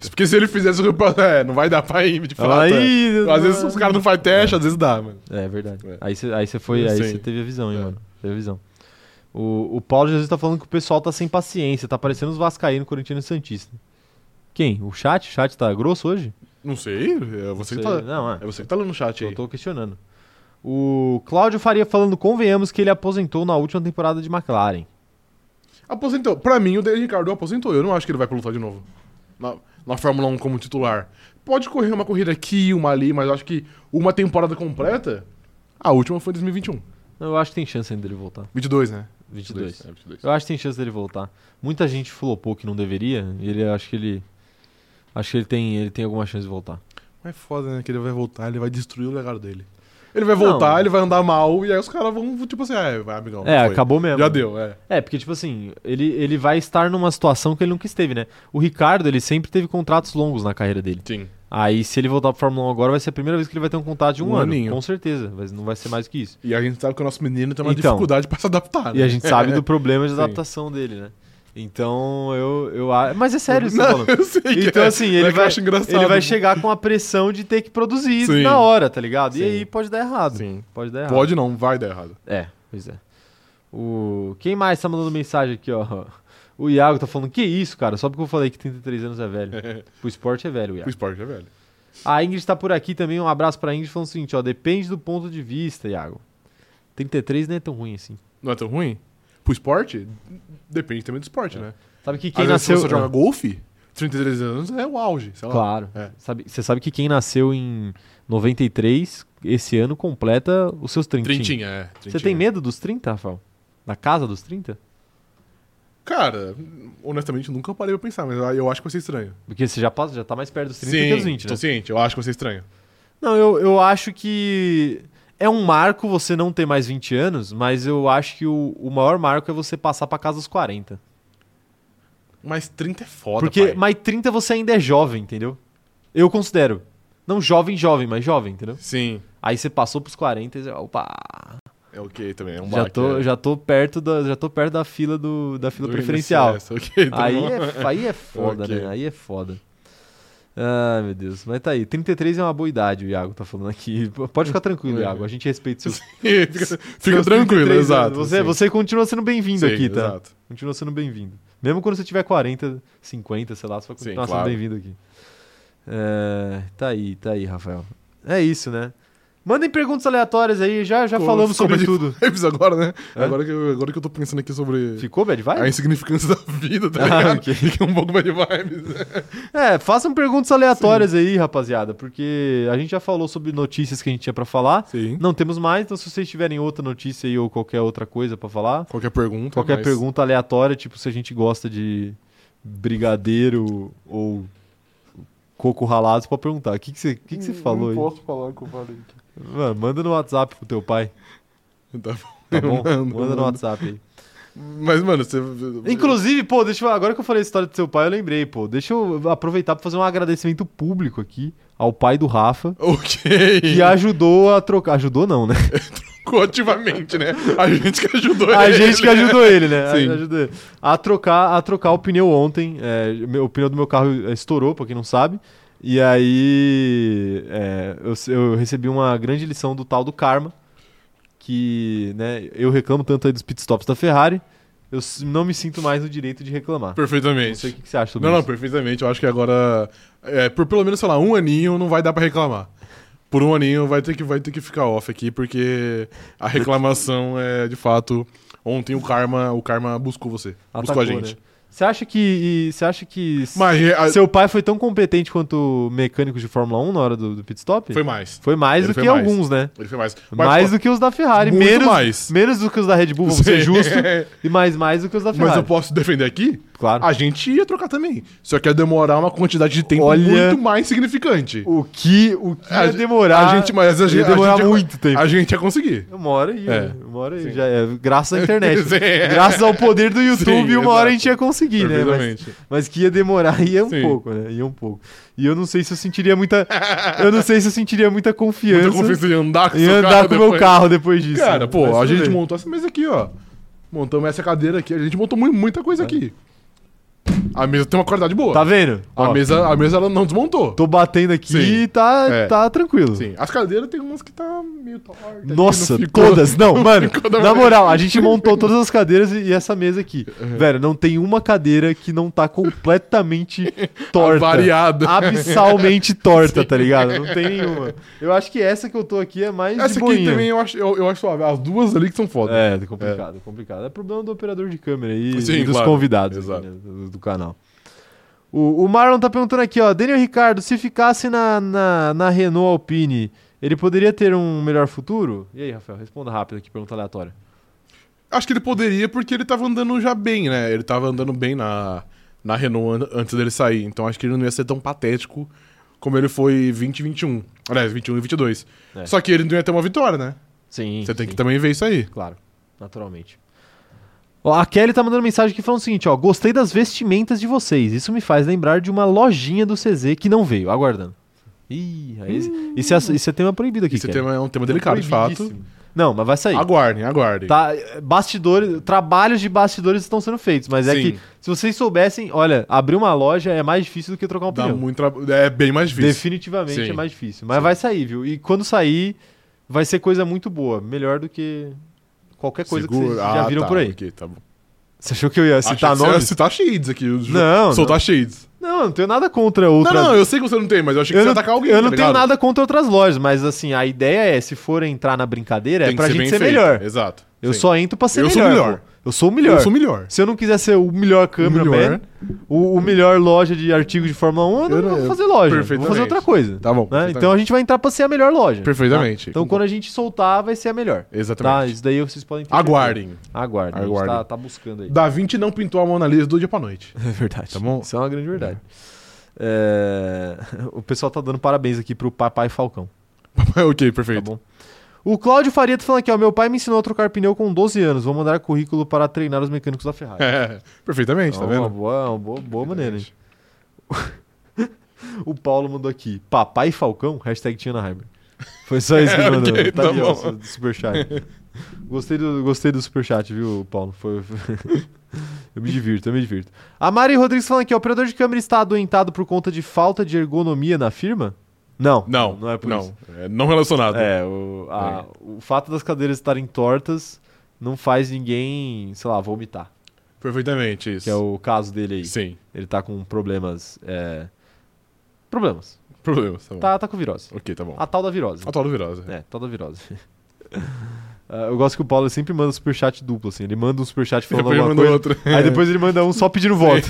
B: Porque se ele fizesse o é, não vai dar pra ir de fato. é.
A: Aí,
B: Às vezes os caras não fazem teste, às vezes dá, mano.
A: É verdade.
B: É.
A: Aí você aí cê foi. Aí
B: Sim.
A: você teve a visão, hein,
B: É.
A: mano. Teve a visão. O, o Paulo Jesus tá falando que o pessoal tá sem paciência, tá parecendo os Vascaíno, Corinthians e Santista. Quem? O chat? O chat tá grosso hoje?
B: Não sei, é você,
A: Sei-
B: que tá,
A: Não, é.
B: é você que tá lá no chat
A: Eu
B: aí.
A: tô questionando. O Cláudio Faria falando, convenhamos que ele aposentou na última temporada de McLaren.
B: Aposentou. Pra mim, o Daniel Ricardo aposentou. Eu não acho que ele vai pilotar de novo. Na, na Fórmula 1 como titular. Pode correr uma corrida aqui, uma ali, mas eu acho que uma temporada completa. A última foi em 2021.
A: Eu acho que tem chance ainda dele voltar.
B: 22, né?
A: 22.
B: É, 22.
A: Eu acho que tem chance dele voltar. Muita gente flopou que não deveria. e Ele acho que ele. Acho que ele tem, ele tem alguma chance de voltar.
B: Mas é foda, né? Que ele vai voltar, ele vai destruir o legado dele. Ele vai
A: Não.
B: voltar, ele vai andar mal, e aí os caras vão, tipo assim, ah, vai, amigão.
A: é,
B: foi.
A: acabou mesmo.
B: Já deu, é.
A: É, porque, tipo assim, ele, ele vai estar numa situação que ele nunca esteve, né? O Ricardo, ele sempre teve contratos longos na carreira dele.
B: Sim.
A: Aí, se ele voltar pra Fórmula 1 agora, vai ser a primeira vez que ele vai ter um contrato de um,
B: Um
A: ano.
B: aninho.
A: Com certeza. Mas não vai ser mais que isso.
B: E a gente sabe que o nosso menino tem uma
A: Então.
B: dificuldade pra se adaptar, né?
A: E a gente sabe do problema de
B: Sim.
A: adaptação dele, né? Então, eu, eu. a- Mas é sério isso que eu tô
B: Não,
A: falando.
B: tá eu sei que
A: Então,
B: é.
A: assim,
B: Não é
A: ele
B: que eu
A: vai,
B: acho engraçado.
A: ele vai chegar com a pressão de ter que produzir
B: Sim.
A: na hora, tá ligado? E aí
B: Sim.
A: pode dar errado.
B: Sim.
A: Pode dar errado.
B: Pode não, vai dar errado.
A: É, pois é. O... Quem mais tá mandando mensagem aqui, ó? O Iago tá falando, que isso, cara? Só porque eu falei que 33 anos é velho. Pro esporte é velho, o
B: O
A: Iago.
B: esporte é velho.
A: A Ingrid tá por aqui também, um abraço pra Ingrid falando o seguinte, ó, depende do ponto de vista, Iago. 33 não é tão ruim assim.
B: Não é tão ruim? Pro esporte, depende também do esporte, né?
A: Sabe que
B: Quem
A: É. quem
B: Às
A: nasceu...
B: nasceu... vezes, se você joga
A: Ah,
B: golfe, 33 anos é o auge, sei lá.
A: Claro.
B: É.
A: Sabe- Você sabe que quem nasceu em 93, esse ano, completa os seus 30.
B: Trintinha, é.
A: Você
B: trintinha.
A: tem medo dos 30, Rafael? Na casa dos 30?
B: Cara, honestamente, nunca parei pra pensar, mas eu acho que vai ser estranho.
A: Porque você já, passa, já tá mais perto dos 30 que dos 20, né?
B: tô ciente, eu acho que vai ser estranho.
A: Não, eu, eu acho que é um marco você não ter mais 20 anos, mas eu acho que o, o maior marco é você passar pra casa dos 40.
B: Mas 30 é foda,
A: Porque,
B: pai.
A: mais 30 você ainda é jovem, entendeu? Eu considero. Não jovem, jovem, mas jovem, entendeu?
B: Sim.
A: Aí você passou pros 40 e você, opa,
B: É ok também, é um
A: já
B: baque,
A: tô,
B: é.
A: já tô perto da, já tô perto da fila do da fila
B: Do
A: preferencial.
B: INSS, ok, tá
A: Aí
B: bom.
A: é, aí é foda,
B: Ok.
A: né? Aí é foda. Ai, meu Deus. Mas tá aí. 33 é uma boa idade, o Iago tá falando aqui. P- Pode ficar tranquilo,
B: É.
A: Iago. A gente respeita seu,
B: fica fica
A: Seus
B: tranquilo,
A: 33
B: exato.
A: anos. Você,
B: sim.
A: você continua sendo bem-vindo
B: Sim,
A: aqui, tá?
B: Exato.
A: Continua sendo bem-vindo. Mesmo quando você tiver 40, 50, sei lá, você vai
B: Sim,
A: continuar
B: claro.
A: sendo bem-vindo aqui. É, tá aí, tá aí, Rafael. É isso, né? Mandem perguntas aleatórias aí, já, já
B: Ficou-
A: falamos
B: ficou
A: sobre
B: bem-
A: tudo. É?
B: Eu fiz agora, né?
A: Hã?
B: Agora que, eu, agora que eu tô pensando aqui sobre
A: Ficou, bad
B: a
A: vibe?
B: insignificância da vida, tá
A: Ah,
B: ligado?
A: ok.
B: Fiquei um pouco mais de vibes.
A: É, façam perguntas aleatórias aí, rapaziada, porque a gente já falou sobre notícias que a gente tinha pra falar.
B: Sim.
A: Não temos mais, então se vocês tiverem outra notícia aí ou qualquer outra coisa pra falar,
B: Qualquer pergunta.
A: Qualquer
B: mas-
A: pergunta aleatória, tipo se a gente gosta de brigadeiro ou coco ralado, você pode perguntar. O que, que, você, o que, que você falou aí?
B: posso falar com o Valente.
A: Mano, manda no WhatsApp pro teu pai,
B: Tá bom.
A: tá bom?
B: Mando,
A: manda
B: mando.
A: no WhatsApp aí.
B: Mas, mano, você.
A: Inclusive, pô, deixa eu, agora que eu falei a história do seu pai, eu lembrei, pô. Deixa eu aproveitar pra fazer um agradecimento público aqui ao pai do Rafa,
B: Ok.
A: que ajudou a trocar. Ajudou não, né?
B: Coativamente, né? A gente que ajudou
A: A
B: ele.
A: gente que ajudou ele, né? A,
B: Sim.
A: ajudou ele. a trocar, a trocar o pneu ontem. é, meu- o pneu do meu carro é, estourou, pra quem não sabe. E aí é, eu, se- eu recebi uma grande lição do tal do karma. Que né, eu reclamo tanto aí dos pitstops da Ferrari. Eu s- não me sinto mais no direito de reclamar. Não sei o
B: Perfeitamente.
A: que, que você acha sobre
B: Não, não,
A: isso.
B: perfeitamente. Eu acho que agora. é, por pelo menos, sei lá, um aninho não vai dar pra reclamar. Por um aninho vai ter que, vai ter que ficar off aqui, porque a reclamação é, de fato. Ontem o Karma, o karma buscou você. buscou a
A: Atacou,
B: gente.
A: né? Você acha que. e- Você acha que. s-
B: Mas re- a-
A: Seu pai foi tão competente quanto mecânico de Fórmula 1 na hora do, do pitstop?
B: foi mais.
A: Foi mais do
B: Ele foi
A: que
B: mais.
A: alguns, né?
B: Ele foi mais. Mas,
A: Mais
B: pô,
A: do que os da Ferrari,
B: Muito
A: menos,
B: mais.
A: menos do que os da Red Bull, vamos ser justo, e mais mais do que os da
B: Mas
A: Ferrari.
B: eu posso defender aqui?
A: Claro.
B: A gente ia trocar também. Só que ia demorar uma quantidade de tempo
A: Olha-
B: muito mais significante.
A: O que, o que
B: A
A: ia
B: ge-
A: demorar?
B: a gente, mas a
A: ia
B: gente, a
A: demorar
B: gente ia-
A: muito tempo.
B: A gente ia conseguir.
A: Uma hora aí,
B: É.
A: uma hora aí,
B: Sim.
A: já é, graças à internet.
B: Sim.
A: graças ao poder do YouTube,
B: Sim,
A: uma hora a
B: exato.
A: gente ia conseguir, né? Mas,
B: Perfeitamente.
A: mas que ia demorar, ia um
B: Sim.
A: pouco, né? Ia um pouco. E eu não sei se eu sentiria muita, eu não sei se eu sentiria muita confiança,
B: Muita confiança de andar com
A: em
B: seu
A: andar com o meu
B: depois.
A: carro depois disso.
B: Cara,
A: né?
B: pô,
A: Mas
B: a
A: tudo
B: gente
A: bem.
B: montou essa mesa aqui, ó. Montamos essa cadeira aqui, a gente montou mu- muita coisa aqui. A mesa tem uma qualidade boa.
A: É. Tá vendo?
B: a,
A: Ó,
B: mesa, a mesa ela não desmontou.
A: Tô batendo aqui
B: Sim.
A: e tá,
B: É.
A: tá tranquilo.
B: Sim. As cadeiras tem umas que tá meio torta. que
A: Nossa,
B: não ficou-
A: todas. Não, mano,
B: ficou da
A: na
B: maneira- Uhum.
A: moral, a gente montou todas as cadeiras e, e essa mesa aqui. Velho, não tem uma cadeira que não tá completamente torta.
B: Variado.
A: Abissalmente torta, tá ligado? Não tem nenhuma. Eu acho que essa que eu tô aqui é mais de
B: Essa aqui
A: boinha.
B: também eu acho, eu, eu acho suave. As duas ali que são foda.
A: É, complicado, complicado. É problema do operador de câmera e,
B: Sim,
A: e dos
B: claro.
A: convidados aqui,
B: Exato.
A: né, do, do canal. O, o Marlon tá perguntando aqui, ó. Daniel Ricardo, se ficasse na, na, na Renault Alpine, ele poderia ter um melhor futuro? E aí, Rafael, responda rápido aqui, pergunta aleatória.
B: Acho que ele poderia porque ele tava andando já bem, né? Ele tava andando bem na, na Renault an- antes dele sair. Então acho que ele não ia ser tão patético como ele foi 20 e 21. Aliás, 21 e 22.
A: É.
B: Só que ele não ia ter uma vitória, né?
A: Sim.
B: Você tem que
A: sim.
B: também ver isso aí.
A: Claro, naturalmente. Ó, a Kelly tá mandando mensagem aqui falando o seguinte, ó. Gostei das vestimentas de vocês. Isso me faz lembrar de uma lojinha do CZ que não veio, aguardando. Ih, aí esse, esse, é- esse é tema proibido aqui,
B: Esse
A: Kelly.
B: tema é um tema delicado, de fato.
A: Tá Proibidíssimo. Não, mas vai sair.
B: Aguardem, aguardem.
A: Tá, bastidores, trabalhos de bastidores estão sendo feitos, mas é
B: Sim.
A: que se vocês soubessem, olha, abrir uma loja é mais difícil do que trocar um
B: Dá
A: pneu.
B: muito tra- É bem mais difícil.
A: Definitivamente
B: Sim.
A: é mais difícil, mas
B: Sim.
A: vai sair, viu? E quando sair, vai ser coisa muito boa, melhor do que qualquer coisa que vocês
B: Segura-
A: já
B: Ah,
A: viram
B: tá,
A: por aí.
B: ok, tá bom.
A: Você achou que eu ia
B: Achei
A: citar
B: que você ia
A: nomes?
B: citar Shades aqui. eu ju-
A: Não,
B: Soltar Shades.
A: Não, eu não tenho nada contra outras.
B: Não, não, eu sei que você não tem, mas eu achei que
A: eu
B: você ia
A: não,
B: atacar alguém.
A: eu não
B: tá
A: tenho
B: ligado?
A: nada contra outras lojas, mas assim, a ideia é, se for entrar na brincadeira, é
B: Tem que
A: pra gente
B: bem
A: ser
B: feito,
A: melhor.
B: Exato.
A: Eu
B: Sim.
A: só entro pra ser
B: Eu sou
A: melhor.
B: melhor.
A: pô. Eu sou o melhor.
B: Eu sou melhor.
A: Se eu não quiser ser o melhor
B: Melhor.
A: cameraman, o, o melhor loja de artigos de Fórmula 1, eu não,
B: Eu não-
A: vou fazer loja. eu Vou
B: perfeitamente.
A: fazer outra coisa.
B: Tá bom.
A: né? Então a gente vai entrar pra ser a melhor loja.
B: Perfeitamente.
A: tá? Então quando a gente soltar, vai ser a melhor. Tá?
B: Exatamente.
A: Isso daí vocês podem ter
B: Aguardem.
A: certeza. Aguardem. A
B: Aguardem.
A: gente tá, tá buscando aí.
B: Da Vinci não pintou a Mona Lisa do dia pra noite.
A: É verdade.
B: Tá bom?
A: Isso é uma grande verdade. É, O pessoal tá dando parabéns aqui pro Papai Falcão.
B: ok,
A: Tá
B: perfeito.
A: bom? O Cláudio Faria tá falando aqui, ó. Meu pai me ensinou a trocar pneu com 12 anos. Vou mandar currículo para treinar os mecânicos da Ferrari.
B: É, perfeitamente, tá
A: Então, Uma
B: vendo?
A: boa, uma boa, boa maneira, hein? O Paulo mandou aqui, papai Falcão, hashtag Tianaheimer. Foi só isso que ele mandou.
B: Ok,
A: tá
B: tá
A: ali, ó,
B: bom.
A: do superchat. Gostei do, gostei do superchat, viu, Paulo? Foi, foi- Eu me divirto, eu me divirto. A Mari Rodrigues falando aqui, ó, o operador de câmera está adoentado por conta de falta de ergonomia na firma? Não.
B: Não,
A: Não é por isso.
B: É não relacionado.
A: É, o, a- o fato das cadeiras estarem tortas não faz ninguém, sei lá, vomitar.
B: Perfeitamente, isso.
A: Que é o caso dele aí.
B: Sim,
A: Ele tá com problemas. é, Problemas.
B: problema, tá bom.
A: Tá, tá com virose.
B: Ok, tá bom.
A: A tal da virose.
B: A tola virosa.
A: É, tal da virose. Ah, Eu gosto que o Paulo sempre manda superchat duplo, assim. Ele manda um superchat falando
B: Depois
A: alguma
B: manda É.
A: coisa.
B: outra.
A: Aí depois ele manda um só pedindo voto.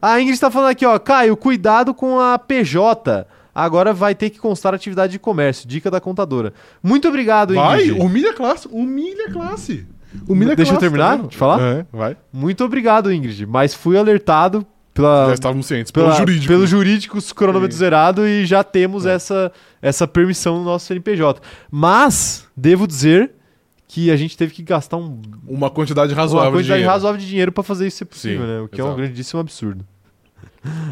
A: a Ingrid tá falando aqui, ó. Caio, cuidado com a PJ. Agora vai ter que constar atividade de comércio. Dica da contadora. Muito obrigado,
B: Vai,
A: Ingrid.
B: humilha a classe, humilha a classe. Humilha a
A: Deixa eu
B: classe, tá
A: terminar
B: vendo?
A: de falar?
B: É, vai.
A: Muito obrigado, Ingrid. Mas fui alertado pela,
B: Já estávamos cientes,
A: Ah, pela,
B: pelo jurídico.
A: Pelo jurídico, os cronômetros
B: Sim.
A: é
B: É.
A: zerado e já temos essa, essa permissão no nosso CNPJ. Mas, devo dizer que a gente teve que gastar um,
B: Uma quantidade razoável
A: uma quantidade
B: de
A: razoável de dinheiro para fazer isso ser possível,
B: Sim,
A: né? O que é um
B: exato.
A: grandíssimo absurdo.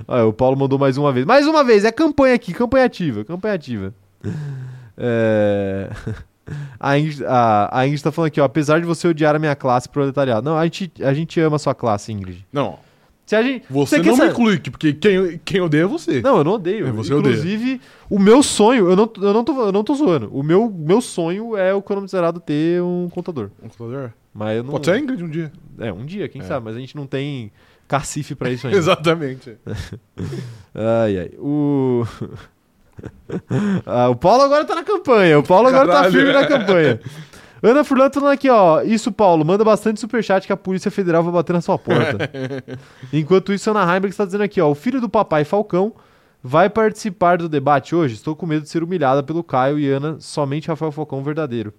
A: Ah, o Paulo mandou mais uma vez. Mais uma vez, é campanha aqui, campanha ativa, campanha ativa. É... A Ingrid, a, a Ingrid tá falando aqui, ó. Apesar de você odiar a minha classe proletariado. Não, a gente, a gente ama a sua classe, Ingrid.
B: Não,
A: Se a gente,
B: você
A: quer
B: não me
A: saber-
B: inclui, porque quem, quem odeia é você.
A: não, eu não odeio.
B: É, você odeia.
A: Inclusive, o meu sonho, eu não, eu não, tô, eu não tô zoando. O meu, meu sonho é o Cronômetro Zerado ter um contador.
B: Um computador.
A: Mas eu não.
B: Pode ser a Ingrid um dia.
A: É, um dia, quem
B: É.
A: sabe, mas a gente não tem cacife pra isso ainda.
B: Exatamente.
A: Ai, ai. O. Ah, o Paulo agora tá na campanha. O Paulo agora tá
B: Caralho.
A: firme na campanha. Ana Furlan tá falando aqui, ó. Isso, Paulo, manda bastante superchat que a Polícia Federal vai bater na sua porta. Enquanto isso, Ana Heimberg está dizendo aqui, ó. O filho do papai Falcão vai participar do debate hoje? Estou com medo de ser humilhada pelo Caio e Ana, somente Rafael Falcão verdadeiro.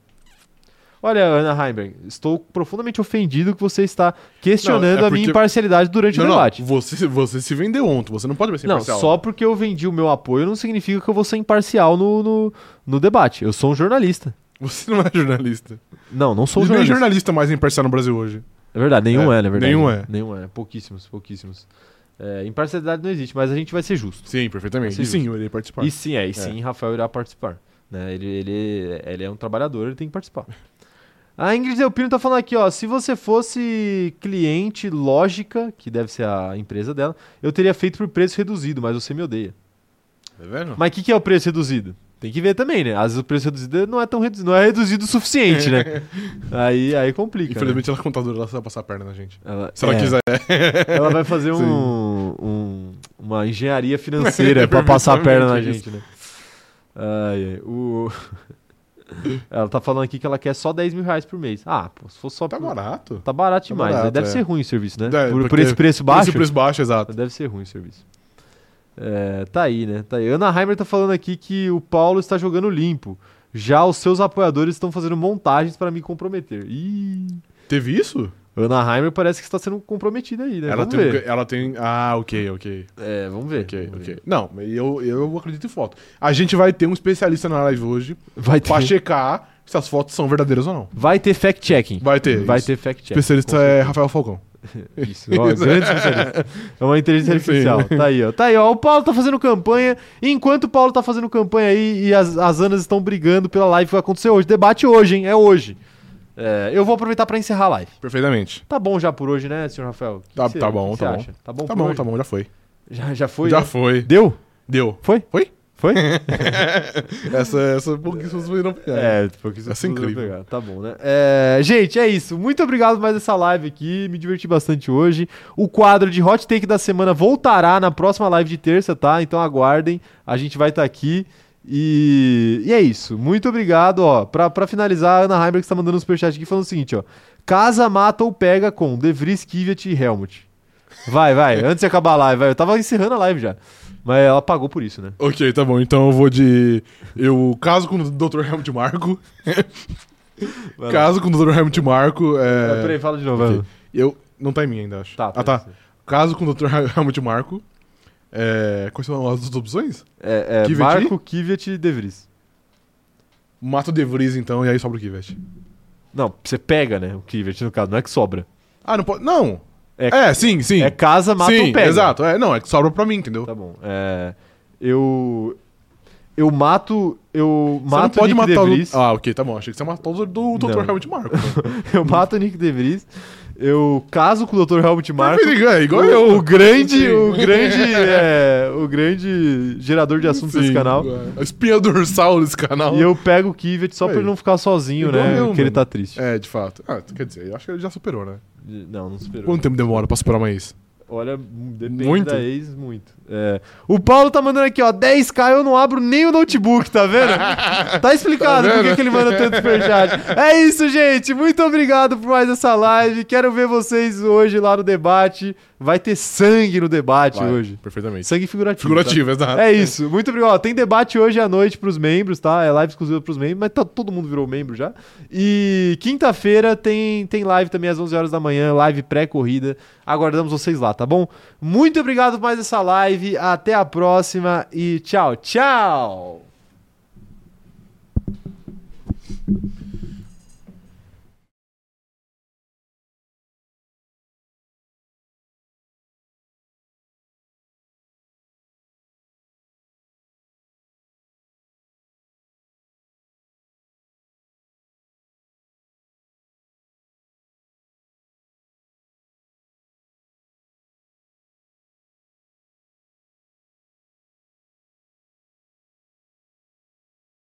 A: Olha, Ana Heimberg, estou profundamente ofendido que você está questionando a minha
B: é porque-
A: imparcialidade durante
B: Não,
A: o
B: não,
A: debate.
B: Você, você se vendeu ontem, você não pode mais ser
A: Não,
B: imparcial.
A: só porque eu vendi o meu apoio não significa que eu vou ser imparcial no, no, no debate. Eu sou um jornalista.
B: Você não é jornalista.
A: Não, não sou um
B: Sou Nem
A: jornalista.
B: jornalista mais imparcial no Brasil hoje.
A: É verdade, nenhum é,
B: É,
A: na verdade.
B: nenhum é.
A: Nenhum é. Pouquíssimos, pouquíssimos. É, imparcialidade não existe, mas a gente vai ser justo.
B: Sim, perfeitamente.
A: E sim,
B: sim, eu irei participar.
A: E sim, é, e sim, Rafael irá participar. né? Ele, ele, ele é um trabalhador, ele tem que participar. A Ingrid Delpino tá falando aqui, ó. Se você fosse cliente Lógica, que deve ser a empresa dela, eu teria feito por preço reduzido, mas você me odeia.
B: Tá vendo?
A: Mas o que, que é o preço reduzido? Tem que ver também, né? Às vezes o preço reduzido não é tão reduzido, não é reduzido o suficiente, né? aí, aí complica. né?
B: Infelizmente ela é contadora, ela só vai passar a perna na gente.
A: Ela,
B: Se ela
A: é,
B: quiser.
A: ela vai fazer um, um- uma engenharia financeira pra passar a perna na
B: Exatamente
A: gente, né? Ai, ai, o... ela tá falando aqui que ela quer só 10 mil reais por mês. Ah, pô, se fosse só
B: Tá
A: por-
B: barato.
A: Tá barato
B: Tá
A: demais. né?
B: barato,
A: deve
B: é.
A: ser ruim o serviço, né?
B: É,
A: por, por
B: porque-
A: esse preço baixo,
B: Esse preço baixo, exato.
A: deve ser ruim o serviço. É, tá aí, né? Tá aí. Ana Heimer tá falando aqui que o Paulo está jogando limpo. Já os seus apoiadores estão fazendo montagens para me comprometer. Ih,
B: Teve isso?
A: Ana Heimer parece que está sendo comprometida aí, né?
B: Ela
A: vamos
B: tem,
A: ver.
B: ela tem. Ah, ok, ok.
A: É, vamos ver.
B: Ok,
A: Vamos ver.
B: ok. Não, mas eu, eu acredito em foto. A gente vai ter um especialista na live hoje
A: Vai ter,
B: pra checar se as fotos são verdadeiras ou não.
A: vai ter fact-checking.
B: Vai ter.
A: Vai
B: isso.
A: ter fact-checking.
B: Especialista é Rafael Falcão.
A: Isso, ó, grande especialista. É uma inteligência artificial.
B: Sim.
A: Tá aí, ó. Tá aí, ó. O Paulo tá fazendo campanha. E enquanto o Paulo tá fazendo campanha aí e as, as Anas estão brigando pela live que vai acontecer hoje. Debate hoje, hein? É hoje. É, eu vou aproveitar pra encerrar a live.
B: Perfeitamente.
A: Tá bom já por hoje, né, senhor Rafael? O que
B: Tá-
A: que
B: tá
A: o que
B: bom,
A: que
B: tá
A: você
B: bom.
A: acha? Tá bom,
B: Tá
A: por
B: bom,
A: hoje?
B: tá bom, já foi.
A: Já, já foi?
B: já
A: né?
B: foi.
A: Deu?
B: Deu.
A: Foi?
B: Foi?
A: Foi?
B: Essa, essa pouquíssimas viram pegar.
A: É, porque isso
B: Essa é
A: tudo vai
B: incrível.
A: pegar. Tá bom, né? É, gente, é isso. Muito obrigado mais essa live aqui. Me diverti bastante hoje. O quadro de Hot Take da semana voltará na próxima live de terça, tá? Então aguardem. A gente vai estar aqui. E, e é isso. Muito obrigado, ó. Pra, pra finalizar, a Ana Heimberg está mandando um superchat aqui falando o seguinte, ó. Casa, mata ou pega com De Vries, Kvyat e Helmut. Vai, vai. Antes de acabar a live, vai. Eu tava encerrando a live já. Mas ela pagou por isso, né?
B: Ok, tá bom. Então eu vou de. Eu caso com o Dr. Helmut Marco.
A: Vai lá.
B: caso com o Dr. Helmut Marco.
A: É,
B: É...
A: peraí, fala de novo.
B: Ok.
A: Ana.
B: Eu. Não tá em mim ainda, acho. ah,
A: pode
B: tá.
A: ser.
B: Caso com o Dr. Helmut Marco. É... Quais são as outras opções?
A: É, é
B: Kivet?
A: Marco, Kivet e De Vries.
B: Mata o De Vries, então, e aí sobra o Kivet.
A: Não, você pega, né? O Kivet, no caso, não é que sobra.
B: Ah, não pode. Não!
A: É-
B: É, sim, sim.
A: É casa, mata
B: sim,
A: ou pega.
B: exato. É, não, é que sobra pra mim, entendeu?
A: Tá bom. É, eu. Eu mato. Eu
B: Você
A: mato
B: não pode
A: o Nick
B: matar
A: De Vries.
B: o. Ah, ok, tá bom. Achei que você matou o do Dr.
A: Não.
B: Helmut Marco.
A: Eu mato o Nick De Vries. Eu caso com o Dr. Helmut Marco.
B: Perfeito, é igual
A: o,
B: eu.
A: o grande,
B: Sim.
A: o grande, é, o grande gerador de assuntos desse
B: Sim,
A: canal.
B: é. Espinha dorsal desse canal.
A: E eu pego o Kivet só pra
B: Aí.
A: ele não ficar sozinho,
B: Igual
A: né?
B: eu,
A: Porque ele
B: mano.
A: tá triste.
B: É, de fato. Ah, quer dizer, eu acho que ele já superou, né?
A: Não, não superou.
B: Quanto tempo demora pra superar uma ex?
A: Olha, m- depende
B: Muito?
A: da ex, muito. É. O Paulo tá mandando aqui, ó, 10k eu não abro nem o notebook, tá vendo? tá explicado
B: Tá
A: por que,
B: vendo?
A: que ele manda tanto superchat. É isso, gente. Muito obrigado por mais essa live. Quero ver vocês hoje lá no debate. Vai ter sangue no debate
B: Vai,
A: hoje.
B: Perfeitamente.
A: Sangue figurativo.
B: Figurativo,
A: tá?
B: exato.
A: É isso. Muito obrigado. Ó, Tem debate hoje à noite pros membros, tá? É live exclusiva pros membros, mas tá- todo mundo virou membro já. E quinta-feira tem, tem live também às 11 horas da manhã, live pré-corrida. Aguardamos vocês lá, tá bom? Muito obrigado por mais essa live. Até a próxima e tchau, tchau!